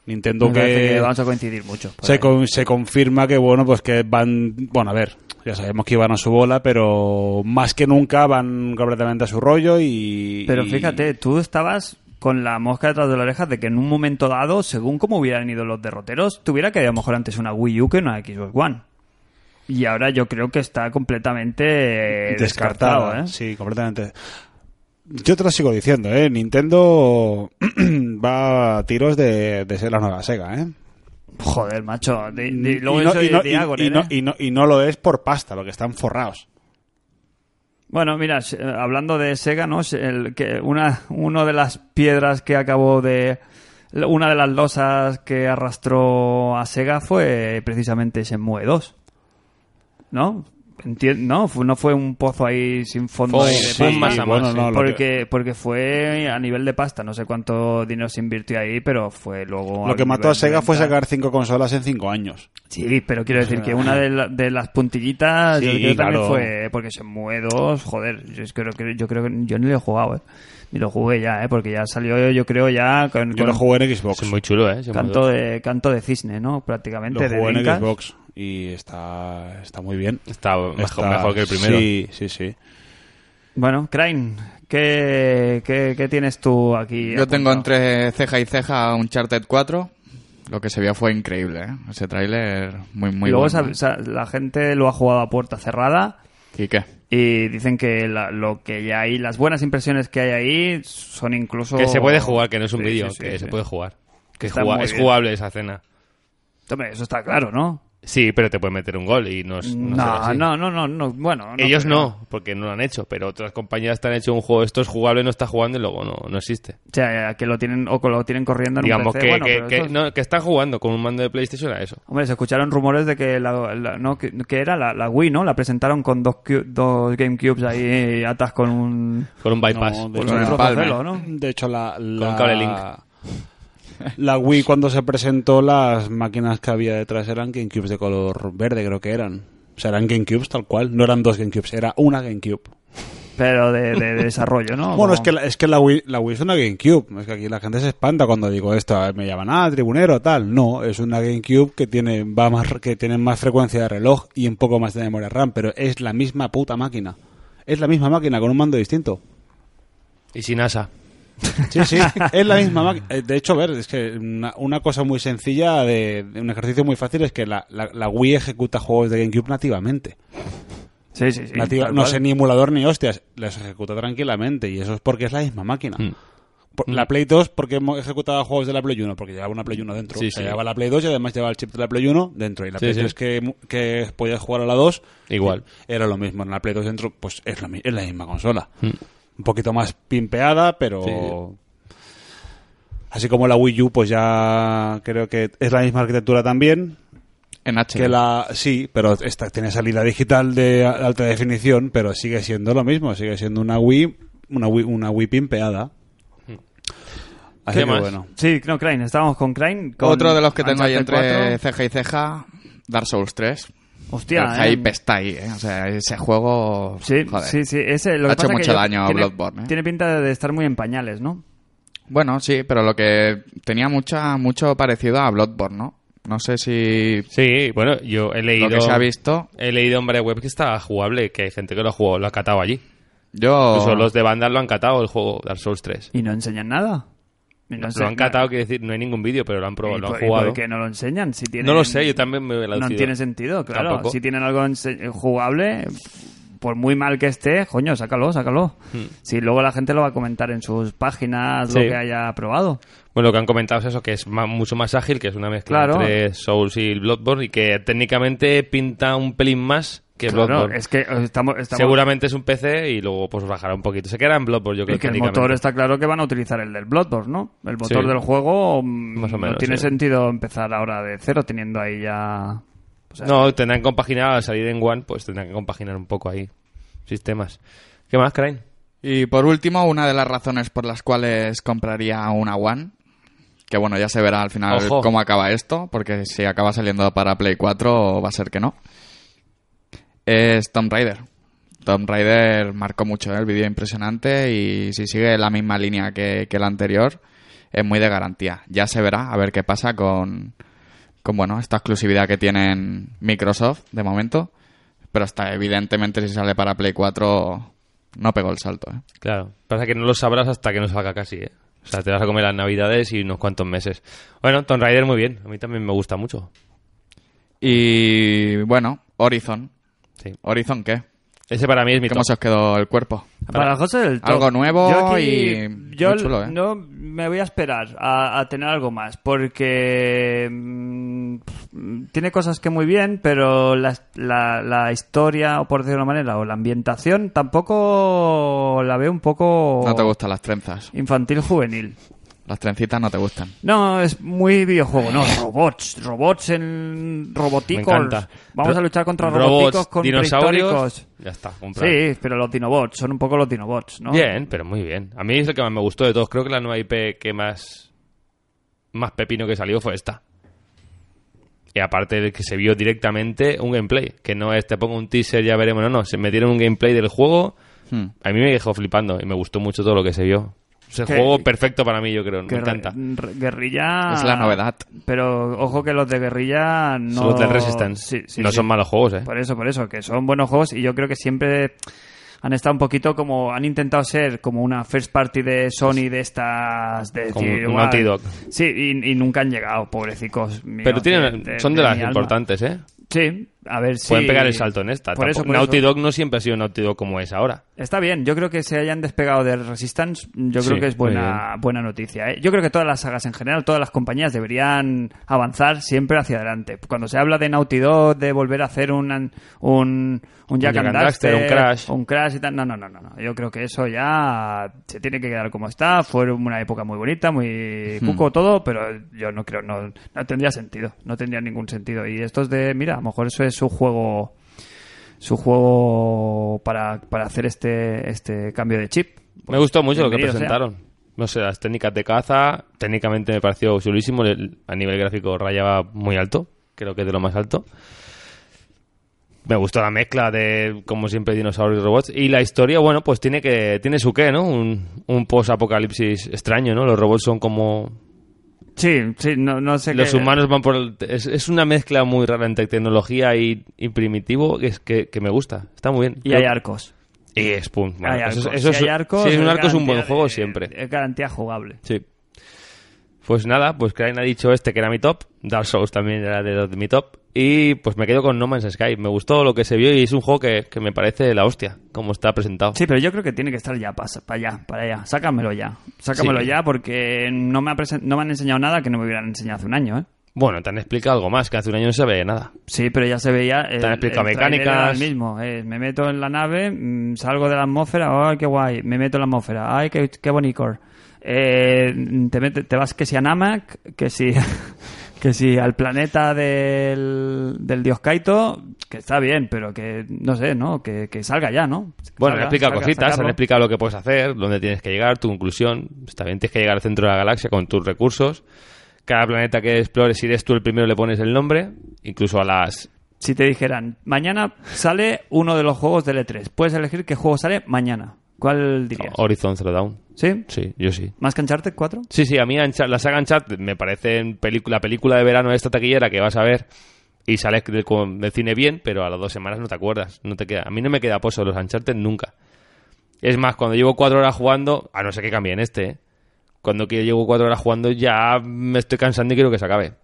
E: Nintendo
B: Me parece que vamos a coincidir mucho. por
E: se,
B: ahí.
E: con- se confirma que bueno pues que van bueno a ver ya sabemos que iban a su bola pero más que nunca van completamente a su rollo y
B: Pero
E: y-
B: fíjate, tú estabas con la mosca detrás de la oreja de que en un momento dado, según cómo hubieran ido los derroteros, tuviera que a lo mejor antes una Wii U que una Xbox One. Y ahora yo creo que está completamente eh, descartado,
E: descartada
B: ¿eh?
E: sí completamente yo te lo sigo diciendo eh Nintendo va a tiros de, de ser la nueva Sega, ¿eh?
B: Joder, macho. Di- di- luego
E: y, no,
B: eso
E: y
B: de
E: no- y-
B: Diagonal,
E: y no-
B: ¿eh?
E: y no- y no lo es por pasta, porque están forrados.
B: Bueno, mira, se- eh, hablando de Sega, ¿no? Se- El, que una, uno de las piedras que acabó de... Una de las losas que arrastró a Sega fue precisamente Shenmue 2. ¿No? Enti- no, Fu- no fue un pozo ahí sin fondo
C: Fue-
B: ahí de
C: fue un
B: pasta.
C: más a más,
E: bueno, no, lo que-
B: porque, porque fue a nivel de pasta. No sé cuánto dinero se invirtió ahí, pero fue luego...
E: Lo
B: al
E: que mató a
B: nivel de
E: Sega fue
B: venta.
E: sacar cinco consolas en cinco años.
B: Sí, pero quiero decir que una de, la- de las puntillitas yo
E: Sí,
B: creo que también
E: claro.
B: fue porque se mueve dos, joder, yo es que creo que yo creo que yo ni lo he jugado, eh. Ni lo jugué ya, eh, porque ya salió yo creo ya con,
E: Yo
B: con
E: lo jugué en
B: Pues
E: Xbox.
C: Es muy chulo, ¿eh? Se
B: canto
C: mueve.
B: de canto de cisne, ¿no?
E: Lo
B: Prácticamente de
E: jugué en
B: Dreamcast.
E: Xbox y está, está muy bien.
C: Está mejor,
E: Está-
C: mejor que el primero.
E: Sí, sí, sí.
B: Bueno, Crane, ¿qué, qué, qué tienes tú aquí?
D: Yo
B: apuntado?
D: tengo entre ceja y ceja Uncharted 4. Lo que se vio fue increíble, ¿eh? Ese tráiler muy, muy
B: y luego
D: bueno.
B: sa- sa- la gente lo ha jugado a puerta cerrada.
D: ¿Y qué?
B: Y dicen que la- lo que ya hay, las buenas impresiones que hay ahí son incluso...
C: Que se puede jugar, que no es un
B: Sí,
C: vídeo,
B: sí, sí,
C: que se
B: sí.
C: puede jugar. Que es,
B: Está
C: juga-
B: muy
C: es
B: bien.
C: jugable esa cena.
B: Hombre, eso está claro, ¿no?
C: Sí, pero te puede meter un gol y no es- no será
B: No,
C: así.
B: no, no, no, no, bueno.
C: Ellos
B: creo.
C: no, porque no lo han hecho, pero otras compañías te han hecho un juego, esto es jugable, no está jugando y luego no, no existe.
B: O sea, que lo tienen, o que lo tienen corriendo en
C: Digamos
B: un PC.
C: que,
B: bueno,
C: que-
B: pero
C: que-
B: estos-
C: no, que están jugando con un mando de PlayStation a eso.
B: Hombre, se escucharon rumores de que la, la- no, que, que era la, la Wii, ¿no? La presentaron con dos, cu- dos GameCubes ahí atas con un...
C: Con un bypass.
E: No, de
B: Con
E: hecho,
B: un
E: la-
B: trozo de
D: palma.
B: celo, Pues ¿no?
E: De hecho, la, la,
C: Con cable link.
E: la Wii cuando se presentó, las máquinas que había detrás eran GameCubes de color verde, creo que eran. O sea, eran GameCubes tal cual. No eran dos GameCubes, era una GameCube.
B: Pero de, de desarrollo, Ah, ¿no?
E: bueno,
B: Como-
E: es que, la, es que la, Wii, la Wii es una GameCube. Es que aquí la gente se espanta cuando digo esto. A ver, me llaman, ah, tribunero, tal. No, es una GameCube que tiene, va más, que tiene más frecuencia de reloj y un poco más de memoria RAM, pero es la misma puta máquina. Es la misma máquina con un mando distinto.
C: Y sin asa.
E: Sí, sí, es la misma máquina. Eh, De hecho, a ver, es que una, una cosa muy sencilla, de, de un ejercicio muy fácil, es que la, la- la Wii ejecuta juegos de GameCube nativamente.
B: Sí, sí, sí.
E: Nativa-
B: tal
E: no
B: cual.
E: sé ni emulador ni hostias, los ejecuta tranquilamente y eso es porque es la misma máquina.
B: Hmm.
C: Mm.
E: Por- La Play 2, porque hemos ejecutado juegos de la Play 1, porque llevaba una Play 1 dentro.
C: Sí,
E: O sea,
C: sí.
E: llevaba la Play 2 y además llevaba el chip de la Play 1 dentro. Y la
C: Sí,
E: Play
C: sí.
E: 3 que, mu- que podías jugar a la 2,
C: Igual.
E: era lo mismo. En la Play 2 dentro, pues es, lo mi- es la misma consola.
C: Mm.
E: Un poquito más pimpeada, pero. Así como la Wii U, pues ya creo que es la misma arquitectura también.
D: En H.
E: Que la, sí, pero esta tiene salida digital de a- alta definición, pero sigue siendo lo mismo, sigue siendo una Wii, una Wii, una Wii pimpeada. Así
C: Hmm. ¿Qué
E: que
C: más?
E: bueno.
B: Sí, no, Crane, estábamos con Crane. con
D: Otro de los que tengo ahí
B: Uncharted
D: entre
B: 4.
D: ceja y ceja, Dark Souls 3.
B: Hostia,
D: el
B: eh.
D: hype está ahí, ¿eh? O sea, ese juego...
B: Sí,
D: joder.
B: sí, sí. Ese, lo
D: Ha
B: que
D: hecho
B: pasa que
D: mucho
B: yo-
D: daño a
B: tiene,
D: Bloodborne, ¿eh?
B: Tiene pinta de estar muy en pañales, ¿no?
D: Bueno, sí, pero lo que tenía mucha mucho parecido a Bloodborne, ¿no? No sé si
C: Sí, bueno, yo he leído.
D: lo que se ha visto...
C: He leído en varias webs que está jugable, que hay gente que lo ha jugado, lo ha catado allí.
B: Oh.
D: Yo...
C: Incluso los de Vandal lo han catado el juego Dark Souls 3.
B: Y no enseñan nada. Y no
C: lo
B: enseñan-
C: han catado, quiere decir, no hay ningún vídeo, pero lo han probado,
B: ¿Y
C: lo han
B: por- y
C: jugado.
B: por qué no lo enseñan? Si tienen-
C: No lo sé, yo también me he
B: No
C: lanzado.
B: tiene sentido, claro.
C: Tampoco.
B: Si tienen algo ense- jugable, por muy mal que esté, coño, sácalo, sácalo. Si luego la gente lo va a comentar en sus páginas, lo
C: Hmm. Sí.
B: que haya probado.
C: Bueno, lo que han comentado es eso, que es ma- mucho más ágil, que es una mezcla
B: Claro.
C: entre Souls y Bloodborne y que técnicamente pinta un pelín más que
B: Claro,
C: Bloodborne.
B: es que estamos... estamos-
C: Seguramente es un PC y luego pues bajará un poquito. Se quedará en Bloodborne, yo creo
B: Y que el motor está claro que van a utilizar el del Bloodborne, ¿no? El motor
C: Sí.
B: del juego mm,
C: Más o menos,
B: no tiene
C: sí.
B: sentido empezar ahora de cero teniendo ahí ya... o sea,
C: No, tendrán que compaginar al salir en One, pues tendrán que compaginar un poco ahí sistemas. ¿Qué más, Crane?
D: Y por último, una de las razones por las cuales compraría una One, que bueno, ya se verá al final
C: Ojo.
D: cómo acaba esto, porque si acaba saliendo para Play 4 va a ser que no, es Tomb Raider. Tomb Raider marcó mucho ¿eh? el vídeo impresionante y si sigue la misma línea que, que la anterior, es muy de garantía. Ya se verá a ver qué pasa con, con bueno, esta exclusividad que tienen Microsoft de momento. Pero hasta evidentemente si sale para Play 4 no pegó el salto. ¿eh?
C: Claro, pasa que no lo sabrás hasta que no salga casi, ¿eh? O sea, te vas a comer las navidades y unos cuantos meses. Bueno, Tomb Raider muy bien, a mí también me gusta mucho.
D: Y bueno, Horizon.
C: Sí.
D: ¿Horizon qué?
C: Ese para mí es mi
D: ¿Cómo
C: top.
D: se os quedó el cuerpo?
B: Para José del top.
D: Algo nuevo
B: Yo aquí-
D: y
B: yo
D: muy chulo, ¿eh?
B: no me voy a esperar a, a tener algo más porque mm, tiene cosas que muy bien, pero la, la- la historia o por decirlo de una manera o la ambientación tampoco la veo un poco
D: No te gustan las trenzas.
B: infantil juvenil.
D: Las trencitas no te gustan.
B: No, es muy videojuego, no, robots, robots en
C: Me
B: roboticos.
C: encanta.
B: Vamos
C: Ro-
B: a luchar contra roboticos
C: robots,
B: con
C: dinosaurios.
B: prehistóricos.
C: Ya está, comprado.
B: Sí, pero los Dinobots, son un poco los Dinobots, ¿no?
C: Bien, pero muy bien. A mí es el que más me gustó de todos. Creo que la nueva IP que más, más pepino que salió fue esta. Y aparte el que se vio directamente un gameplay. Que no es te pongo un teaser, ya veremos. No, no. Se metieron un gameplay del juego.
D: Hmm.
C: A mí me dejó flipando y me gustó mucho todo lo que se vio. Es el
B: Que-
C: juego perfecto para mí, yo creo. Me
B: Guerr-
C: encanta.
B: r- guerrilla.
D: Es la novedad.
B: Pero ojo que los de guerrilla no.
C: Solo del Resistance.
B: Sí, sí,
C: no
B: sí. Pues,
C: son malos juegos, ¿eh?
B: Por eso, por eso, que son buenos juegos y yo creo que siempre han estado un poquito como. Han intentado ser como una first party de Sony de estas. De
C: Como
B: decir,
C: un
B: "Guau".
C: Naughty Dog.
B: Sí, y, y nunca han llegado, pobrecicos. míos,
C: Pero
B: de-
C: tienen,
B: de-
C: son de, las
B: mi alma.
C: importantes, ¿eh?
B: Sí, a ver si.
C: Pueden pegar el salto en esta.
B: Por eso,
C: Tampoco-
B: por
C: Naughty
B: eso.
C: Dog no siempre ha sido Naughty Dog como es ahora.
B: Está bien, yo creo que se hayan despegado de Resistance, yo
C: Sí,
B: creo que es
C: muy
B: buena, buena noticia. ¿eh? Yo creo que todas las sagas en general, todas las compañías deberían avanzar siempre hacia adelante. Cuando se habla de Naughty Dog, de volver a hacer un, un, un Jack and Daxter,
C: un Crash.
B: un Crash y tal, no, no, no, no, no. Yo creo que eso ya se tiene que quedar como está. Fue una época muy bonita,
C: Hmm.
B: muy cuco todo, pero yo no creo, no, no tendría sentido, no tendría ningún sentido. Y esto es de, mira, a lo mejor eso es su juego su juego para, para hacer este, este cambio de chip.
C: Me gustó mucho lo que
B: bienvenido
C: presentaron. No sé, las técnicas de caza, técnicamente me pareció chulísimo. el- A nivel gráfico rayaba muy alto, creo que es de lo más alto. Me gustó la mezcla de, como siempre, dinosaurios y robots. Y la historia, bueno, pues tiene que tiene su qué, ¿no? Un, un post-apocalipsis extraño, ¿no? Los robots son como...
B: Sí, sí, no, no sé
C: Los
B: qué-
C: humanos van por... el- Es, es una mezcla muy rara entre tecnología y, y primitivo que, es, que, que me gusta. Está muy bien.
B: Y hay arcos.
C: Y es pum. bueno, pues
B: hay
C: eso-
B: arcos.
C: eso
B: Si hay arcos,
C: sí, un arco es un
B: garantía
C: buen
B: de-
C: juego siempre.
B: Es garantía jugable.
C: Sí. Pues nada, pues Crane ha dicho este que era mi top. Dark Souls también era de los de mi top. Y pues me quedo con No Man's Sky. Me gustó lo que se vio y es un juego que, que me parece la hostia, como está presentado.
B: Sí, pero yo creo que tiene que estar ya para, allá, para allá. Sácamelo ya. Sácamelo
C: Sí.
B: ya porque no me, ha presen- no me han enseñado nada que no me hubieran enseñado hace un año, ¿eh?
C: Bueno, te han explicado algo más, que hace un año no se veía nada.
B: Sí, pero ya se veía. El,
C: Te han explicado
B: el tráiler
C: mecánicas.
B: era el mismo. eh, me meto en la nave, mm, salgo de la atmósfera, ¡ay, qué guay! Me meto en la atmósfera, ¡ay, qué, qué bonicor! Eh, te, mete- te vas que si a Namak, que si, que si al planeta del, del dios Kaito, que está bien, pero que, no sé, ¿no? Que, que salga ya, ¿no?
C: Bueno, han
B: Salga,
C: explicado
B: salga,
C: cositas,
B: sacarlo.
C: han explicado lo que puedes hacer, dónde tienes que llegar, tu conclusión. Está bien, tienes que llegar al centro de la galaxia con tus recursos. Cada planeta que explores, si eres tú el primero, le pones el nombre. Incluso a las...
B: Si te dijeran, mañana sale uno de los juegos del E3, puedes elegir qué juego sale mañana. ¿Cuál dirías?
C: Horizon Zero Dawn.
B: ¿Sí?
C: Sí, yo sí.
B: ¿Más que Uncharted 4?
C: Sí, sí, a mí Uncha- la saga Uncharted me parece en pelicu- la película de verano de esta taquillera que vas a ver y sales del, con- del cine bien, pero a las dos semanas no te acuerdas. no te queda A mí no me queda pozo de los Uncharted nunca. Es más, cuando llevo cuatro horas jugando, a no ser que cambie en este, ¿eh? cuando que llevo cuatro horas jugando ya me estoy cansando y quiero que se acabe.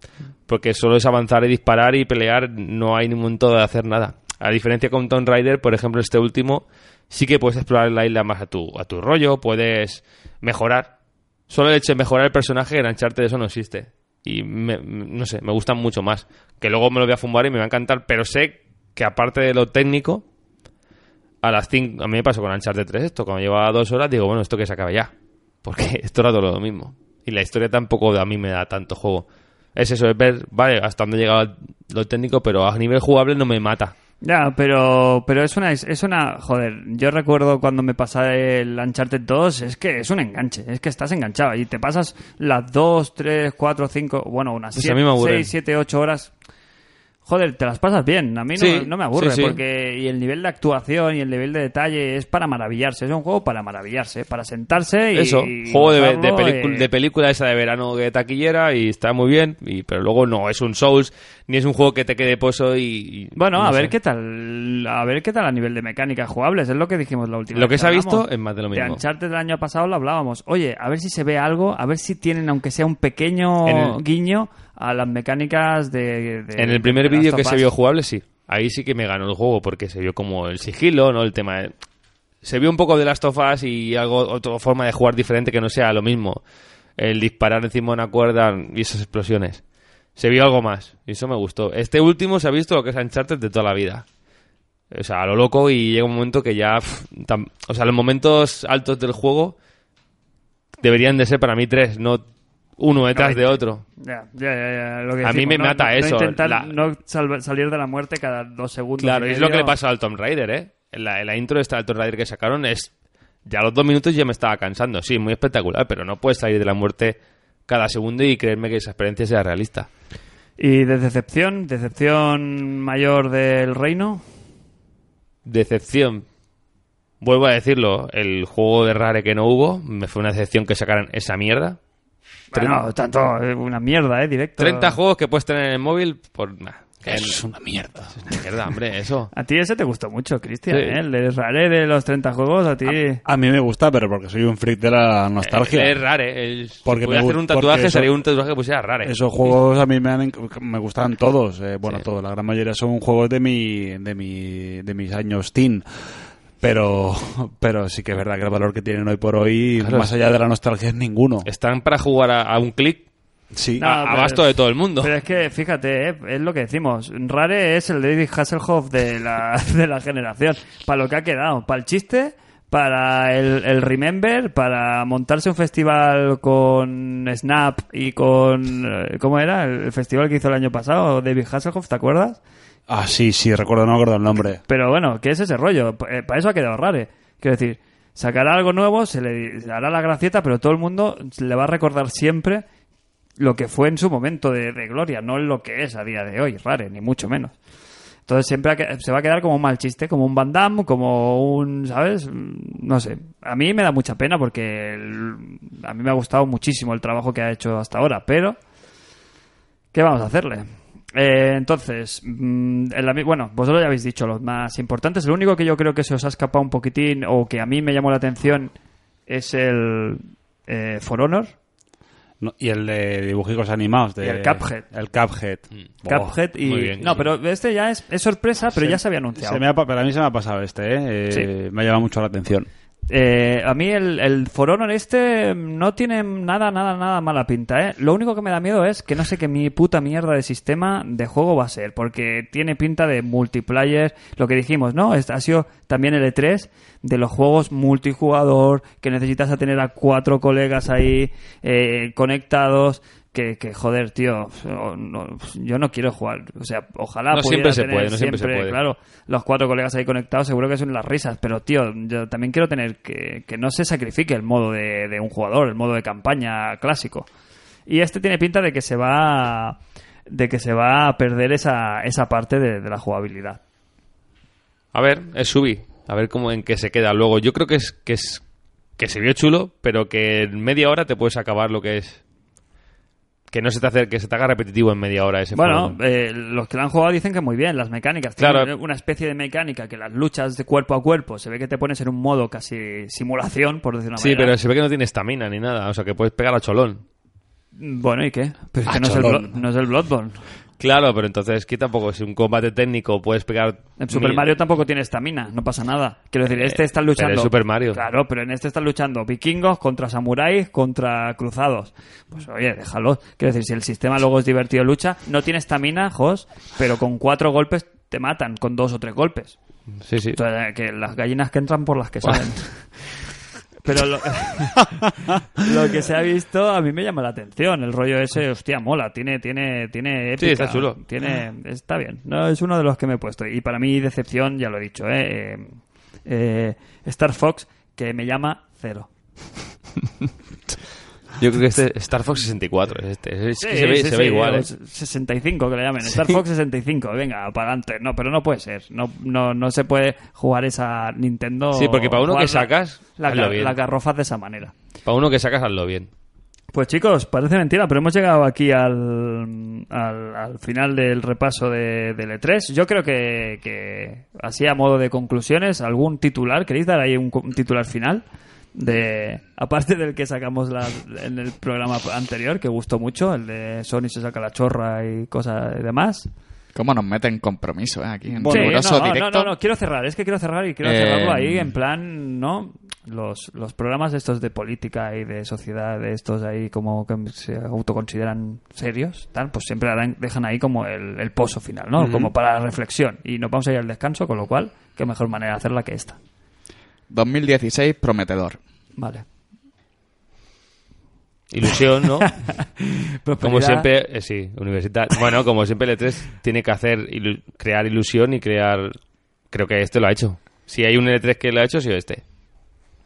C: Porque solo es avanzar y disparar y pelear, no hay ningún todo de hacer nada. A diferencia con Tomb Raider, por ejemplo, este último, sí que puedes explorar la isla más a tu, a tu rollo, puedes mejorar. Solo el hecho de mejorar el personaje, engancharte de eso no existe. Y me- no sé, me gustan mucho más. Que luego me lo voy a fumar y me va a encantar, pero sé que aparte de lo técnico, a las 5, a mí me pasó con Uncharted 3 esto, cuando llevaba dos horas digo, bueno, esto que se acaba ya, porque esto era todo lo mismo. Y la historia tampoco a mí me da tanto juego. Es eso, es ver, vale, hasta dónde llegaba lo técnico, pero a nivel jugable no me mata.
B: Ya, pero, pero es una, es una, joder, yo recuerdo cuando me pasaba el Uncharted 2, es que es un enganche, es que estás enganchado y te pasas las 2, 3, 4, 5, bueno, unas
C: Pues a
B: 7,
C: mí me aburre.
B: 6, 7, 8 horas. Joder, te las pasas bien, a mí no,
C: Sí,
B: no me aburre,
C: sí, sí.
B: porque y el nivel de actuación y el nivel de detalle es para maravillarse, es un juego para maravillarse, para sentarse y...
C: eso,
B: y
C: juego de, de,
B: gozarlo,
C: pelicu-
B: eh.
C: de película esa de verano de taquillera y está muy bien, y, pero luego no es un Souls, ni es un juego que te quede pozo y... y
B: Bueno,
C: no
B: a
C: sé.
B: ver qué tal, a ver qué tal a nivel de mecánicas jugables, es lo que dijimos la última.
C: Lo
B: vez
C: que se ha
B: hablamos.
C: visto es más de lo
B: De
C: mismo.
B: Uncharted del año pasado lo hablábamos. Oye, a ver si se ve algo, a ver si tienen, aunque sea un pequeño
C: En el-
B: guiño, a las mecánicas de. de-
C: En el primer
B: de Last
C: vídeo
B: of
C: que se
B: Us.
C: vio jugable, sí. ahí sí que me ganó el juego porque se vio como el sigilo, ¿no? El tema de- Se vio un poco de las tofas y algo, otra forma de jugar diferente que no sea lo mismo. El disparar encima de una cuerda y esas explosiones. Se vio algo más y eso me gustó. Este último se ha visto lo que es Uncharted de toda la vida. O sea, a lo loco y llega un momento que ya... pf, tam- o sea, los momentos altos del juego deberían de ser para mí tres, no uno detrás de otro.
B: Ya, ya, ya, ya, lo que
C: A mí
B: decimos,
C: me
B: no-
C: mata
B: no- no
C: eso,
B: intentar
C: la-
B: no salva- salir de la muerte cada dos segundos.
C: Claro,
B: y
C: y es lo que
B: medio.
C: le pasó al Tomb Raider, ¿eh? En la, en la intro esta del Tomb Raider que sacaron es... Ya a los dos minutos ya me estaba cansando. Sí, muy espectacular, pero no puedes salir de la muerte cada segundo y creerme que esa experiencia sea realista.
B: ¿Y de decepción? ¿Decepción mayor del reino?
C: Decepción. Vuelvo a decirlo, el juego de Rare que no hubo, me fue una decepción que sacaran esa mierda.
B: Bueno, tanto, eh, una mierda, ¿eh? Directo.
E: Ah.
C: 30 juegos que puedes tener en el móvil por... nah, que
D: Es una mierda.
C: es una mierda, hombre, eso.
B: A ti ese te gustó mucho, Cristian,
C: Sí.
B: ¿eh? El de Rare de los 30 juegos, a ti...
E: A mí me gusta, pero porque soy un freak de la nostalgia.
C: Es Rare. El, si
E: Porque me
C: pudiera
E: gu-
C: hacer un
E: porque
C: tatuaje,
E: eso-
C: sería un tatuaje que pusiera Rare.
E: Esos juegos a mí me, han enc- me gustaban todos, eh, bueno, todos, la gran mayoría son juegos de mi, de mi, de mis años teen. Pero, pero sí que es verdad que el valor que tienen hoy por hoy,
C: Claro,
E: más
C: es-
E: allá de la nostalgia, es ninguno.
C: Están para jugar a- a un clic
E: Sí.
B: No,
C: a-
B: pero-
C: abasto de todo el mundo.
B: Pero es que, fíjate, ¿eh? es lo que decimos. Rare es el David Hasselhoff de la, de la generación. Para lo que ha quedado. Para el chiste, para el, el Remember, para montarse un festival con Snap y con... eh, ¿Cómo era? El festival que hizo el año pasado David Hasselhoff, ¿te acuerdas?
E: Ah, sí, sí, recuerdo, no me acuerdo el nombre.
B: Pero bueno, ¿qué es ese rollo? para eso ha quedado Rare. Quiero decir, sacará algo nuevo, se le, se le hará la gracieta, pero todo el mundo le va a recordar siempre lo que fue en su momento de, de gloria, no lo que es a día de hoy, Rare, ni mucho menos. Entonces siempre ha que- se va a quedar como un mal chiste, como un Van Damme, como un, ¿sabes? Mm, No sé. A mí me da mucha pena porque el- a mí me ha gustado muchísimo el trabajo que ha hecho hasta ahora, pero ¿Qué vamos a hacerle? Eh, entonces, mm, el ami- bueno, vosotros ya habéis dicho los más importantes. Lo único que yo creo que se os ha escapado un poquitín o que a mí me llamó la atención es el eh, For Honor.
E: No, y el de dibujitos animados. De,
B: Y el Cuphead.
E: El Cuphead. Oh,
B: Cuphead y...
C: muy bien.
B: no, pero este ya es, es sorpresa, pero ya se había anunciado.
E: se me ha pa- para mí se me ha pasado este, ¿eh? Eh,
B: Sí.
E: Me ha llamado mucho la atención.
B: Eh, a mí el, el For Honor este no tiene nada, nada, nada mala pinta, ¿eh? Lo único que me da miedo es que no sé qué mi puta mierda de sistema de juego va a ser, porque tiene pinta de multiplayer, lo que dijimos, ¿no? Es- Ha sido también el E3 de los juegos multijugador, que necesitas a tener a cuatro colegas ahí eh, conectados. Que, que, joder, tío, o- no- yo no quiero jugar. O sea, ojalá
C: No siempre
B: pudiera
C: se
B: tener
C: puede, no siempre se puede.
B: claro, claro, los cuatro colegas ahí conectados seguro que son las risas, pero tío, yo también quiero tener que, que no se sacrifique el modo de, de un jugador, el modo de campaña clásico. Y este tiene pinta de que se va de que se va a perder esa, esa parte de, de la jugabilidad.
C: A ver, es Subi. A ver cómo en qué se queda luego. Yo creo que es que es que se vio chulo, pero que en media hora te puedes acabar lo que es que no se te hace que se te haga repetitivo en media hora ese
B: Bueno,
C: juego.
B: eh, los que lo han jugado dicen que muy bien, las mecánicas.
C: Claro.
B: Tienen una especie de mecánica que las luchas de cuerpo a cuerpo se ve que te pones en un modo casi simulación, por decirlo
C: Sí, pero se ve que no tiene estamina ni nada, o sea, que puedes pegar a cholón.
B: Bueno, ¿y qué? Pero es que
E: Ah,
B: no es, el
E: cholón.
B: Blo- no es el Bloodborne.
C: Claro, pero entonces que tampoco si un combate técnico puedes pegar
B: En Super
C: mil-
B: Mario tampoco tiene estamina, no pasa nada. Quiero decir, este están
C: Eh, pero
B: luchando.
C: es Super Mario.
B: Claro, pero en este están luchando vikingos contra samuráis contra cruzados. Pues oye, déjalo. Quiero decir, si el sistema luego es divertido lucha, no tiene estamina, Jos, pero con cuatro golpes te matan, con dos o tres golpes.
C: Sí, sí.
B: Entonces, eh, que las gallinas que entran por las que salen. Pero lo, lo que se ha visto a mí me llama la atención. El rollo ese, hostia, mola. Tiene, tiene, tiene épica.
C: Sí, está chulo.
B: Tiene, está bien. No, es uno de los que me he puesto. Y para mí, decepción, ya lo he dicho, ¿eh? Eh, eh, Star Fox, que me llama cero.
C: Yo creo que este Star Fox 64 es este. Es que se ve,
B: Sí,
C: se
B: sí,
C: ve
B: sí,
C: igual.
B: o
C: ¿eh?
B: 65 que le llamen. Star Fox 65, venga, para adelante. No, pero no puede ser. No, no, no se puede jugar esa Nintendo.
C: Sí, porque para uno
B: jugar
C: que sacas,
B: La,
C: hazlo
B: la,
C: bien.
B: la garrofas de esa manera.
C: Para uno que sacas hazlo bien.
B: Pues chicos, parece mentira, pero hemos llegado aquí al, al, al final del repaso de, del E3. Yo creo que, que, así a modo de conclusiones, algún titular, ¿queréis dar ahí un, co- un titular final? De, aparte del que sacamos la- en el programa anterior, que gustó mucho, el de Sony se saca la chorra y cosas y demás.
D: ¿Cómo nos meten compromiso eh, aquí en
B: Sí, no,
D: riguroso
B: no,
D: directo?
B: no, no, quiero cerrar, es que quiero cerrar y quiero
D: Eh,
B: cerrarlo ahí en plan, ¿no? Los, los programas estos de política y de sociedad, de estos ahí como que se autoconsideran serios, tal, pues siempre harán- dejan ahí como el, el pozo final, ¿no? Como para la reflexión. Y nos vamos a ir al descanso, con lo cual, qué mejor manera de hacerla que esta.
D: 2016 prometedor.
B: Vale.
C: Ilusión, ¿no? como
B: Prosperidad.
C: siempre, eh, sí, universidad. Bueno, como siempre, el E3 tiene que hacer ilu- crear ilusión y crear. Creo que este lo ha hecho. Si hay un L3 que lo ha hecho, sí, este.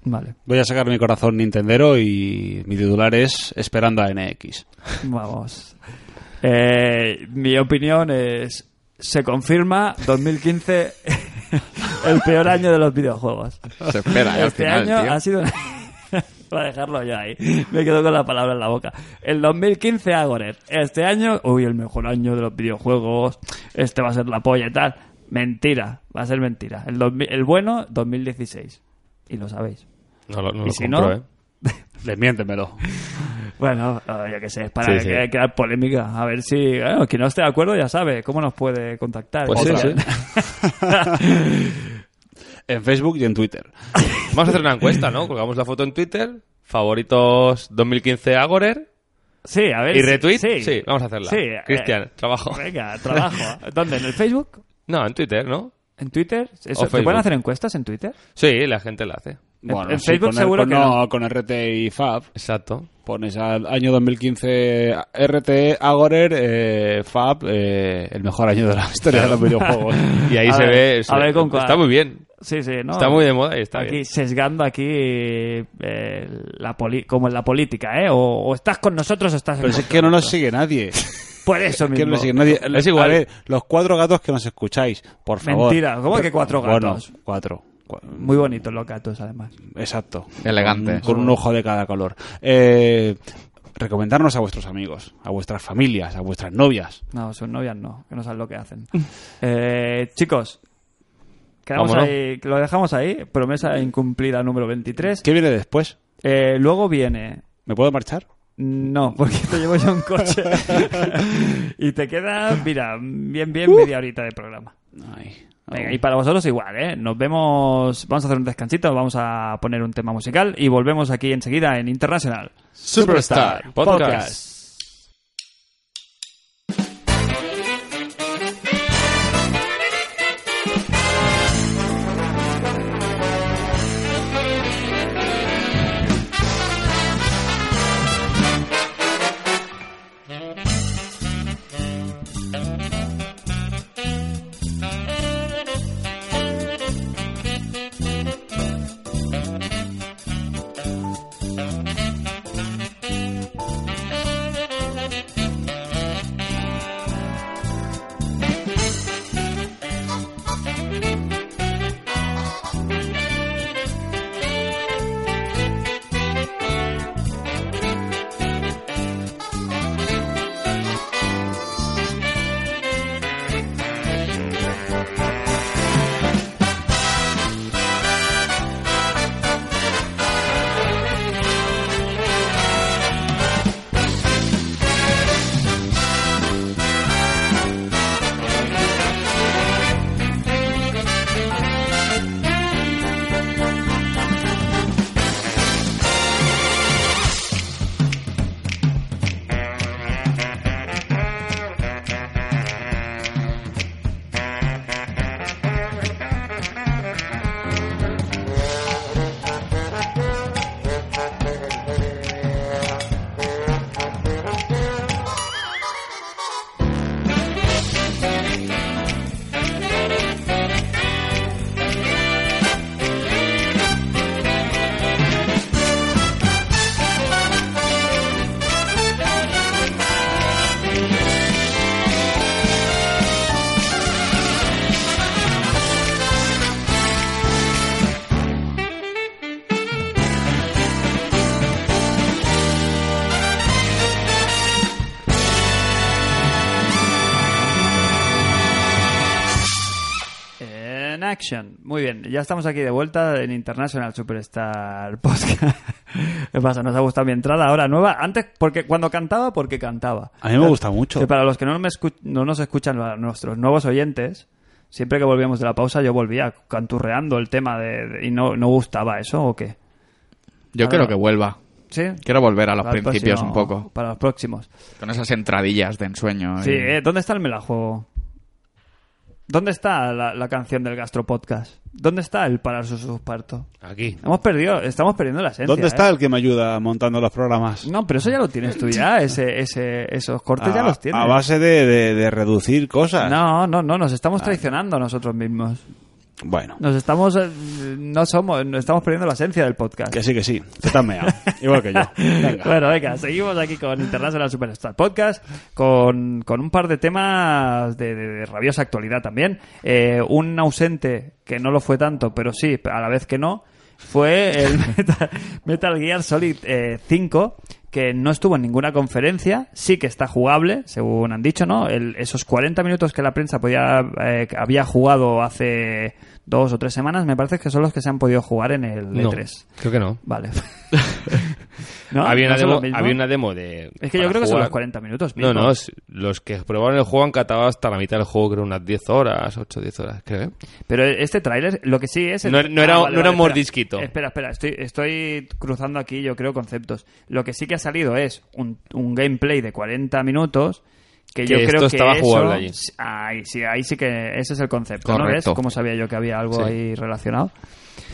B: Vale.
E: Voy a sacar mi corazón Nintendero y mi titular es Esperando a NX.
B: Vamos. Eh, mi opinión es, se confirma 2015 el peor año de los videojuegos.
D: Se espera, eh, al
B: este
D: final,
B: año
D: tío.
B: ha sido... Voy a dejarlo yo ahí. Me quedo con la palabra en la boca. El 2015 a Gorer. Este año, uy, el mejor año de los videojuegos. Este va a ser la polla y tal. Mentira, va a ser mentira. El, 2000 el bueno, 2016. Y lo sabéis.
C: No lo, no
B: ¿Y
C: lo
B: si
C: compro,
B: no?
C: ¿eh?
E: Desmiéntemelo.
B: Bueno, eh, yo qué sé, es para
C: Sí, sí.
B: que- crear polémica. A ver si. bueno, quien no esté de acuerdo ya sabe cómo nos puede contactar.
C: Pues sí,
B: Otra.
C: sí.
E: En Facebook y en Twitter.
C: Vamos a hacer una encuesta, ¿no? Colgamos la foto en Twitter. Favoritos 2015 Agorer.
B: Sí, a ver.
C: ¿Y
B: si-
C: retweet?
B: Sí,
C: Sí, vamos a hacerla.
B: Sí, eh,
C: Cristian, trabajo.
B: Venga, trabajo. ¿Dónde? ¿En el Facebook?
C: No, en Twitter, ¿no?
B: ¿En Twitter? Eso, ¿Te
C: Facebook.
B: pueden hacer encuestas en Twitter?
C: Sí, la gente la hace.
E: Bueno,
B: en
E: sí,
B: Facebook
E: con el-
B: seguro
E: con-
B: que
E: Con RT y Fab.
C: Exacto.
E: Pones al año 2015 RT, Agorer, eh, Fab, eh, el mejor año de la historia de los videojuegos.
C: Y ahí
B: A
C: se
B: ver,
C: ve.
B: a
C: se-
B: ver con cuál.
C: Está muy bien.
B: Sí, sí, ¿no?
C: Está muy de moda y está
B: aquí
C: bien.
B: sesgando aquí eh, la poli- como en la política, ¿eh? O, o estás con nosotros o estás en
E: Pero si es
B: contra
E: que no
B: de
E: nos
B: nosotros.
E: sigue nadie.
B: Por eso mismo.
E: Que no nos sigue nadie.
C: Es igual.
E: A ver, los cuatro gatos que nos escucháis, por favor.
B: Mentira, ¿cómo que cuatro gatos?
E: Bueno, cuatro. Cua-
B: Muy bonitos los gatos, además.
E: Exacto.
D: Elegante.
E: Con un ojo de cada color. Eh, recomendarnos a vuestros amigos, a vuestras familias, a vuestras novias.
B: No, sus novias no, que no saben lo que hacen. Eh, chicos, quedamos
C: Vámonos.
B: ahí, lo dejamos ahí. Promesa incumplida número 23.
E: ¿Qué viene después?
B: Eh, luego viene.
E: ¿Me puedo marchar?
B: No, porque te llevo yo un coche. y te queda, mira, bien, bien media horita de programa.
E: Ay.
B: Venga, y para vosotros igual, ¿eh? Nos vemos. Vamos a hacer un descansito, vamos a poner un tema musical y volvemos aquí enseguida en Internacional.
D: Superstar.
C: Podcast.
B: En action. Muy bien, ya estamos aquí de vuelta en International Superstar Podcast. ¿Qué pasa? ¿Nos ha gustado mi entrada ahora nueva? Antes, porque cuando cantaba, porque cantaba.
E: A mí me gusta mucho.
B: Que para los que no, me escu- no nos escuchan, a nuestros nuevos oyentes, siempre que volvíamos de la pausa yo volvía canturreando el tema de, de- y no, no gustaba eso o qué.
D: Yo
B: Ahora-
D: quiero que vuelva.
B: Sí.
D: Quiero volver a los
B: Para el
D: principios
B: próximo-
D: un poco.
B: Para los próximos.
D: Con esas entradillas de ensueño.
B: Sí,
D: y-
B: eh, ¿dónde está el melajuego? ¿Dónde está la, la canción del Gastro Podcast? ¿Dónde está el parar su susparto?
C: Aquí.
B: Hemos perdido, estamos perdiendo la esencia.
E: ¿Dónde está
B: eh.
E: el que me ayuda montando los programas?
B: No, pero eso ya lo tienes tú ya, ese, ese, esos cortes ya
E: A-
B: los tienes.
E: A base de, de- de reducir cosas.
B: No, no, no, nos
E: Ah.
B: estamos traicionando a nosotros mismos.
E: Bueno,
B: Nos estamos, eh, no somos, no estamos perdiendo la esencia del podcast.
E: que sí, que sí. Que estás meado. Igual que yo. Venga.
B: Bueno, venga, seguimos aquí con International Superstar Podcast, con, con un par de temas de, de- de rabiosa actualidad también. Eh, un ausente, que no lo fue tanto, pero sí, a la vez que no, fue el Metal, Metal Gear Solid eh, 5, que no estuvo en ninguna conferencia, sí que está jugable, según han dicho, ¿no? El- esos 40 minutos que la prensa podía, eh, que había jugado hace dos o tres semanas, me parece que son los que se han podido jugar en el E
C: No,
B: E3.
C: creo que no.
B: Vale. ¿No? ¿No
C: Había, una
B: son
C: demo,
B: los mismos?
C: había una demo de.
B: Es que yo
C: para
B: creo que son
C: jugar.
B: los 40 minutos.
C: No,
B: mismos.
C: no, es- los que probaron el juego han catado hasta la mitad del juego, creo unas 10 horas, 8 10 horas, creo. ¿eh?
B: Pero este tráiler, lo que sí es... Ah,
C: No era- no era- no era un
B: espera.
C: mordisquito.
B: Espera, espera, estoy, estoy cruzando aquí, yo creo, conceptos. Lo que sí que ha salido es un, un gameplay de 40 minutos que,
C: Que
B: yo creo
C: esto
B: que
C: estaba
B: eso-
C: jugable allí.
B: Ahí sí, ahí sí que ese es el concepto, ¿no ves?
D: Correcto.
B: ¿Cómo sabía yo que había algo
C: Sí.
B: ahí relacionado?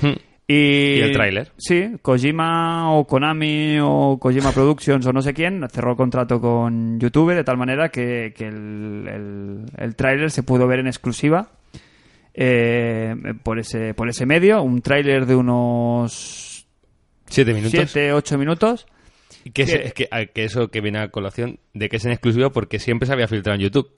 C: Hmm.
B: Y,
C: ¿Y el tráiler?
B: Sí, Kojima o Konami o Kojima Productions o no sé quién cerró contrato con YouTube de tal manera que, que el, el, el tráiler se pudo ver en exclusiva eh, por, ese, por ese medio. Un tráiler de unos
C: ¿Siete minutos?
B: 7, 8 minutos.
C: Y Que, es-
B: Que-
C: es que, a- que eso que viene a colación de que es en exclusiva porque siempre se había filtrado en YouTube.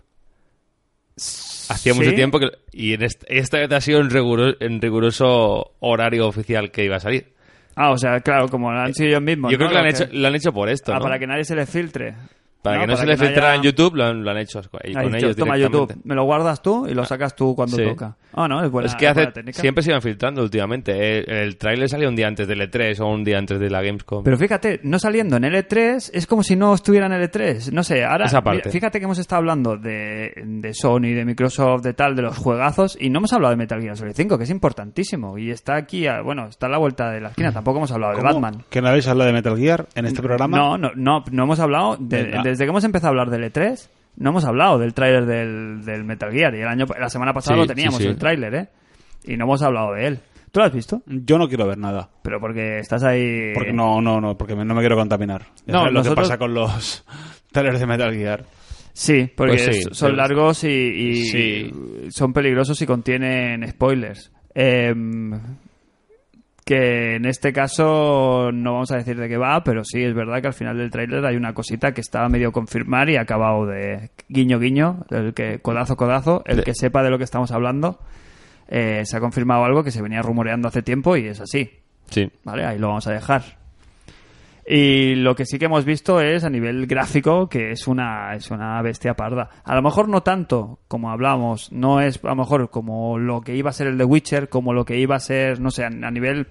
C: Hacía
B: Sí.
C: mucho tiempo que... Y en est- esta vez ha sido en riguro- en riguroso horario oficial que iba a salir.
B: Ah, o sea, claro, como lo han sido ellos mismos.
C: Eh, Yo creo
B: ¿no?
C: que lo han,
B: Lo
C: hecho, lo han hecho por esto,
B: Ah,
C: ¿no?
B: para que nadie se les filtre.
C: Para que no se le
B: haya-
C: filtrara en YouTube, lo han, lo han hecho con
B: Ha
C: ellos
B: dicho, Toma
C: directamente".
B: YouTube, me lo guardas tú y lo sacas tú cuando
C: Sí.
B: toca. Ah, no, es buena,
C: es que
B: es buena
C: hace,
B: técnica.
C: siempre se iban filtrando últimamente. Eh, El, tráiler salió un día antes del E3 o un día antes de la Gamescom.
B: Pero fíjate, no saliendo en L3 es como si no estuviera en L3. No sé, ahora.
C: Esa parte.
B: mira, fíjate que hemos estado hablando de, de Sony, de Microsoft, de tal, de los juegazos, y no hemos hablado de Metal Gear Solid 5, que es importantísimo. Y está aquí, a- bueno, está a la vuelta de la esquina. Tampoco hemos hablado de
E: ¿Cómo?
B: Batman.
E: ¿Que no habéis hablado de Metal Gear en este programa?
B: No, no, no, no hemos hablado. de-
E: Venga.
B: desde que hemos empezado a hablar del E3, no hemos hablado del tráiler del, del Metal Gear. Y el año, la semana pasada
C: Sí,
B: lo teníamos
C: sí, sí.
B: el tráiler, ¿eh? Y no hemos hablado de él. ¿Tú lo has visto?
E: Yo no quiero ver nada.
B: Pero porque estás ahí.
E: Porque no, no, no, porque me- no me quiero contaminar. Ya
B: Eh. No,
E: sabes lo que
B: nosotros-
E: pasa con los trailers de Metal Gear.
B: Sí, porque
C: Pues sí,
B: es- son
C: pero-
B: largos y, y-
C: Sí.
B: son peligrosos y contienen spoilers. Em, que en este caso no vamos a decir de qué va, pero sí, es verdad que al final del tráiler hay una cosita que estaba medio confirmar y ha acabado de guiño guiño, el que codazo codazo, el
C: De-
B: que sepa de lo que estamos hablando, eh, se ha confirmado algo que se venía rumoreando hace tiempo y es así.
C: Sí.
B: ¿vale? Ahí lo vamos a dejar. Y lo que sí que hemos visto es a nivel gráfico que es una, es una bestia parda. A lo mejor no tanto como hablamos, no es a lo mejor como lo que iba a ser el de Witcher, como lo que iba a ser, no sé, a, a nivel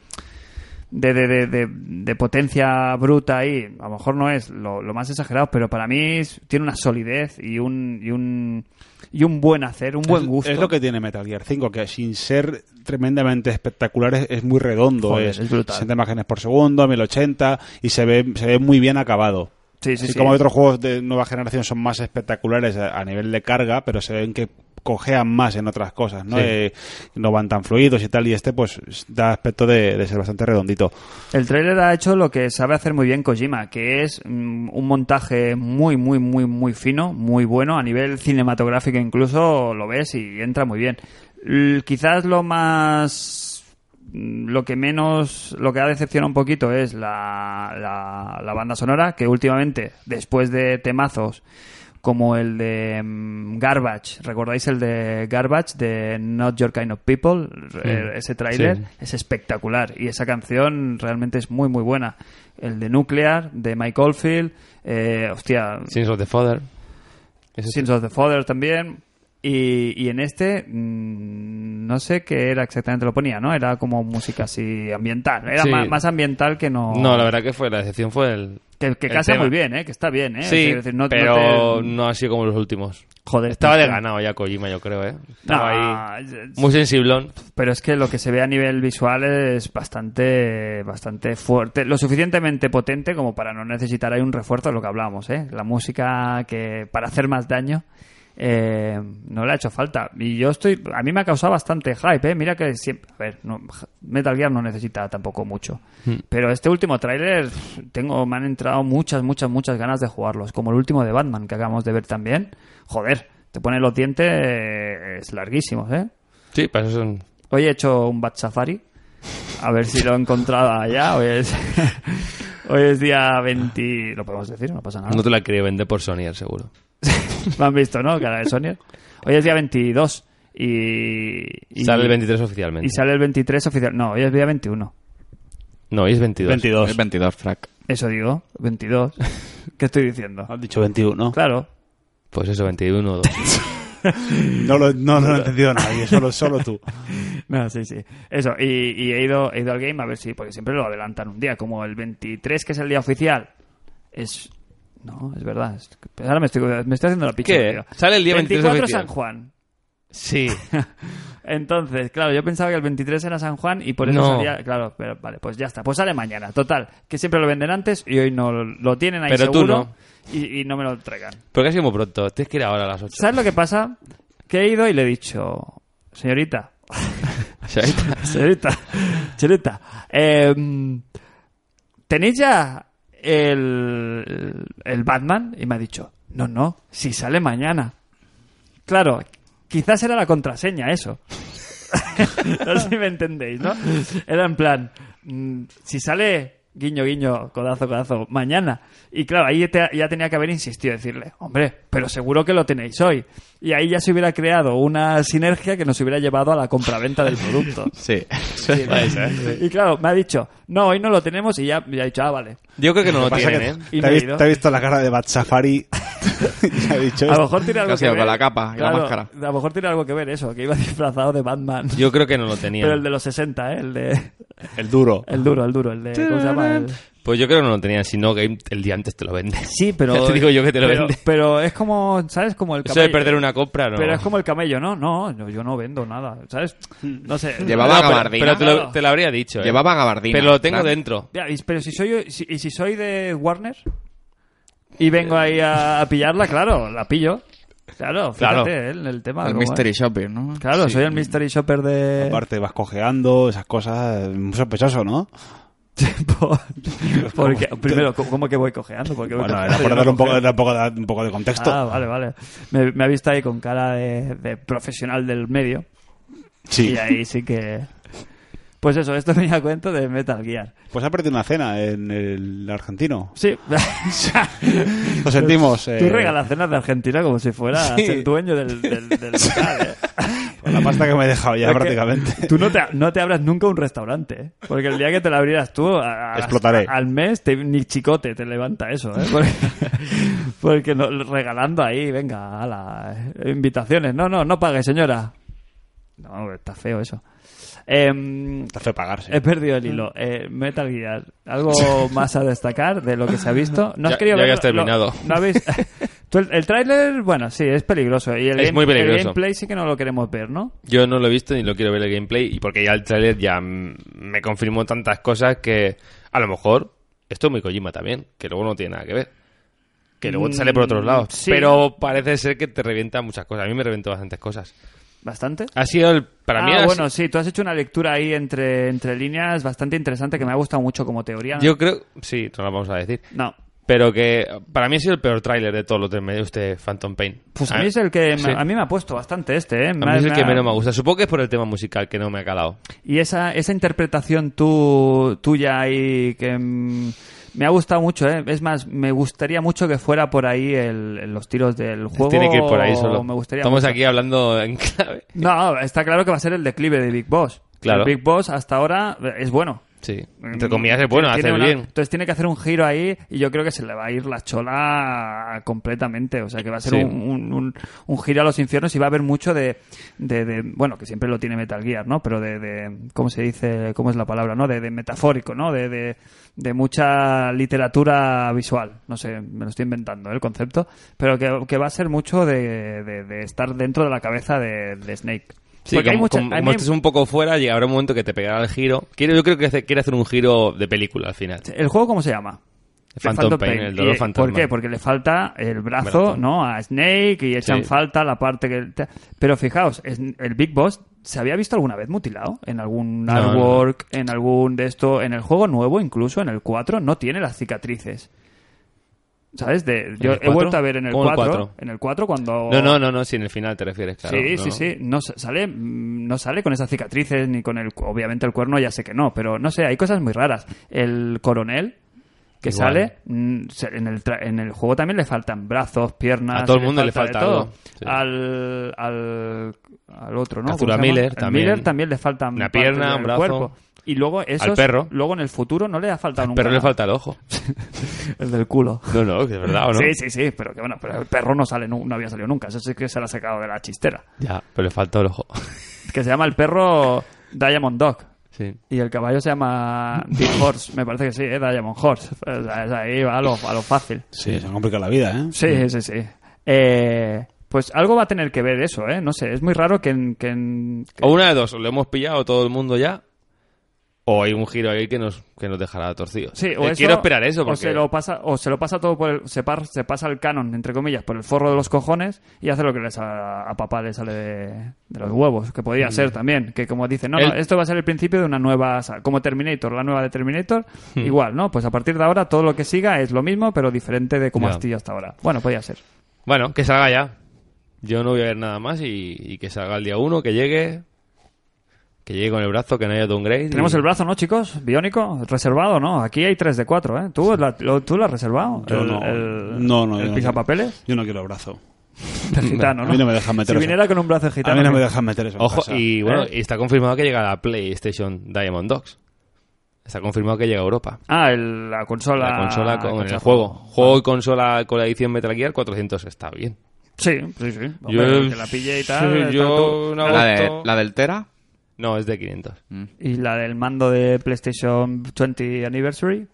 B: de, de, de, de- de potencia bruta ahí, a lo mejor no es lo, lo más exagerado, pero para mí es- tiene una solidez y un, y un, y un buen hacer, un buen
E: Es-
B: gusto.
E: Es, lo que tiene Metal Gear 5, que sin ser tremendamente espectacular es, es muy redondo.
B: Joder,
E: es,
B: es brutal.
E: 60 imágenes por segundo, 1080 y se ve, se ve muy bien acabado.
B: Sí, sí,
E: Así
B: sí.
E: como otros juegos de nueva generación son más espectaculares a, a nivel de carga, pero se ven que cojean más en otras cosas, ¿no?
C: Sí.
E: Eh, no van tan fluidos y tal, y este pues da aspecto de, de ser bastante redondito.
B: El tráiler ha hecho lo que sabe hacer muy bien Kojima, que es mm, un montaje muy, muy, muy, muy fino, muy bueno, a nivel cinematográfico incluso lo ves y entra muy bien. L- quizás lo más... mm, Lo que menos, lo que ha decepcionado un poquito es la, la, la banda sonora, que últimamente, después de temazos como el de mm, Garbage, ¿recordáis el de Garbage de Not Your Kind of People? Eh, Ese tráiler
C: Sí.
B: es espectacular y esa canción realmente es muy muy buena. El de Nuclear, de Mike Oldfield, eh, hostia,
C: Sins of the Father.
B: Sins of the Father también. Y, y en este, mm, no sé qué era exactamente lo ponía, ¿no? Era como música así ambiental. Era
C: Sí.
B: ma- más, ambiental que no.
C: No, la verdad que fue, la decepción fue el.
B: que, que
C: el
B: casa
C: tema.
B: muy bien, ¿eh? Que está bien, ¿eh?
C: Sí,
B: Es decir, no- no
C: pero no,
B: te-
C: ha sido como los últimos.
B: Joder,
C: Estaba de
B: no-
C: ganado ya Kojima, yo creo, ¿eh? Estaba ahí
B: No, es-
C: muy sensiblón.
B: pero es que lo que se ve a nivel visual es bastante bastante fuerte, lo suficientemente potente como para no necesitar ahí un refuerzo de lo que hablamos, ¿eh? La música que para hacer más daño eh, no le ha hecho falta y yo estoy a mí me ha causado bastante hype, ¿eh? Mira que siempre, a ver, no- Metal Gear no necesita tampoco mucho, pero este último tráiler tengo me han entrado muchas muchas muchas ganas de jugarlos, como el último de Batman que acabamos de ver también. Joder, te pone los dientes larguísimos, ¿eh?
C: Sí, para eso son-
B: Hoy he hecho un Bat Safari. A ver si lo he encontrado allá. Hoy es, hoy es día 20. Lo podemos decir, no pasa nada.
C: No te la quería vender por Sony, seguro.
B: Me han visto, ¿no? Cara de Sonia. Hoy es día 22. Y, y-
C: Sale el 23 oficialmente.
B: Y sale el 23 oficial. No, hoy es día 21.
C: No, hoy es 22.
E: 22.
D: Es 22, Frac.
B: Eso digo, 22. ¿Qué estoy diciendo?
E: Has dicho 21.
B: Claro.
C: Pues eso, 21 o 2.
E: No lo, no lo ha entendido nadie, solo, solo tú.
B: No, Ah, sí, sí. Eso, y, y he, ido, he ido al game a ver si, porque siempre lo adelantan un día, como el 23, que es el día oficial. Es. No, es verdad. es- pues ahora me estoy, me estoy haciendo la picha.
C: ¿Qué?
B: tío.
C: Sale el día 23
B: 24
C: oficial.
B: San Juan.
C: sí.
B: Entonces, claro, yo pensaba que el 23 era San Juan y por eso
C: No.
B: salía. Claro, pero vale, pues ya está. Pues sale mañana, total. Que siempre lo venden antes y hoy no lo tienen ahí
C: Pero tú
B: seguro.
C: no.
B: Y, y no me lo entregan.
C: Porque ha sido muy pronto. Tienes que ir ahora a las 8.
B: ¿Sabes lo que pasa? Que he ido y le he dicho, señorita, Señorita, señorita, em, ¿tenéis ya el, el Batman? Y me ha dicho, no, no, si sale mañana. Claro, quizás era la contraseña eso. no sé si me entendéis, ¿no? Era en plan, mm, si sale guiño, guiño, codazo, codazo, mañana. Y claro, ahí te- ya tenía que haber insistido, decirle, hombre, pero seguro que lo tenéis hoy. Y ahí ya se hubiera creado una sinergia que nos hubiera llevado a la compraventa del producto.
D: Sí.
B: Y claro, me ha dicho, no, hoy no lo tenemos y ya, ya he dicho, ah, vale.
C: Yo creo que no lo
E: Pasa que
C: tienen, ¿eh?
B: Y
E: te,
B: me
E: ha
B: he
E: visto,
B: ido.
E: te ha visto la cara de Bat Safari. y ha dicho
B: A lo mejor tiene algo
D: Casi
B: que
D: con
B: ver.
D: la capa y la
B: Claro,
D: máscara.
B: A lo mejor tiene algo que ver eso, que iba disfrazado de Batman.
C: Yo creo que no lo tenían.
B: Pero el de los 60, ¿eh? El de...
E: el duro.
B: El duro, el duro, el de... ¿Cómo se llama? El-
C: Pues yo creo que no lo tenían. Si no, Game el día antes te lo vende.
B: Sí, pero...
C: Ya te digo yo que te lo
B: pero,
C: vende.
B: Pero es como, ¿sabes? Como el
C: Eso de perder una compra, no.
B: Pero es como el camello, ¿no? No, no, yo no vendo nada, ¿sabes?
C: Hmm.
B: No sé.
D: Llevaba
C: No, pero,
D: gabardina.
C: pero te, lo,
B: Claro.
C: te lo habría dicho. ¿eh?
D: Llevaba gabardina.
C: Pero lo tengo
D: Fran.
C: dentro.
B: Ya, y- pero si soy, si- y si soy de Warner y vengo ahí a, a pillarla, claro, la pillo. Claro, fíjate
C: Claro.
B: eh, en el tema.
D: El
B: cómo es.
D: Mystery Shopping, ¿no?
B: Claro, soy el mystery shopper de...
E: Aparte, vas cojeando, esas cosas. Muy sospechoso, ¿no?
B: Por- porque, primero, ¿cómo cómo que voy cojeando? Porque voy
E: Bueno, era
B: cojeando?
E: por
B: Yo
E: dar
B: no
E: un poco,
B: cojeo.
E: era un poco, de- un poco de contexto.
B: Ah, vale, vale. Me, me ha visto ahí con cara de, de profesional del medio.
E: sí.
B: Y ahí sí que... Pues eso, esto me da cuenta de Metal Gear.
E: Pues ha perdido una cena en el argentino.
B: Sí.
E: Lo sentimos. eh,
B: Tú regalas cenas de Argentina como si fueras el dueño del, del, del local, ¿eh?
E: con la pasta que me he dejado ya
B: Porque
E: prácticamente.
B: Tú no te, no te abras nunca un restaurante, ¿eh? Porque el día que te lo abrieras tú, a- a-
E: Explotaré.
B: al mes, te- ni chicote te levanta eso, ¿eh? Porque, porque no- regalando ahí, venga, a invitaciones. No, no, no pague, señora. No, está feo eso. Em,
E: Te hace pagar, sí.
B: he perdido el hilo. Eh, Metal Gear, ¿algo más a destacar de lo que se ha visto? No has
C: Ya-
B: querido
C: ya
B: ver-
C: habías terminado.
B: No, no habéis- Tú el, el tráiler, bueno, sí, es peligroso. Y el
C: Es
B: game-
C: muy
B: El
C: peligroso.
B: gameplay sí que no lo queremos ver, ¿no?
C: Yo no lo he visto ni lo quiero ver el gameplay. Y porque ya el trailer ya mm, me confirmó tantas cosas que a lo mejor esto es muy Kojima también. Que luego no tiene nada que ver. Que luego te sale por otros lados.
B: Mm, sí.
C: Pero parece ser que te revienta muchas cosas. A mí me reventó bastantes cosas.
B: ¿Bastante?
C: Ha sido el. Para mí,
B: ah,
C: ha
B: bueno, sí, tú has hecho una lectura ahí entre, entre líneas bastante interesante que me ha gustado mucho como teoría.
C: Yo creo, sí, no lo vamos a decir.
B: No.
C: Pero que para mí ha sido el peor tráiler de todos los que me dio este Phantom Pain.
B: Pues a mí es el que me-
C: sí.
B: a mí me ha puesto bastante este, ¿eh?
C: A mí es el que menos me gusta. Supongo que es por el tema musical que no me ha calado.
B: Y esa, esa interpretación tú, tuya ahí que mm, me ha gustado mucho, ¿eh? Es más, me gustaría mucho que fuera por ahí el- los tiros del juego.
C: Pues Tiene que ir por ahí solo.
B: Me gustaría
C: Estamos
B: mucho.
C: aquí hablando en clave.
B: No, está claro que va a ser el declive de Big Boss.
C: Claro.
B: El Big Boss hasta ahora es bueno.
C: Sí. Entre comillas es bueno,
B: Tiene
C: hacer
B: una-
C: bien.
B: Entonces tiene que hacer un giro ahí y yo creo que se le va a ir la chola completamente. O sea, que va a ser
C: Sí.
B: un, un- un- un giro a los infiernos y va a haber mucho de, de- de- Bueno, que siempre lo tiene Metal Gear, ¿no? Pero de... de- ¿Cómo se dice? ¿Cómo es la palabra? ¿No? De, de metafórico, ¿no? De, de- de mucha literatura visual. No sé, me lo estoy inventando ¿eh? el concepto. Pero que, que va a ser mucho de, de- de estar dentro de la cabeza de, de Snake.
C: Sí,
B: Porque
C: como,
B: hay mucha-
C: como-
B: hay-
C: como estés un poco fuera, llegará un momento que te pegará el giro. Quiero, yo creo que hace- quiere hacer un giro de película al final.
B: ¿El juego cómo se llama?
C: Phantom Pain, el dolor
B: Y,
C: fantasma.
B: ¿Por qué? Porque le falta el brazo,
C: Brazo.
B: ¿no? A Snake y echan
C: Sí.
B: falta la parte que... te- Pero fijaos, es- el Big Boss se había visto alguna vez mutilado en algún
C: No,
B: artwork, en algún de esto, en el juego nuevo incluso, en el 4, no tiene las cicatrices. ¿Sabes? De, yo
C: el
B: he
C: 4?
B: vuelto a ver en el
C: ¿Cómo en el
B: 4,
C: 4?
B: en el 4 cuando...
C: No, no, no, no, si en el final te refieres, claro.
B: sí,
C: no.
B: sí, sí. No sa- sale, mm, no sale con esas cicatrices ni con el, cu- obviamente el cuerno ya sé que no, pero no sé, hay cosas muy raras. El coronel que
C: Igual.
B: sale mm, se- en el, tra- en el juego también le faltan brazos, piernas.
C: A todo el mundo le falta
B: de todo.
C: algo, sí.
B: Al, al, al otro, ¿no?
C: Azura
B: ¿Cómo se llama?
C: Miller
B: Al
C: también.
B: Miller también le faltan
C: Una
B: partes
C: pierna,
B: del
C: un brazo.
B: cuerpo. Y luego eso
C: perro.
B: luego en el futuro no le ha faltado nunca.
C: Pero le
B: nada.
C: falta el ojo.
B: el del culo.
C: No, no, que es verdad, ¿o no?
B: Sí, sí, sí, pero que bueno, pero el perro no sale, nu- no había salido nunca. Eso sí que se lo ha sacado de la chistera.
C: Ya, pero le falta el ojo.
B: que se llama el perro Diamond Dog.
C: Sí.
B: Y el caballo se llama Big Horse, me parece que sí, ¿eh? Diamond Horse. O sea, es ahí va a lo, a lo fácil.
E: Sí, se complica la vida, ¿eh?
B: Sí, sí, sí. Eh, pues algo va a tener que ver eso, ¿eh? No sé, es muy raro que en... que en- que-
C: O una de dos, o lo hemos pillado todo el mundo ya, o hay un giro ahí que nos, que nos dejará torcidos.
B: Sí, o
C: Eh,
B: eso-
C: quiero esperar eso,
B: O
C: porque...
B: se lo pasa, o se lo pasa todo por el... Se, par- se pasa el canon, entre comillas, por el forro de los cojones y hace lo que les a, a papá le sale de, de los huevos, que podría ser también. Que como dice, no, no,
C: Mm. El-
B: esto va a ser el principio de una nueva... sa- Como Terminator, la nueva de Terminator,
C: Mm.
B: igual, ¿no? Pues a partir de ahora todo lo que siga es lo mismo, pero diferente de como
C: Ya.
B: has sido hasta ahora. Bueno, podría ser.
C: Bueno, que salga ya. Yo no voy a ver nada más y, y que salga el día uno, que llegue, que llegue con el brazo, que no haya downgrade.
B: Tenemos
C: y-
B: el brazo, ¿no, chicos? Biónico, reservado, ¿no? Aquí hay 3 de 4, ¿eh? ¿Tú, la- lo, ¿tú lo has reservado?
E: Yo
B: el,
E: no.
B: el-
E: No, no,
B: ¿El
E: yo no.
B: pisapapeles?
E: Yo no quiero brazo.
B: De gitano, ¿no?
E: A mí no me dejan meter
B: Si
E: eso.
B: viniera con un brazo de
E: A
B: gitano...
E: mí no
B: ¿qué?
E: me dejan meter eso. en
C: Ojo,
E: casa.
C: y bueno,
B: ¿Eh?
C: y está confirmado que llega la PlayStation Diamond Dogs. Está confirmado que llega a Europa.
B: Ah, el- la consola.
C: la consola con el
B: cachazo.
C: juego. Juego y consola con la edición Metal Gear 400 está bien.
B: Sí, sí, sí. Hombre,
C: Yo-
B: que la pille y tal.
C: sí,
B: tal,
C: yo
B: tú.
C: no
D: La, de-
C: Agosto.
D: la del Tera.
C: No, es de 500.
B: Y la del mando de PlayStation 20 Anniversary.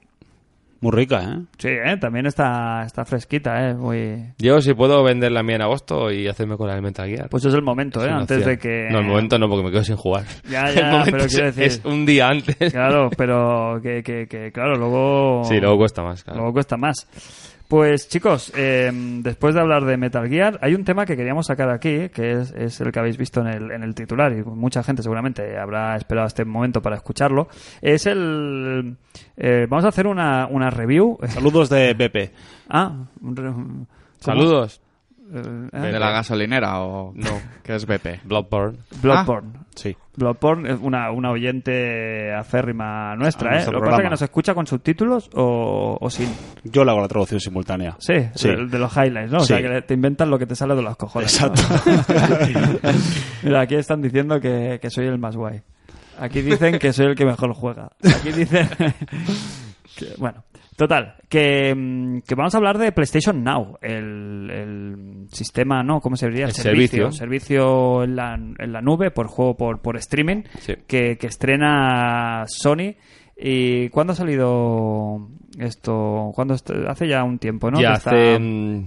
E: Muy rica, ¿eh?
B: Sí, ¿eh? también está, está fresquita, ¿eh? Muy...
C: Yo si puedo vender la mía en agosto y hacerme con la de Metal Gear.
B: Pues es el momento,
C: es
B: ¿eh?
C: una
B: Antes
C: opción.
B: de que.
C: No, el momento no, porque me quedo sin jugar.
B: Ya, ya,
C: el momento
B: pero
C: es,
B: quiero decir-
C: es un día antes.
B: Claro, pero que, que, que claro, luego.
C: Sí, luego cuesta más, claro.
B: Luego cuesta más. Pues chicos, eh, después de hablar de Metal Gear, hay un tema que queríamos sacar aquí, que es, es el que habéis visto en el, en el titular y mucha gente seguramente habrá esperado este momento para escucharlo. Es el... eh, vamos a hacer una, una review.
E: Saludos de Pepe.
B: ah, un re- ¿cómo?
C: Saludos.
B: Eh, ¿eh?
D: De la gasolinera o.
C: No.
D: Que es BP.
C: Bloodborne.
E: Ah.
B: Bloodborne.
E: Sí.
B: Bloodborne es una, una oyente aférrima
E: A
B: nuestra, ¿eh?
E: Ah, nuestro
B: Lo que pasa es que
E: programa.
B: nos escucha con subtítulos o, o sin.
E: Yo le hago la traducción simultánea.
B: Sí, De, de los highlights, ¿no? O
E: Sí.
B: sea, que te inventan lo que te sale de los cojones. ¿no?
E: Exacto.
B: Mira, aquí están diciendo que, que soy el más guay. Aquí dicen que soy el que mejor juega. Aquí dicen... que- bueno, total, que, mm, que vamos a hablar de PlayStation Now, el, el sistema, ¿no? ¿Cómo se diría?
C: El servicio.
B: Servicio en la, en la nube por juego, por, por streaming,
C: Sí.
B: que, que estrena Sony. ¿Y cuándo ha salido esto? ¿Cuándo est- hace ya un tiempo, ¿no?
C: ya
B: Que está-
C: hace... mm,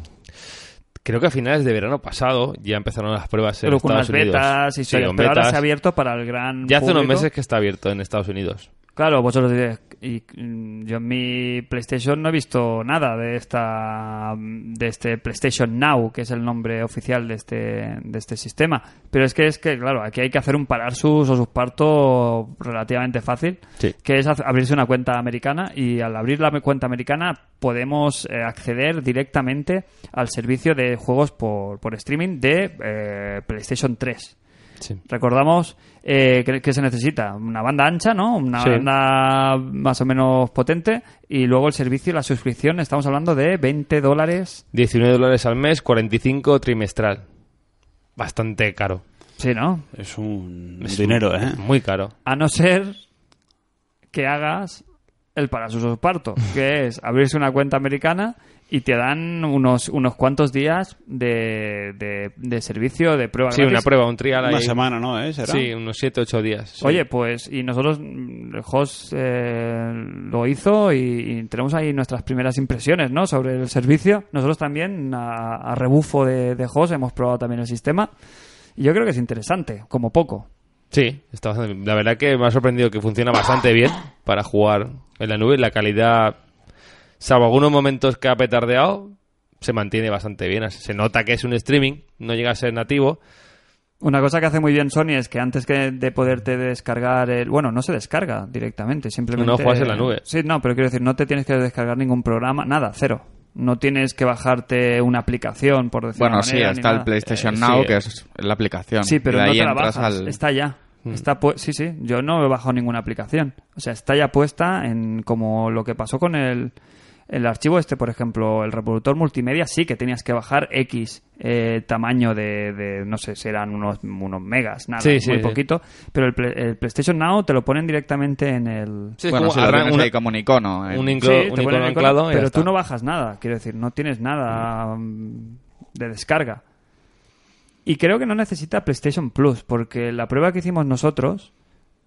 C: Creo que a finales de verano pasado ya empezaron las pruebas en
B: pero con
C: Estados
B: unas
C: Unidos.
B: betas y
C: Sí, con
B: pero ahora
C: betas.
B: se ha abierto para el gran
C: Ya hace unos
B: público.
C: meses que está abierto en Estados Unidos.
B: claro vosotros diréis y mm, yo en mi PlayStation no he visto nada de esta de este PlayStation Now que es el nombre oficial de este de este sistema pero es que es que claro aquí hay que hacer un parar sus o sus partos relativamente fácil
C: Sí.
B: que es haz- abrirse una cuenta americana y al abrir la cuenta americana podemos eh, acceder directamente al servicio de juegos por, por streaming de eh, PlayStation 3
C: Sí.
B: recordamos eh, que, que se necesita una banda ancha, ¿no? Una
C: Sí.
B: banda más o menos potente y luego el servicio, la suscripción, estamos hablando de 20 dólares,
C: 19 dólares al mes, 45 trimestral. Bastante caro.
B: sí, ¿no?
E: Es un
C: Es
E: dinero, ¿eh?
C: Muy caro.
B: A no ser que hagas el para sus parto, que es abrirse una cuenta americana y te dan unos, unos cuantos días de, de, de servicio, de prueba.
C: Sí,
B: gratis.
C: una prueba, un trial
E: Una
C: ahí.
E: semana, ¿no? ¿Eh? ¿Será?
C: Sí, unos 7, 8 días. sí.
B: Oye, pues, y nosotros, mm, el host eh, lo hizo y, y tenemos ahí nuestras primeras impresiones, ¿no? Sobre el servicio. Nosotros también, a, a rebufo de, de host, hemos probado también el sistema. Y yo creo que es interesante, como poco.
C: Sí, está bastante- la verdad que me ha sorprendido que funciona bastante bien para jugar en la nube. La calidad, salvo algunos momentos que ha petardeado, se mantiene bastante bien. Se nota que es un streaming, no llega a ser nativo.
B: Una cosa que hace muy bien Sony es que antes que de poderte descargar el... Bueno, no se descarga directamente, simplemente...
C: No, juegas en la nube.
B: Sí, no, pero quiero decir, no te tienes que descargar ningún programa, nada, cero. No tienes que bajarte una aplicación, por decirlo
D: Bueno, sí, está el PlayStation
C: Eh,
D: Now,
C: sí.
D: que es la aplicación.
B: Sí, pero
D: de
B: no
D: ahí
B: te la
D: entras
B: bajas,
D: al... Mm.
B: está ya. Está pu- sí, sí, yo no he bajado ninguna aplicación. O sea, está ya puesta en como lo que pasó con el, el archivo este, por ejemplo, el reproductor multimedia, sí que tenías que bajar X eh, tamaño de, de, no sé, si eran unos, unos megas, nada,
C: Sí, sí,
B: muy
C: sí.
B: poquito, pero el, Play- el PlayStation Now te lo ponen directamente en el...
C: Sí, es
D: bueno,
C: como
D: si lo
C: arran-
D: tienes
C: una-
D: ahí como un icono. eh.
C: un
B: Sí,
C: inclo-
B: te
C: un
B: ponen
C: icono
B: el icono,
C: anclado. y ya
B: pero
C: está.
B: tú no bajas nada, quiero decir, no tienes nada mm, de descarga. Y creo que no necesita PlayStation Plus, porque la prueba que hicimos nosotros,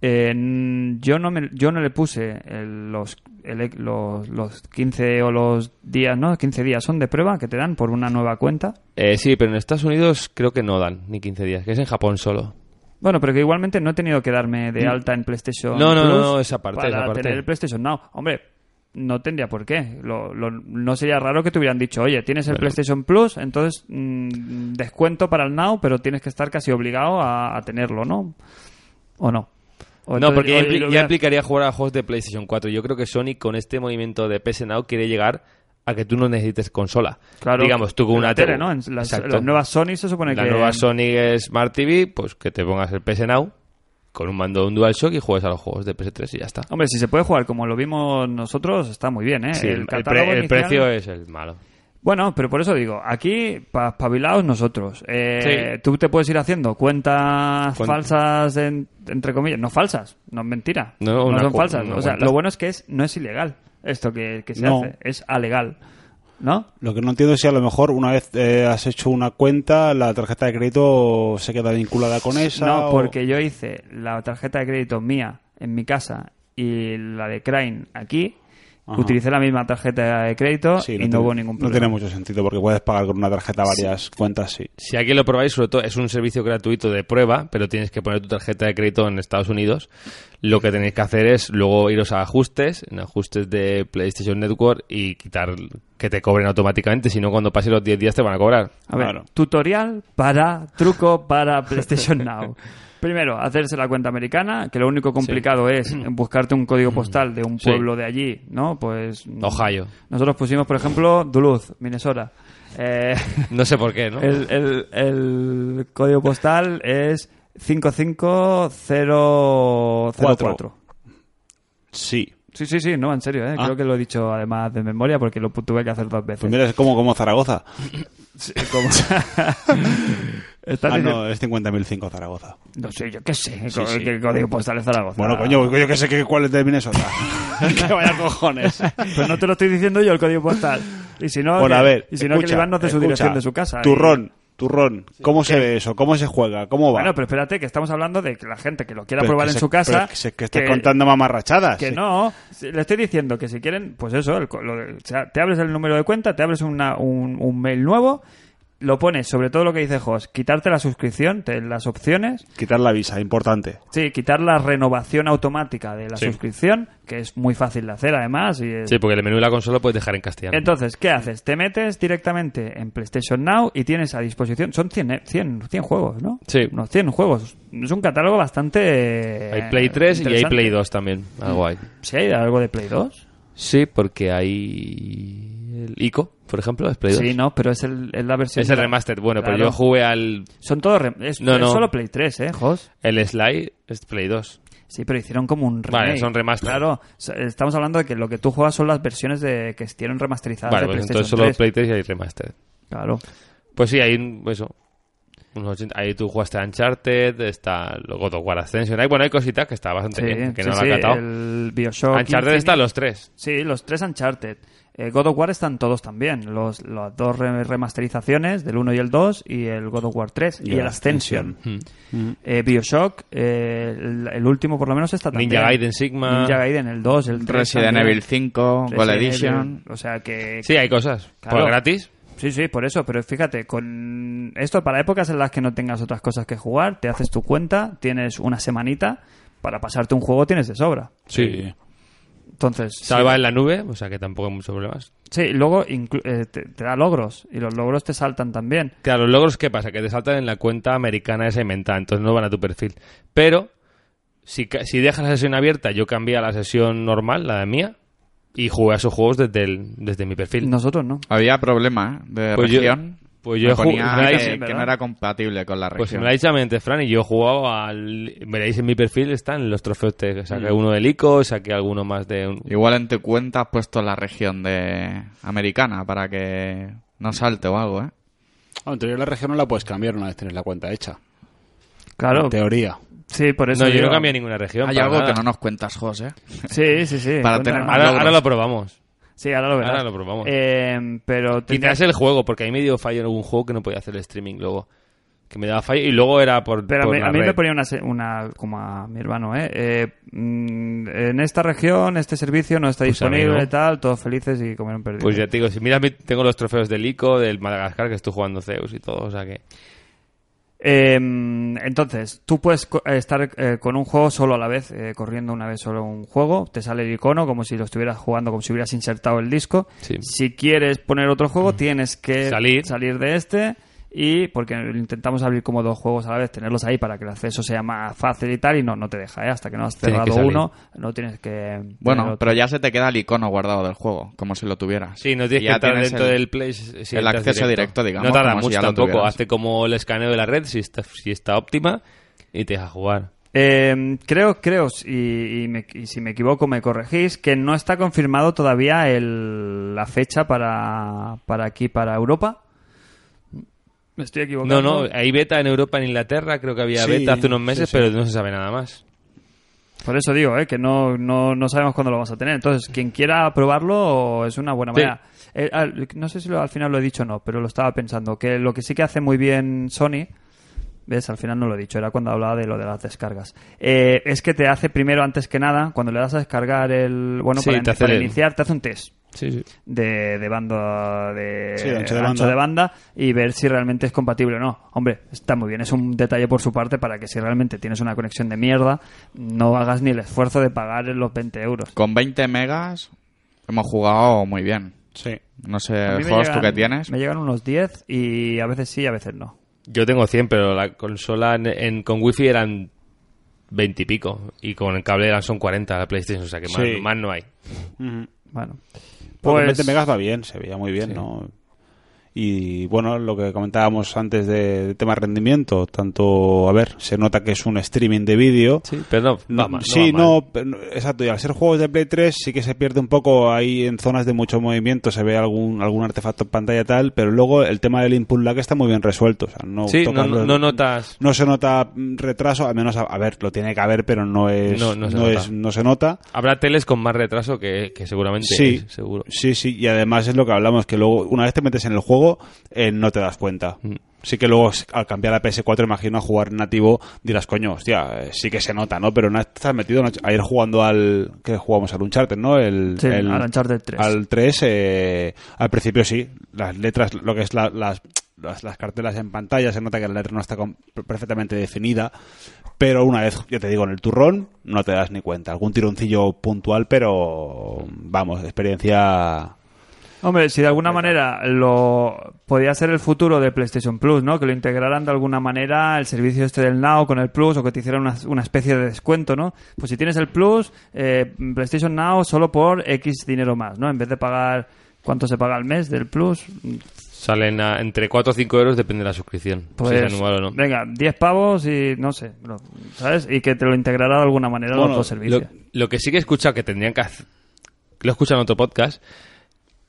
B: eh, n- yo, no me- yo no le puse el- los, el- los, los 15 o los días, ¿no? 15 días son de prueba que te dan por una nueva cuenta.
C: Eh, sí, pero en Estados Unidos creo que no dan ni 15 días, que es en Japón solo.
B: Bueno, pero que igualmente no he tenido que darme de alta en PlayStation
C: Mm. No, no,
B: Plus
C: no, no, esa parte,
B: para
C: esa parte.
B: tener el PlayStation Now. Hombre, no tendría por qué. Lo- lo- no sería raro que te hubieran dicho, oye, tienes el PlayStation Plus, entonces mm, descuento para el Now, pero tienes que estar casi obligado a, a tenerlo, ¿no? ¿O no? O
C: no,
B: entonces-
C: porque ya,
B: o- y
C: impli-
B: lo
C: ya
B: hubiera-
C: implicaría jugar a juegos de PlayStation 4. Yo creo que Sony con este movimiento de PS Now quiere llegar a que tú no necesites consola.
B: Claro,
C: Digamos, tú con
B: en la
C: una
B: tele,
C: TV.
B: ¿no? En las,
C: Exacto.
B: las nuevas Sony se supone
C: la
B: que...
C: nueva Sony Smart TV, pues que te pongas el PS Now con un mando de un DualShock y juegues a los juegos de PS3 y ya está.
B: Hombre, si se puede jugar como lo vimos nosotros, está muy bien, ¿eh?
C: Sí, el, pre-
B: catálogo
C: el
B: inicial-
C: precio es el malo.
B: Bueno, pero por eso digo, aquí pa- espabilados nosotros. Eh, Tú te puedes ir haciendo cuentas
C: Cuen-
B: falsas, en- entre comillas. No falsas, no es mentira.
C: No, una
B: son
C: cu-
B: falsas.
C: una
B: O sea,
C: cuenta.
B: lo bueno es que es no es ilegal esto que, que se
E: No.
B: hace. Es alegal. ¿No?
E: Lo que no entiendo es si a lo mejor una vez eh, has hecho una cuenta, la tarjeta de crédito se queda vinculada con esa.
B: No,
E: o-
B: porque yo hice la tarjeta de crédito mía en mi casa y la de Crane aquí.
E: Ajá.
B: Utilicé la misma tarjeta de crédito
E: Sí,
B: y no,
E: tiene-
B: hubo ningún
E: No tiene
B: problema.
E: mucho sentido porque puedes pagar con una tarjeta varias cuentas, sí.
C: Si aquí lo probáis, sobre todo es un servicio gratuito de prueba, pero tienes que poner tu tarjeta de crédito en Estados Unidos. Lo que tenéis que hacer es luego iros a ajustes, en ajustes de PlayStation Network y quitar que te cobren automáticamente, si no cuando pasen los 10 días te van a cobrar.
B: A ver,
E: Claro.
B: tutorial para truco para PlayStation Now. Primero, hacerse la cuenta americana, que lo único complicado es buscarte un código postal de un
C: Sí.
B: pueblo de allí, ¿no? Pues. mm,
C: Ohio.
B: Nosotros pusimos, por ejemplo, Duluth, Minnesota. Eh,
C: No sé por qué, ¿no?
B: el, el- el código postal es 55004.
E: Sí.
B: Sí, sí, sí, no, en serio, ¿eh?
E: Ah.
B: creo que lo he dicho además de memoria porque lo pu- tuve que hacer dos veces.
E: Pues mira, es como, como Zaragoza.
B: Como- Estás
E: Ah,
B: diciendo-
E: no, es 50.005 Zaragoza.
B: No sé, yo qué sé.
E: Sí,
B: co-
E: sí.
B: ¿Qué código postal es Zaragoza?
E: Bueno, coño,
B: Ah.
E: yo que sé que cuál es de Minnesota. que vaya cojones.
B: Pues no te lo estoy diciendo yo el código postal. Y si no,
E: Bueno,
B: que-
E: a ver.
B: y si no que el
E: escucha,
B: Iván no hace su
E: escucha.
B: dirección de su casa. y-
E: Turrón, turrón. ¿Cómo se ve eso? ¿Cómo se juega? ¿Cómo va?
B: Bueno, pero espérate, que estamos hablando de que la gente que lo quiera
E: Pero
B: probar
E: que
B: en
E: se-
B: su casa.
E: pero que, se- que estés contando mamarrachadas.
B: que
E: Sí.
B: no, Si- le estoy diciendo que si quieren, pues eso, el co- lo de- o sea, te abres el número de cuenta, te abres una- un, un mail nuevo, lo pones sobre todo lo que dice Jos, quitarte la suscripción, te- las opciones,
E: Quitar la visa, importante.
B: sí, quitar la renovación automática de la
C: Sí.
B: suscripción, que es muy fácil de hacer además. Y es-
C: Sí, porque el menú de la consola puedes dejar en castellano.
B: Entonces, ¿qué haces? Te metes directamente en PlayStation Now y tienes a disposición. Son 100, eh, 100, 100 juegos, ¿no?
C: Sí.
B: Unos 100 juegos. Es un catálogo bastante.
C: hay Play 3 y hay
B: Eh, interesante. Mm.
C: Play 2 también. Algo hay.
B: ¿Sí hay algo de Play 2?
C: Sí, porque hay el ICO, por ejemplo, es Play 2.
B: Sí, no, pero es, el, es la versión.
C: es el
B: de-
C: remaster. Bueno, pero
B: Claro.
C: yo jugué al
B: Son todos. rem- Es,
C: No,
B: es
C: no.
B: solo Play 3, ¿eh, Jos?
C: el Sly, es Play 2.
B: Sí, pero hicieron como un remake.
C: Vale, son remaster.
B: Claro, s- estamos hablando de que lo que tú juegas son las versiones de que tienen remasterizadas
C: Vale,
B: de
C: pues
B: PlayStation
C: entonces solo
B: 3.
C: Play 3 y hay remaster.
B: Claro.
C: Pues sí, hay un- eso. unos 80. Ahí tú jugaste a Uncharted, está luego God of War Ascension. Ahí, bueno, hay cositas que está bastante bien, que no
B: sí,
C: la he
B: sí,
C: catado.
B: el Bioshock.
C: Uncharted
B: Infinite.
C: está los tres.
B: Sí, los tres Uncharted. Eh, God of War están todos también. Los, las dos re- remasterizaciones, del 1 y el 2, y el God of War 3 y, el Ascension.
C: Mm.
B: Eh, Bioshock, eh, el, el último por lo menos está también.
C: Ninja Gaiden Sigma.
B: Ninja Gaiden, el 2, el 3.
D: Resident
B: también.
D: Evil 5, Gold
B: Resident
D: Edition.
B: Evil, O sea que.
C: Sí, hay cosas.
B: Claro.
C: Por gratis.
B: Sí, sí, por eso, pero fíjate, con esto para épocas en las que no tengas otras cosas que jugar, te haces tu cuenta, tienes una semanita, para pasarte un juego tienes de sobra.
C: Sí.
B: Entonces,
C: Salva en la nube, o sea que tampoco hay muchos problemas.
B: sí, y luego inclu- eh, te, te da logros y los logros te saltan también.
C: Claro, los logros, ¿qué pasa? Que te saltan en la cuenta americana esa inventada, entonces no van a tu perfil. Pero, si, ca- si dejas la sesión abierta, yo cambié a la sesión normal, la de mía, y jugué a esos juegos desde, el- desde mi perfil.
B: Nosotros no.
D: Había problema eh, de
C: Pues yo-
D: región.
C: pues yo
D: Me
C: he ju-
D: ponía
C: me la
D: que,
C: hice,
D: que no
B: ¿verdad?
D: era compatible con la región.
C: Pues si me lo ha dicho mente, Fran, y yo jugaba al... Veréis en mi perfil, están los trofeos, te saqué
B: Mm.
C: uno del ICO, saqué alguno más de... Un...
D: Igual en tu cuenta has puesto la región de americana para que no salte o algo, ¿eh?
E: Ah, en teoría la región no la puedes cambiar una vez tienes la cuenta hecha.
B: Claro,
E: En teoría.
B: sí, por eso.
C: No, yo
B: digo-
C: no cambié ninguna región.
D: Hay
C: para
D: algo
C: nada.
D: que no nos cuentas, José.
B: Sí, sí, sí.
D: Para
B: cuéntanos.
D: tener más-
C: Ahora,
D: logros.
C: ahora lo probamos.
B: Sí, ahora lo verás.
C: Ahora lo probamos.
B: Eh, pero tendría-
C: Quizás el juego, porque ahí me dio fallo en algún juego que no podía hacer el streaming luego. Que me daba fallo y luego era por.
B: Pero a
C: por
B: mí,
C: la
B: a mí me
C: red.
B: ponía una, se- una como a mi hermano, ¿eh? Eh, mm, en esta región este servicio no está
C: Pues a mí
B: disponible,
C: no.
B: tal, todos felices y comieron perdido.
C: Pues ya te digo, si miras, mi- tengo los trofeos del ICO, del Madagascar, que estoy jugando Zeus y todo, o sea que.
B: Eh, entonces, tú puedes co- eh, estar eh, con un juego solo a la vez, eh, corriendo una vez solo un juego, te sale el icono como si lo estuvieras jugando, como si hubieras insertado el disco.
C: Sí. Mm.
B: Si quieres poner otro juego, tienes que
C: Salir.
B: de este y porque intentamos abrir como dos juegos a la vez, tenerlos ahí para que el acceso sea más fácil y tal, y no, no te deja, ¿eh? hasta que no has
C: Tienes que
B: cerrado
C: salir.
B: uno, no tienes que... tener
D: Bueno,
B: otro.
D: pero ya se te queda el icono guardado del juego, como si lo tuvieras.
C: Sí, no tienes
D: Ya
C: que estar
D: tienes
C: dentro
D: el-
C: del Play. si
D: el
C: entras
D: acceso directo, digamos,
C: No tarda
D: como si
C: mucho
D: ya lo
C: tampoco.
D: tuvieras.
C: Hazte como el escaneo de la red, si está, si está óptima, y te deja jugar.
B: Eh, creo, creo, y, y me- y si me equivoco me corregís, que no está confirmado todavía el- la fecha para, para aquí, para Europa. Me estoy equivocando.
C: No, no, hay beta en Europa, en Inglaterra, creo que había
E: Sí,
C: beta hace unos meses,
E: sí, sí.
C: pero no se sabe nada más.
B: Por eso digo, eh, que no, no, no sabemos cuándo lo vamos a tener. Entonces, quien quiera probarlo es una buena
C: Sí.
B: manera. Eh, al- no sé si lo- al final lo he dicho o no, pero lo estaba pensando. Que lo que sí que hace muy bien Sony, ves, al final no lo he dicho, era cuando hablaba de lo de las descargas. Eh, es que te hace primero, antes que nada, cuando le das a descargar el. Bueno,
C: Sí,
B: para,
C: te hace
B: para
C: el-
B: iniciar, te hace un test
C: Sí, sí.
B: de, de banda de,
E: Sí, de ancho de
B: ancho
E: banda.
B: de banda y ver si realmente es compatible o no. Hombre, está muy bien, es un detalle por su parte para que si realmente tienes una conexión de mierda, no hagas ni el esfuerzo de pagar los 20 euros.
D: Con 20 megas hemos jugado muy bien.
E: Sí.
D: No
B: A
D: sé,
B: mí me
D: Jos, Eh, tú
B: llegan-
D: que tienes.
B: Me llegan unos 10 y a veces sí, a veces no.
C: Yo tengo 100, pero la consola en, en- con wifi eran 20 y pico. Y con el cable eran son 40 la PlayStation, o sea que más,
E: Sí.
C: más no hay.
B: Bueno,
E: Pues...
B: pues
E: 20 megas va bien, se veía muy bien, ¿no? Y bueno, lo que comentábamos antes de, de tema rendimiento, tanto, a ver, se nota que es un streaming de vídeo.
C: Sí, pero no,
E: No,
C: va mal,
E: sí,
C: va mal.
E: no, pero no- exacto. Y al ser juegos de Play 3 sí que se pierde un poco ahí en zonas de mucho movimiento, se ve algún algún artefacto en pantalla tal, pero luego el tema del input lag está muy bien resuelto. O sea, no,
C: Sí, no,
E: tocan
C: no-
E: los-
C: no notas.
E: no se nota mm, retraso, al menos, a, a ver, lo tiene que haber, pero no es,
C: No,
E: no,
C: no se nota.
E: es, no se nota.
C: Habrá teles con más retraso que, que seguramente
E: Sí,
C: es, seguro.
E: Sí, sí, y además es lo que hablamos, que luego, una vez te metes en el juego, eh, no te das cuenta.
C: Mm.
E: Sí que luego, s- al cambiar a PS4, imagino a jugar nativo, dirás, coño, hostia, eh, sí que se nota, ¿no? Pero una vez te estás metido en- a ir jugando al... que jugamos al Uncharted, ¿no? El,
B: Sí,
E: el-
B: al Uncharted 3.
E: Al 3, eh, al principio sí, las letras, lo que es la- las... Las, las cartelas en pantalla se nota que la letra no está con- perfectamente definida pero una vez, yo te digo, en el turrón no te das ni cuenta. Algún tironcillo puntual, pero vamos, experiencia...
B: Hombre, si de alguna manera lo podía ser el futuro de PlayStation Plus, ¿no? Que lo integraran de alguna manera el servicio este del Now con el Plus o que te hicieran una, una especie de descuento, ¿no? Pues si tienes el Plus, eh, PlayStation Now solo por X dinero más, ¿no? En vez de pagar cuánto se paga al mes del Plus,
C: Salen a- entre 4 o 5 euros, depende de la suscripción.
B: pues
C: si es anual o no.
B: venga, 10 pavos y no sé, bro, ¿sabes? Y que te lo integrará de alguna manera a los
E: Bueno,
B: dos
C: Lo,
B: servicios.
C: lo que sí que he escuchado que tendrían que hacer, lo he escuchado en otro podcast,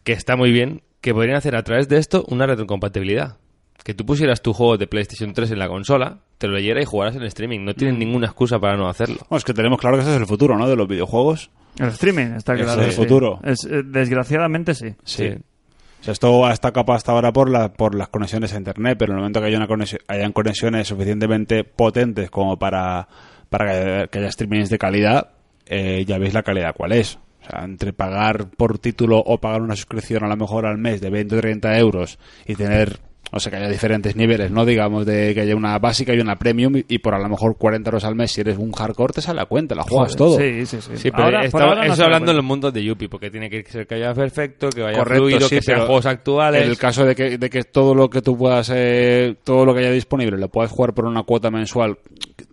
C: que está muy bien, que podrían hacer a través de esto una retrocompatibilidad. que tú pusieras tu juego de PlayStation 3 en la consola, te lo leyera y jugaras en streaming. No
E: Mm.
C: tienen ninguna excusa para no hacerlo.
E: Bueno, es que tenemos claro que ese es el futuro, ¿no? De los videojuegos.
B: El streaming está
E: Eso
B: claro.
E: es el
B: sí.
E: futuro.
B: Es, eh, desgraciadamente sí.
E: Sí. O sea, esto ha estado capaz hasta ahora por, la- por las conexiones a Internet, pero en el momento que haya una conexión, hayan conexiones suficientemente potentes como para, para que, que haya streamings de calidad, eh, ya veis la calidad cuál es. O sea, entre pagar por título o pagar una suscripción a lo mejor al mes de 20 o 30 euros y tener, o sea, que haya diferentes niveles, ¿no? Digamos, de que haya una básica y una premium y, y por a lo mejor 40 euros al mes, si eres un hardcore, te sale a cuenta, la juegas todo.
B: Sí, sí, sí.
C: Sí, pero
B: Ahora- por
C: estaba-
B: ahora no
C: eso
B: se da
C: hablando en
B: cuenta.
C: los mundos de Yuppie, porque tiene que ser que vaya perfecto, que vaya
E: Correcto,
C: fluido,
E: sí,
C: que sean
E: pero
C: juegos actuales.
E: En el caso de que, de que todo lo que tú puedas, eh, todo lo que haya disponible, lo puedas jugar por una cuota mensual.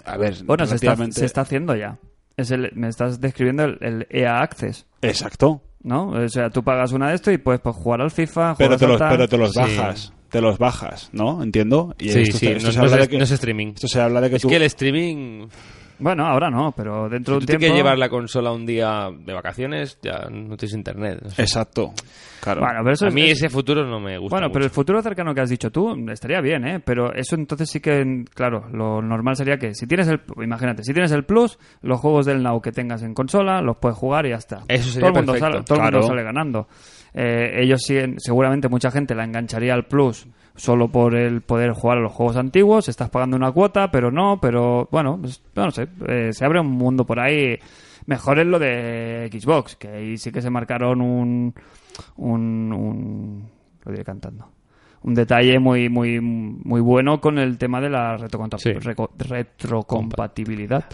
E: A ver,
B: Bueno, se está,
E: relativamente-
B: se está haciendo ya. Es el, me estás describiendo el, el EA Access,
E: Exacto.
B: ¿no? O sea, tú pagas una de esto y puedes pues, jugar al FIFA, jugar
E: Pero
B: al
E: te, los,
B: Satan.
E: pero te los
C: Sí.
E: bajas. Te los bajas, ¿no? Entiendo. Y
C: Sí,
E: esto,
C: sí,
E: esto
C: no,
E: se
C: no
E: habla
C: es,
E: de que,
C: no es streaming.
E: esto se habla de que
C: es
E: tú.
C: que el streaming,
B: Bueno, ahora no, pero dentro de
C: tú
B: un
C: tienes
B: tiempo...
C: que llevar la consola un día de vacaciones, ya no tienes internet. O sea,
E: Exacto. Claro.
B: Bueno, pero eso
C: a
B: es-
C: mí
B: es-
C: ese futuro no me gusta.
B: Bueno, pero el
C: mucho.
B: futuro cercano que has dicho tú estaría bien, ¿eh? Pero eso entonces sí que, claro, lo normal sería que si tienes el, imagínate, si tienes el Plus, los juegos del Now que tengas en consola los puedes jugar y ya está.
C: Eso
B: todo
C: sería
B: el mundo
C: perfecto,
B: sale, todo el mundo
E: claro.
B: sale ganando. Eh, ellos siguen, seguramente mucha gente la engancharía al Plus solo por el poder jugar a los juegos antiguos. Estás pagando una cuota, pero no, pero bueno, pues, no sé, eh, se abre un mundo por ahí. Mejor es lo de Xbox, que ahí sí que se marcaron un, un, un lo diré cantando un detalle muy muy muy bueno con el tema de la retroconta-
C: Sí.
B: reco- retrocompatibilidad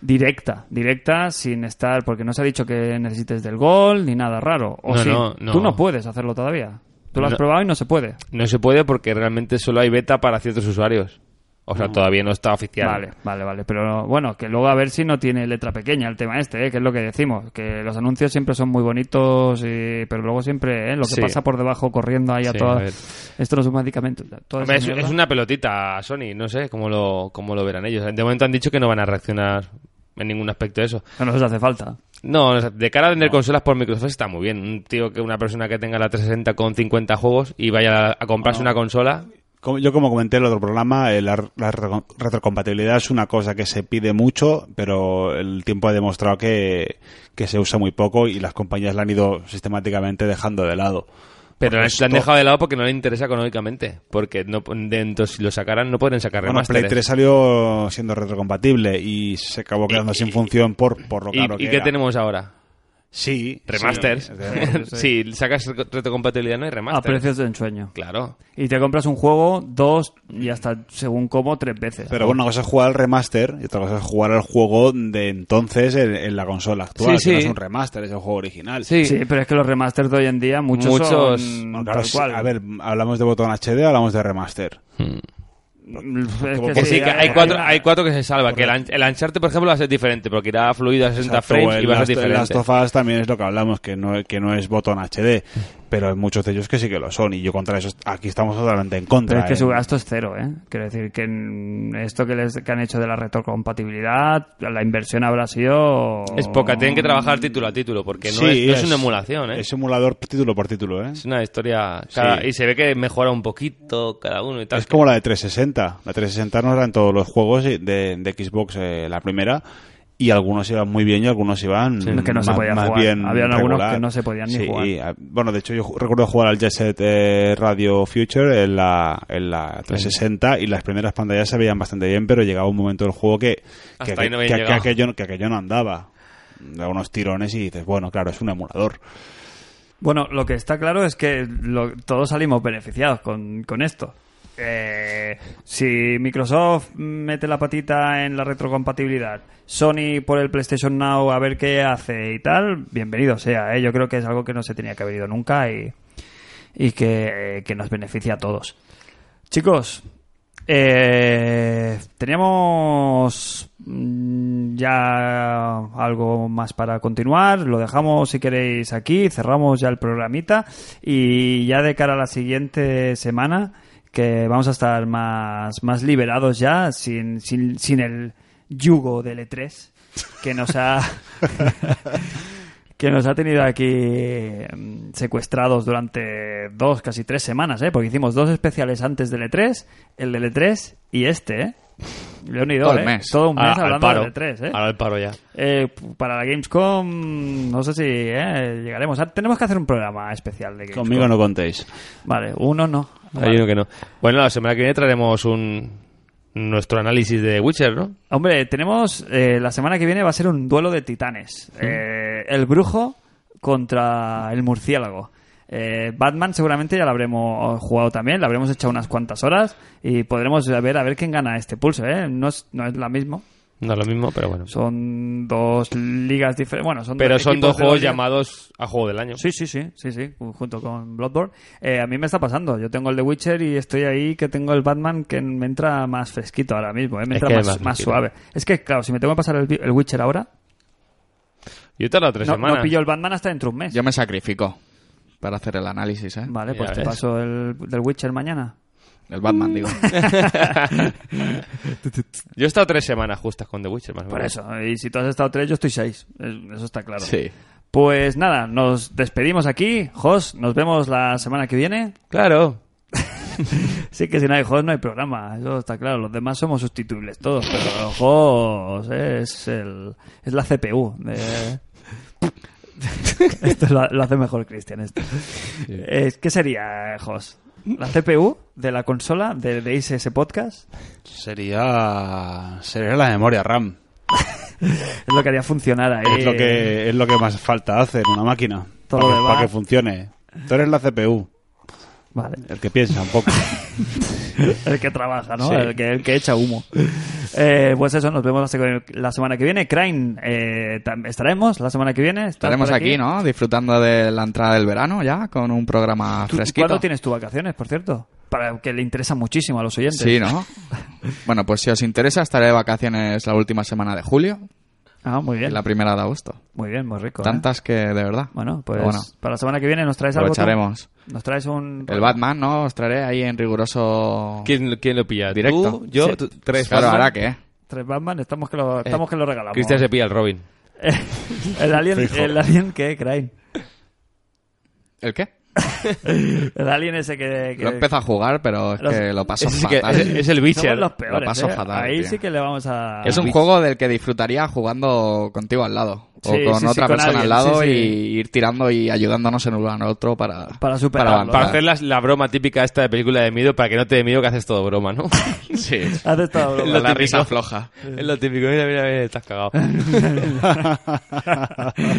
B: directa directa sin estar porque no se ha dicho que necesites del gol ni nada raro o
C: No,
B: sí,
C: no, no.
B: tú no puedes hacerlo todavía tú lo has
C: No.
B: probado y no se puede
C: No se puede porque realmente solo hay beta para ciertos usuarios. O sea, todavía no está oficial.
B: Mm. Vale, vale, vale. Pero bueno, que luego a ver si no tiene letra pequeña el tema este, ¿eh? que es lo que decimos. Que los anuncios siempre son muy bonitos, y- pero luego siempre ¿eh? lo que
C: Sí.
B: pasa por debajo corriendo ahí a
C: Sí,
B: todas
C: a ver.
B: Esto no es un medicamento. toda
C: Hombre, es,
B: esa mierda.
C: es una pelotita, Sony. No sé cómo lo, cómo lo verán ellos. De momento han dicho que no van a reaccionar en ningún aspecto a eso.
B: No nos hace falta.
C: No, o sea, de cara a vender consolas por Microsoft está muy bien. Un tío que una persona que tenga la 360 con 50 juegos y vaya a comprarse una consola.
E: Como- Yo, como comenté en el otro programa, eh, la, la retro- retrocompatibilidad es una cosa que se pide mucho, pero el tiempo ha demostrado que, que se usa muy poco y las compañías la han ido sistemáticamente dejando de lado.
C: Pero la-
E: Esto-
C: la han dejado de lado porque no le interesa económicamente. Porque no, dentro, si lo sacaran, no pueden sacar
E: Bueno, Play
C: remasteres.
E: 3 salió siendo retrocompatible y se acabó quedando sin función por, por lo
C: ¿Y,
E: caro
C: y
E: que
C: qué
E: era.
C: tenemos ahora?
E: Sí.
C: Remasters.
E: sí.
C: si sacas retrocompatibilidad, no hay
B: A
C: remaster.
B: precios de ensueño.
C: Claro.
B: Y te compras un juego dos y hasta según cómo tres veces.
E: Pero bueno, una cosa es jugar al remaster y otra cosa es jugar al juego de entonces en, en la consola actual.
C: Sí,
E: que no
C: sí.
E: es un remaster, es el juego original.
B: sí, pero es que los remasters de hoy en día muchos,
C: Muchos-
B: son tal
E: Bueno, claro, sí,
B: cual.
E: Mm, pues, a ver, hablamos de botón HD, hablamos de remaster.
B: Hmm. Es
E: como
B: que
E: que
C: Que sí,
B: sí,
C: que hay cuatro, hay cuatro que se salva. Que el,
E: Correcto.
C: An- el Uncharted, por ejemplo, va a ser diferente porque irá fluido a 60
E: Exacto,
C: frames
E: el
C: y va a ser
E: Last- el
C: diferente.
E: Last of Us también es lo que hablamos, que no, que no es botón HD, pero hay muchos de ellos que sí que lo son y yo contra eso aquí estamos totalmente en contra.
B: Pero es que
E: ¿eh?
B: su gasto es cero, ¿eh? Quiero decir que en esto que, les, que han hecho de la retrocompatibilidad, la inversión habrá sido...
C: Es poca, tienen que trabajar título a título porque no,
E: Sí,
C: es, no es una emulación, ¿eh?
E: Es emulador título por título, ¿eh?
C: Es una historia. cada-
E: Sí.
C: Y se ve que mejora un poquito cada uno y tal.
E: Es como la de 360. La 360 no eran todos los juegos y- de, de Xbox, eh, la primera, y algunos iban muy bien y algunos iban
B: que no se
E: más,
B: podía
E: más
B: jugar.
E: bien
B: Habían algunos
E: regular.
B: que no se podían ni
E: Sí,
B: jugar.
E: y, ah, bueno, de hecho yo ju- recuerdo jugar al Jet Set eh, Radio Future en la, en la 360 y las primeras pantallas se veían bastante bien, pero llegaba un momento del juego que, que,
C: Hasta ahí no
E: que-
C: habían
E: que
C: llegado.
E: aquello, que aquello no andaba. Da unos tirones y dices, bueno, claro, es un emulador.
B: Bueno, lo que está claro es que lo- todos salimos beneficiados con, con esto. Eh, si Microsoft mete la patita en la retrocompatibilidad, Sony por el PlayStation Now a ver qué hace y tal, bienvenido sea. ¿eh? Yo creo que es algo que no se tenía que haber ido nunca y, y que, eh, que nos beneficia a todos. Chicos, eh, teníamos mm, ya algo más para continuar. Lo dejamos, si queréis, aquí. Cerramos ya el programita. Y ya de cara a la siguiente semana, que vamos a estar más, más liberados ya, sin, sin, E sin el yugo del E3 que nos ha... que nos ha tenido aquí mm, secuestrados durante dos, casi tres semanas, ¿eh? Porque hicimos dos especiales antes del E3, el del E3 y este, ¿eh? León y
D: Todo
B: Dor,
D: el
B: ¿eh?
D: mes.
B: Todo un mes
C: Ah, al
B: hablando
C: paro.
B: del E3, ¿eh?
C: Ahora al paro ya.
B: Eh, p- Para la Gamescom, no sé si ¿eh? llegaremos. Ah, Tenemos que hacer un programa especial de Gamescom.
E: Conmigo no contéis.
B: Vale, uno no.
C: Hay uno que no. Bueno, la semana que viene traeremos un nuestro análisis de Witcher, ¿no?
B: Hombre, tenemos. eh, la semana que viene va a ser un duelo de titanes. Eh, el brujo contra el murciélago. Eh, Batman seguramente ya lo habremos oh, jugado también, lo habremos hecho unas cuantas horas y podremos ver a ver quién gana este pulso. ¿eh? No, es, no es la misma.
C: No es lo mismo, pero bueno.
B: Son dos ligas diferentes. Bueno, son
C: Pero son
B: equipos
C: dos
B: de
C: juegos
B: ligas.
C: llamados a juego del año.
B: Sí, sí, sí, sí, sí, junto con Bloodborne. Eh, a mí me está pasando. Yo tengo el de Witcher y estoy ahí que tengo el Batman que me entra más fresquito ahora mismo, ¿eh? me
C: Es
B: entra
C: que
B: más,
C: es más
B: más
C: fresquito.
B: suave. Es que, claro, si me tengo que pasar el, el Witcher ahora,
C: Yo he tardado tres
B: no,
C: semanas.
B: no pillo el Batman hasta dentro de un mes.
D: Yo me sacrifico para hacer el análisis, ¿eh?
B: Vale, pues
C: Ya
B: te
C: ves.
B: paso el del Witcher mañana.
D: El Batman, digo.
C: Yo he estado tres semanas justas con The Witcher, más o
B: Por
C: menos.
B: eso. Y si tú has estado tres, yo estoy seis. Eh, Eso está claro.
D: Sí.
B: Pues nada, nos despedimos aquí. Jos, nos vemos la semana que viene.
C: Claro.
B: Sí que si no hay Jos no hay programa, eso está claro. Los demás somos sustituibles todos, pero Jos es, el, es la CPU. de- esto lo, lo hace mejor Cristian. Esto. Eh, ¿Qué sería, Jos? ¿La CPU de la consola de, de ISS Podcast?
E: Sería. Sería la memoria RAM.
B: Es lo que haría funcionar ahí.
E: Es, lo que, es lo que más falta hace en una máquina.
B: Eh, Todo lo
E: para, que,
B: demás.
E: para que funcione. Tú eres la CPU,
B: Vale.
E: el que piensa un poco.
B: El que trabaja, ¿no?
E: Sí.
B: El, que, el que echa humo. Eh, pues eso, nos vemos la, se- la semana que viene. Crane, eh, tam- estaremos la semana que viene. ¿Estás
D: Estaremos
B: por
D: aquí, ¿no? Disfrutando de la entrada del verano ya, con un programa
B: ¿Tú-
D: fresquito.
B: ¿Cuándo tienes tus vacaciones, por cierto? Para que le interesa muchísimo a los oyentes.
D: Sí, ¿no? bueno, pues si os interesa, estaré de vacaciones la última semana de julio
B: Ah, muy
D: y
B: bien.
D: la primera de agosto.
B: Muy bien, muy rico. ¿eh?
D: Tantas que, de verdad.
B: Bueno, pues
D: Pero bueno,
B: para la semana que viene nos traes algo. tú?
D: aprovecharemos.
B: Nos traes un.
D: El Batman, ¿no? Os traeré ahí en riguroso...
C: ¿Quién, quién lo pilla?
D: Oh. Directo.
C: ¿Tú, yo,
B: Sí.
C: tú- tres
D: Claro,
C: Batman.
D: ahora qué.
B: Tres Batman, estamos que lo,
D: Eh,
B: estamos que lo regalamos.
C: Cristian se pilla el Robin.
B: el alien, el alien que, Crane.
D: ¿El qué?
B: El alien ese que. que-
D: Lo empezó a jugar, pero es
B: Los-
D: que lo paso
C: Ese sí que-
D: fatal.
C: es, es el
B: Somos
C: Witcher.
B: los peores.
D: Lo paso
B: ¿eh?
D: fatal,
B: Ahí
D: tío.
B: sí que le vamos a.
D: Es un juego del que disfrutaría jugando contigo al lado. O
B: Sí,
D: con
B: sí, sí,
D: otra
B: con alguien,
D: persona al lado
B: sí, sí.
D: y ir tirando y ayudándonos en uno al otro para,
B: Para superarlo.
C: Para
D: avanzar.
C: hacer las- la, broma típica esta de película de miedo, para que no te dé miedo que haces todo broma, ¿no?
D: Sí.
B: Has estado broma.
D: la risa floja.
C: es lo típico. Mira, mira, mira, estás cagado.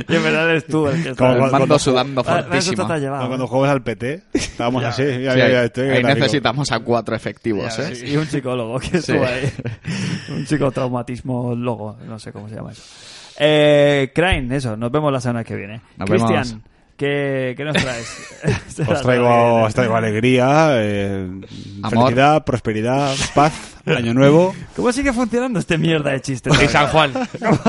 B: y en verdad eres tú el que está.
E: Como
D: El
E: cuando-
D: mando sudando
B: Ah, eso te
D: fortísimo.
B: has llevado,
E: No,
B: ¿eh?
E: cuando juegas al PT, estábamos así. ya,
D: Sí,
E: ya,
D: ahí-
E: ya, estoy
D: ahí
E: gráfico.
D: necesitamos a cuatro
E: Pues
D: efectivos,
B: Ya
D: ¿eh?
B: ves, Y un psicólogo que
D: Sí.
B: estuvo ahí. Un psicotraumatismo logo, no sé cómo se llama eso. Eh, Crane, eso, nos vemos la semana que viene.
D: Nos vemos.
B: Cristian, ¿qué, ¿qué nos traes?
E: Os traigo, os traigo alegría, eh,
D: Amor.
E: felicidad, prosperidad, paz, año nuevo.
B: ¿Cómo sigue funcionando este mierda de chiste?
C: Y San Juan.
B: ¿Cómo,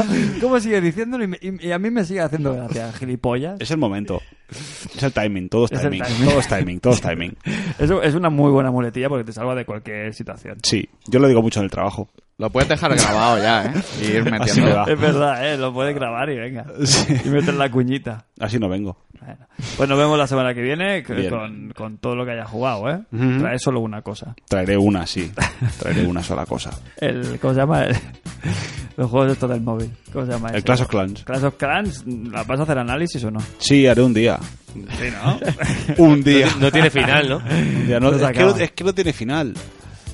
B: cómo sigue diciéndolo y, me- y- y a mí me sigue haciendo gracia, gilipollas?
E: Es el momento. Es el timing, todo es
B: Es el
E: timing.
B: timing.
E: Todo es timing, todo es timing.
B: Eso es una muy buena muletilla porque te salva de cualquier situación.
E: Sí, yo lo digo mucho en el trabajo.
D: Lo puedes dejar grabado ya, ¿eh? Y ir
E: Así me
D: metiendo.
E: va.
B: Es verdad, ¿eh? lo puedes grabar y venga. Y meter la cuñita.
E: Así no vengo.
B: Bueno, pues nos vemos la semana que viene que-
E: Bien.
B: con, con todo lo que haya jugado, ¿eh?
E: Ujú.
B: Trae solo una cosa.
E: Traeré una, sí. Traeré una sola cosa.
B: El, ¿Cómo se llama? El- los juegos estos del móvil. ¿Cómo se llama
E: El
B: ese?
E: Clash of Clans.
B: Clash of Clans, ¿la vas a hacer análisis o no?
E: Sí, haré un día.
B: Sí, ¿no?
E: Un día.
C: No tiene final, ¿no?
E: Un día no-
B: no se
E: es, que no,
B: acaba.
E: es que no tiene final.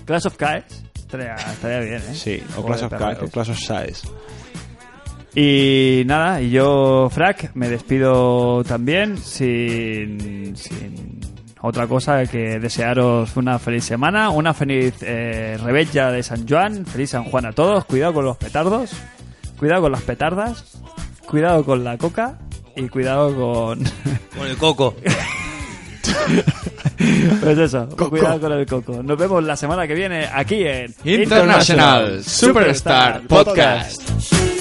B: Clash of Clans. Estaría, estaría bien, ¿eh?
E: Sí, o
B: Juego
E: Clash
B: de
E: of, Ca-
B: terrazas.
E: o Clash of Size.
B: Y nada, y yo, Frac, me despido también sin, sin otra cosa que desearos una feliz semana, una feliz eh, rebella de San Juan, feliz San Juan a todos, cuidado con los petardos, cuidado con las petardas, cuidado con la coca y cuidado con...
C: Con el coco.
B: pues eso, cuidado con el coco. Nos vemos la semana que viene aquí en
D: International Superstar Podcast.
F: She